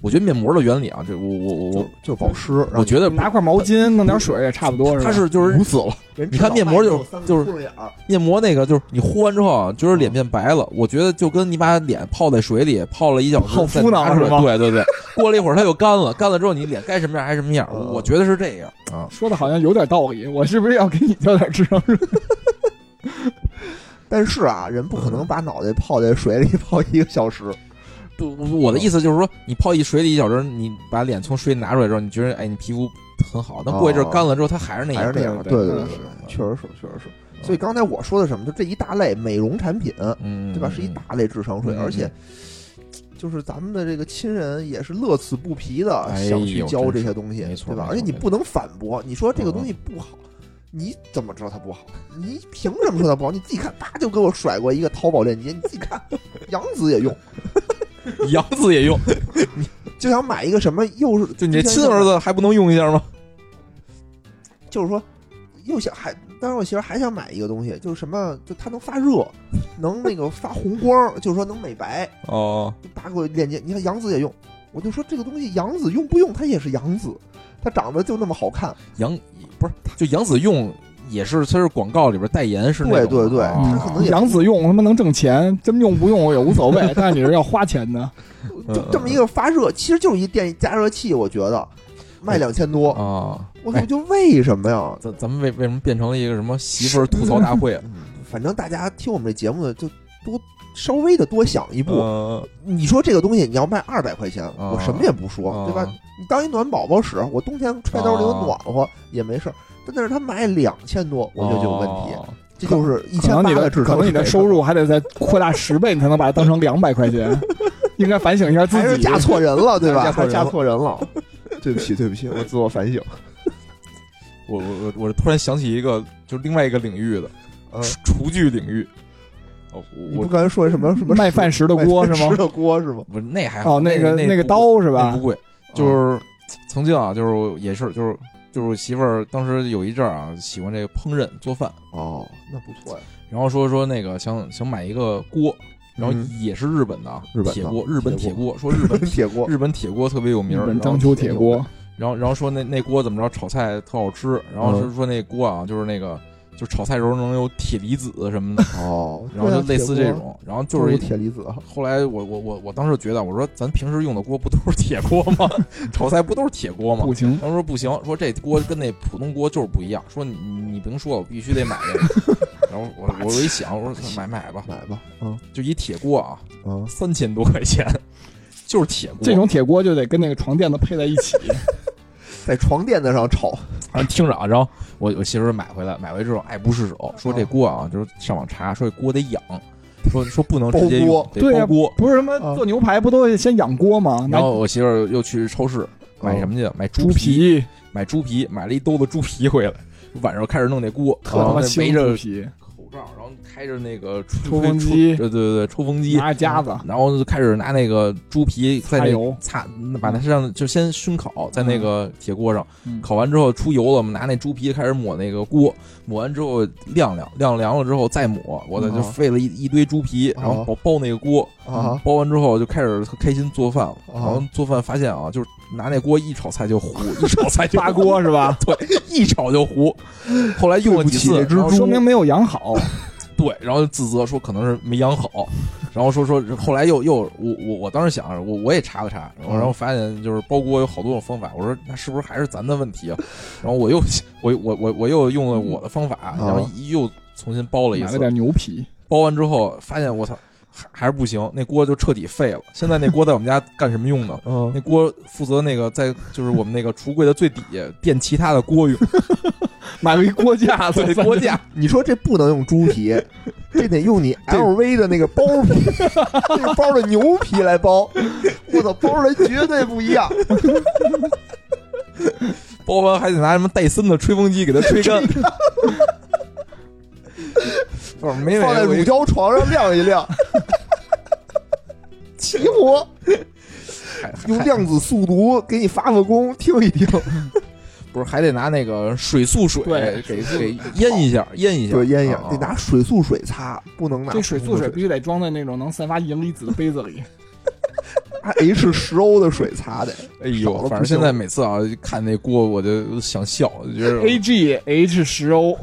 我觉得面膜的原理啊，这我我我
就
我
就保湿。
我觉得
拿块毛巾弄点水也差不多，是吧？
它是就是
捂死了，
你看面膜就是就是
嗯
面膜那个，就是你敷完之后啊，觉得脸变白了。我觉得就跟你把脸泡在水里泡了一小时，
泡
再
敷呢
拿出来
是吗
对对对，过了一会儿它又干了，干了之后你脸该什么样还什么样。
嗯
我觉得是这样啊。
说的好像有点道理，我是不是要给你交点智商税？
但是啊，人不可能把脑袋泡在水里泡一个小时，
对，我我的意思就是说，你泡一水里一小时，你把脸从水里拿出来之后，你觉得哎，你皮肤很好。但过一阵儿干了之后，它还是那
哦还是那
样。
样。嗯
对对
哎对对
对
对
是，
确实是，确实是。所以刚才我说的什么，就这一大类美容产品，啊
嗯，
对吧？是一大类智商税，
嗯
而且就是咱们的这个亲人也是乐此不疲的
哎
想去
呦
教
真
这
是
些东西，
没错
对吧？
没错嗯
而且你
没
不能反驳，你说这个东西不好。你怎么知道它不好？你凭什么说它不好？你自己看，啪就给我甩过一个淘宝链接，你自己看。杨子也用，
杨子也用，
就想买一个什么，又是
就你这亲儿，子还不能用一下吗？
就是说又想还，当时我媳妇儿还想买一个东西，就是什么，就它能发热，能那个发红光，就是说能美白，
哦，
就打给我链接。你看杨紫也用，我就说这个东西杨紫用不用，它也是杨紫，它长得就那么好看。
杨不是，就杨子用也是，它是广告里边代言是
对
那种
对对
啊
他可能也
杨嗯子用他妈能挣钱，真用不用也无所谓，但是你是要花钱的。嗯
就这么一个发热，其实就是一电加热器，我觉得卖两千多，
啊，
我
哎
就为什么呀？嗯
咱咱们为为什么变成了一个什么媳妇儿吐槽大会？
反正大家听我们这节目的就多稍微的多想一步，
嗯
不，
你说这个东西你要卖二百块钱，
啊
我什么也不说，
嗯
啊
对吧？你当一暖宝宝使，我冬天揣兜里我暖
嗯
和、也没事儿。但但是他卖两千多，我觉得就有问题，
哦
这就是一
可
千
能
八
你的
智
可
商税。
能你的收入还得再扩大十倍，你才能把它当成两百块钱。应该反省一下自
还是
己。
嫁错人了，对吧？
还是
嫁
嫁
错人了， 对不起，对不起，我自我反省。
我我我我突然想起一个，就是另外一个领域的
嗯，
厨厨具领域。哦，
你
我
不刚才说什么什么
卖饭
石
石的锅是
石
吗？
的锅是吗？哦
我不是那还好，嗯
哦，那
那
个
那
个
不
刀是
那
吧
不？贵，就是曾经啊，就是也是就是就是我媳妇儿当时有一阵儿啊，喜欢这个烹饪做饭，
哦，那不错呀，
然后说说那个想想买一个锅，然后
嗯
也是日本的啊，
日本的
铁锅，日本
铁
铁锅，说日 本
铁 锅
日本铁锅特别有名
日
儿，
本
然后
章丘嗯铁锅，
然后然后说那那锅怎么着炒菜特好吃，然
嗯
后是说那锅啊就是那个就是炒菜时候能有铁离子什 么的，
哦，
然后就类似
对啊铁
这
锅
种，然后
都
就是是
铁离子啊，
后来我我我我当时觉得我说咱平时用的锅不都是铁锅吗？ 炒菜不都是铁锅吗？
不行，
他们说不行，说这锅跟那普通锅就是不一样，说你你甭说，我必须得买这个。 然后我我一想，我说买买吧，
买吧，嗯
就一铁锅啊，
嗯，
三千多块钱，就是铁锅。
这种铁锅就得跟那个床垫子配在一起，
在床垫子上炒，
啊，听着啊，然后我我媳妇儿买回来，买回来之后爱不释手，说这锅
嗯
啊，就是上网查，说这锅得养，说说不能直接
煲
用
锅，
得
对呀
煲锅。
不是什么
啊
做牛排不都先养锅吗？拿
然后我媳妇儿又去超市买什么去？买
嗯猪
猪皮，
皮，
买猪皮，买了一兜子猪皮回来， 晚上开始弄那锅，
特
然
他
后
妈
啊那围
腥猪
着
皮，
口罩，然后开着那个
抽风
吹
机
对对对，抽风机，
拿着夹子，
然后就开始拿那个猪皮在
擦
那
油
擦，把它身上就先熏烤，在那个铁锅上
嗯
烤完之后出油了，我们拿那猪皮开始抹那个锅，抹完之后晾晾，晾凉了之后再抹，我的
嗯
就费了一一堆猪皮，然后
啊
包包那个锅
啊，
包完之后就开始特开心做饭了，
啊
然后做饭发现啊，就是拿那锅一炒菜 就糊，一炒菜就糊
扒，锅是吧？
一炒就糊，后来用了几次啊
对不起，这只
然后
猪
说明没有养好，
对，然后就自责说可能是没养好，然后说说后来又又我我我当时想我我也查了查，然后然后发现就是包锅有好多种方法，我说那是不是还是咱的问题啊？然后我又我我我我又用了我的方法，然后又重新包了一
买了
次，
点牛皮，
包完之后发现我操还还是不行，那锅就彻底废了。现在那锅在我们家干什么用呢？
嗯
那锅负责那个在就是我们那个橱柜的最底下垫其他的锅用，
买了一锅架 子，
对锅架。
你说这不能用猪皮，这得用你 LV 的那个包皮， 那个包的牛皮来包。我操，包出来绝对不一样。
包完还得拿什么戴森的吹风机给它吹干。 不是，没
放在
没
乳
没，
胶床上晾一晾， 齐活，
还还
用量子速读给你发发功，听一听。
不是还得拿那个水素水
对
给给腌一下，腌一下，
对，烟眼
啊
得拿水素水擦，不能拿
这水
嗯
素水必须得装在那种能散发银离子的杯 子里，
拿 H 十 O 的水擦的。少
哎
了
呦，
不
反正现
行
在每次啊看那锅我就想笑，就觉
哎
A
得
G H 十 O，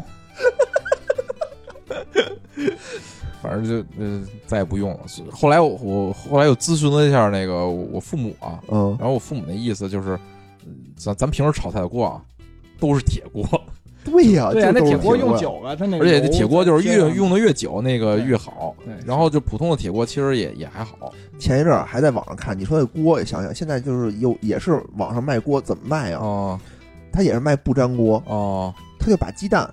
反正就呃再也不用了。所以后来我我后来又咨询了一下那个我我父母啊，
嗯，
然后我父母的意思就是，嗯咱咱平时炒菜的锅啊都是铁锅，
对呀，
对
这
啊，那
都是
铁锅用
铁
久了，它那个
而且这
油
铁锅就是
贴
越
上
用的越久，那个
对
越好
对。
然后就普通的铁锅其实也也还好，
锅。前一阵儿还在网上看，你说那锅，想想现在就是有也是网上卖锅怎么卖啊？
哦
他也是卖不粘锅，
哦
他就把鸡蛋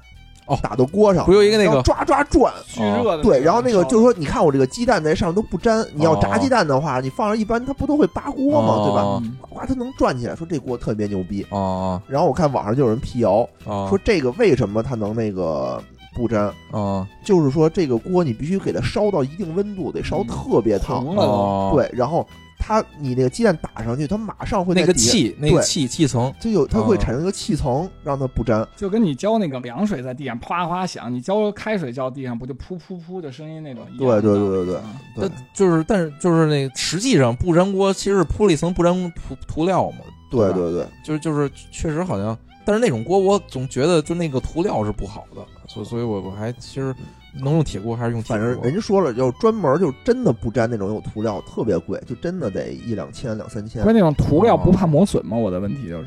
哦
打到锅上，
不有一个那个
然后抓抓转。
蓄热的，
哦 对，然后那个就是
嗯
说，你看我这个鸡蛋在上面都不粘，你要炸鸡蛋的话，你放上一般它不都会扒锅吗？对吧？
哦
嗯
哇，它能转起来，说这锅特别牛逼。
哦
然后我看网上就有人辟谣，
哦，
说这个为什么它能那个不粘，
哦
就是说这个锅你必须给它烧到一定温度，得烧特别烫啊
红，了
嗯
都，
哦，
对，然后它你那个鸡蛋打上去，它马上会在
那个
底下，
气那个
对
气气层，
就有它会
哦
产生一个气层，让它不粘。
就跟你浇那个凉水在地上哗哗响，你浇开水浇地上不就噗噗噗的声音那种一样
对
的？
对对对对
嗯
对
但就是但是就是那个实际上不粘锅其实是铺了一层不粘涂涂料嘛，
对
吧
对对，
就是就是确实好像，但是那种锅我总觉得就那个涂料是不好的，所以所以我我还其实能用铁锅还是用铁
反正
锅
人，家说了，要专门就真的不粘那种有涂料，特别贵，就真的得一两千、两三千
关。键那种涂料
哦
不怕磨损吗？我的问题就是，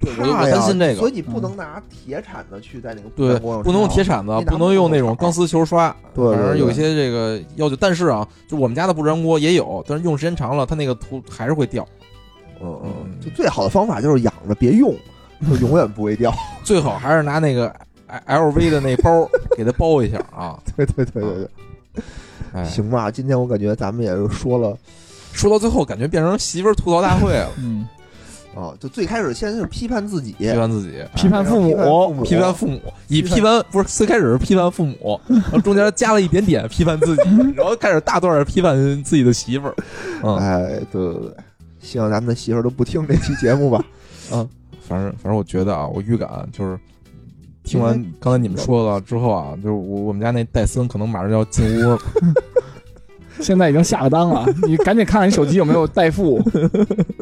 对我就
怕
我
呀
担心这
所
个
以。你不能拿铁铲子去在那个
对，
锅上
不能用铁铲子
你，拿
不能用那种
木头
钢丝球刷，
对对
反正
对
有一些这个要求。但是啊，就我们家的不粘锅也有，但是用时间长了，它那个涂还是会掉。
嗯嗯，
嗯
就最好的方法就是养着别用， 就永远不会掉。
最好还是拿那个 L V 的那包给它包一下啊。
对对对对
哎
对，，行吧，今天我感觉咱们也是说了
说到最后，感觉变成媳妇儿吐槽大会 了，
嗯，
啊，就最开始先是批判自己，
批判自己，哎
批判父
然后
母，
母，
批判父母，以批判不是最开始是批判父 母，然后中间加了一点点批判自己，然后开始大段儿批判自己的媳妇儿。嗯，
哎哎，对对对，希望咱们的媳妇儿都不听这期节目吧。嗯，
反正反正我觉得啊，我预感就是。听完刚才你们说了之后啊，就是我我们家那戴森可能马上就要进屋了，
现在已经下了单了，你赶紧看看你手机有没有代付。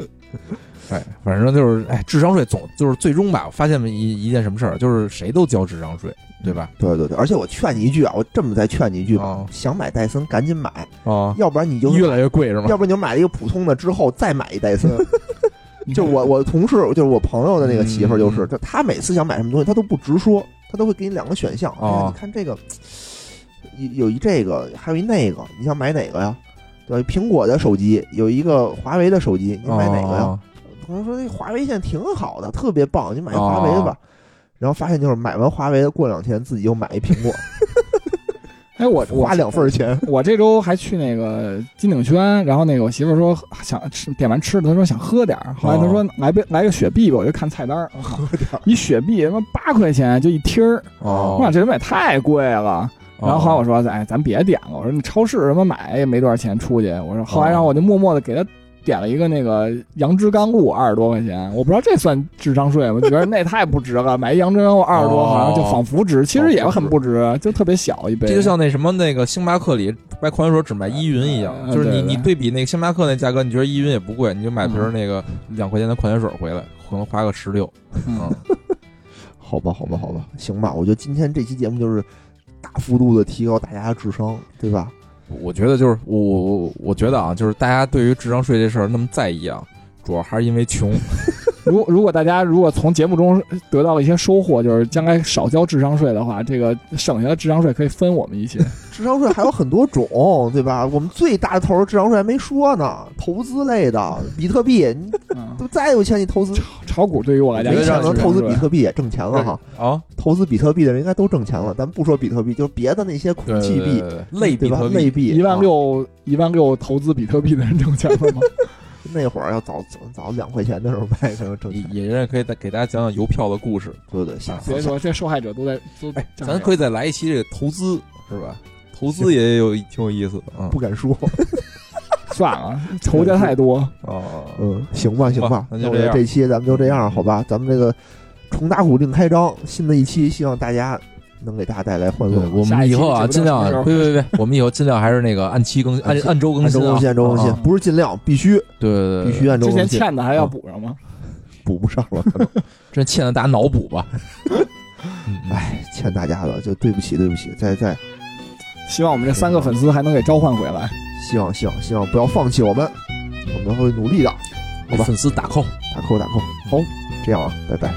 哎，反正就是哎，智商税总就是最终吧，我发现一一件什么事儿，就是谁都交智商税，对吧？
对对对，而且我劝你一句啊，我这么再劝你一句吧，
哦
想买戴森赶紧买，
啊，
要不然你就
越来越贵是吗？
要不然你就买一个普通的，之后再买一 戴森。就我我同事，就是我朋友的那个媳妇儿，就是
嗯
她，她每次想买什么东西，她都不直说，她都会给你两个选项。哎呀
哦
你看这个，有有一这个，还有一那个，你想买哪个呀？对，苹果的手机有一个华为的手机，你买哪个呀？
啊？
朋友说那华为现在挺好的，特别棒，你买一华
哦
为的吧。然后发现就是买完华为的，过两天自己又买一苹果，
哎，我我
花两份儿钱。
我这周还去那个金鼎轩，然后那个我媳妇儿说想吃，点完吃的，她说想喝点儿，后来她
哦
说来杯来个雪碧吧，我就看菜单儿，我靠 一雪碧他妈八块钱就一听儿，
哦，
我想这他妈也太贵了。然后后来我说，哎，咱别点了，我说你超市什么买也没多少钱，出去，我说后
哦
来然后我就默默的给她点了一个那个杨枝甘露二十多块钱，我不知道这算智商税吗？我觉得那太不值了，买一杨枝甘露二十
哦
多好像就仿佛值，其实也很不值，就特别小一杯。
这就像那什么那个星巴克里卖矿泉水只卖依云一样，
呃
就是你
对对
你对比那个星巴克那价格，你觉得依云也不贵，你就买瓶儿那个两块钱的矿泉水回来，可能花个十六。
嗯
好吧，好吧，好吧，行吧，我觉得今天这期节目就是大幅度的提高大家的智商，对吧？
我觉得就是我我我我觉得啊，就是大家对于智商税这事儿那么在意啊，主要还是因为穷。
如如果大家如果从节目中得到了一些收获，就是将来少交智商税的话，这个省下的智商税可以分我们一些。
智商税还有很多种，对吧？我们最大的头儿智商税还没说呢，投资类 的，比特币，你
嗯，
都再有钱你投资，
炒股对于我来讲，
没钱
让
能投资比特币也挣钱了哈。
啊，
投资比特币的人应该都挣钱了，咱不说比特币，就是别的那些
对
空
对
气
对
币，
对类比
对吧
特？
类
币，
币
一万
啊
六一万六投资比特币的人挣钱了 吗？
那会儿要早早早两块钱的时候卖才能挣钱。
也也也可以再给大家讲讲邮票的故事。
对对，下次
别说这受害者都在都，
哎，咱可以再来一期这个投资，是吧？投资也有挺有意思 的啊
不敢说。
算了，仇家太多。
哦。
嗯，行吧，行吧
好，那就
我
这
觉得
样嗯
这期咱们就这样，好吧？咱们这个重打鼓另开张，新的一期，希望大家能给大家带来欢乐
对，。我
下
们
一
以
期
后啊，
直
尽
播到
量
什么时候
别别别，我们以后尽量还是那个按期更按
按期
按周更
按周
新啊，
更新，按周更新
啊，
不是尽量，必须
对对
必
对
须
对，
按周
之
更
前
新，
欠的还要补上吗？
补不上了，
真欠了大家脑补吧。嗯嗯
哎，欠大家的，就对不起，对不起，再再，
希望我们这三个粉丝还能给召唤回来。
希望希望希望不要放弃我们，我们会努力的，好
给
吧
粉丝打 call。
打扣打扣，好，这样啊，拜拜。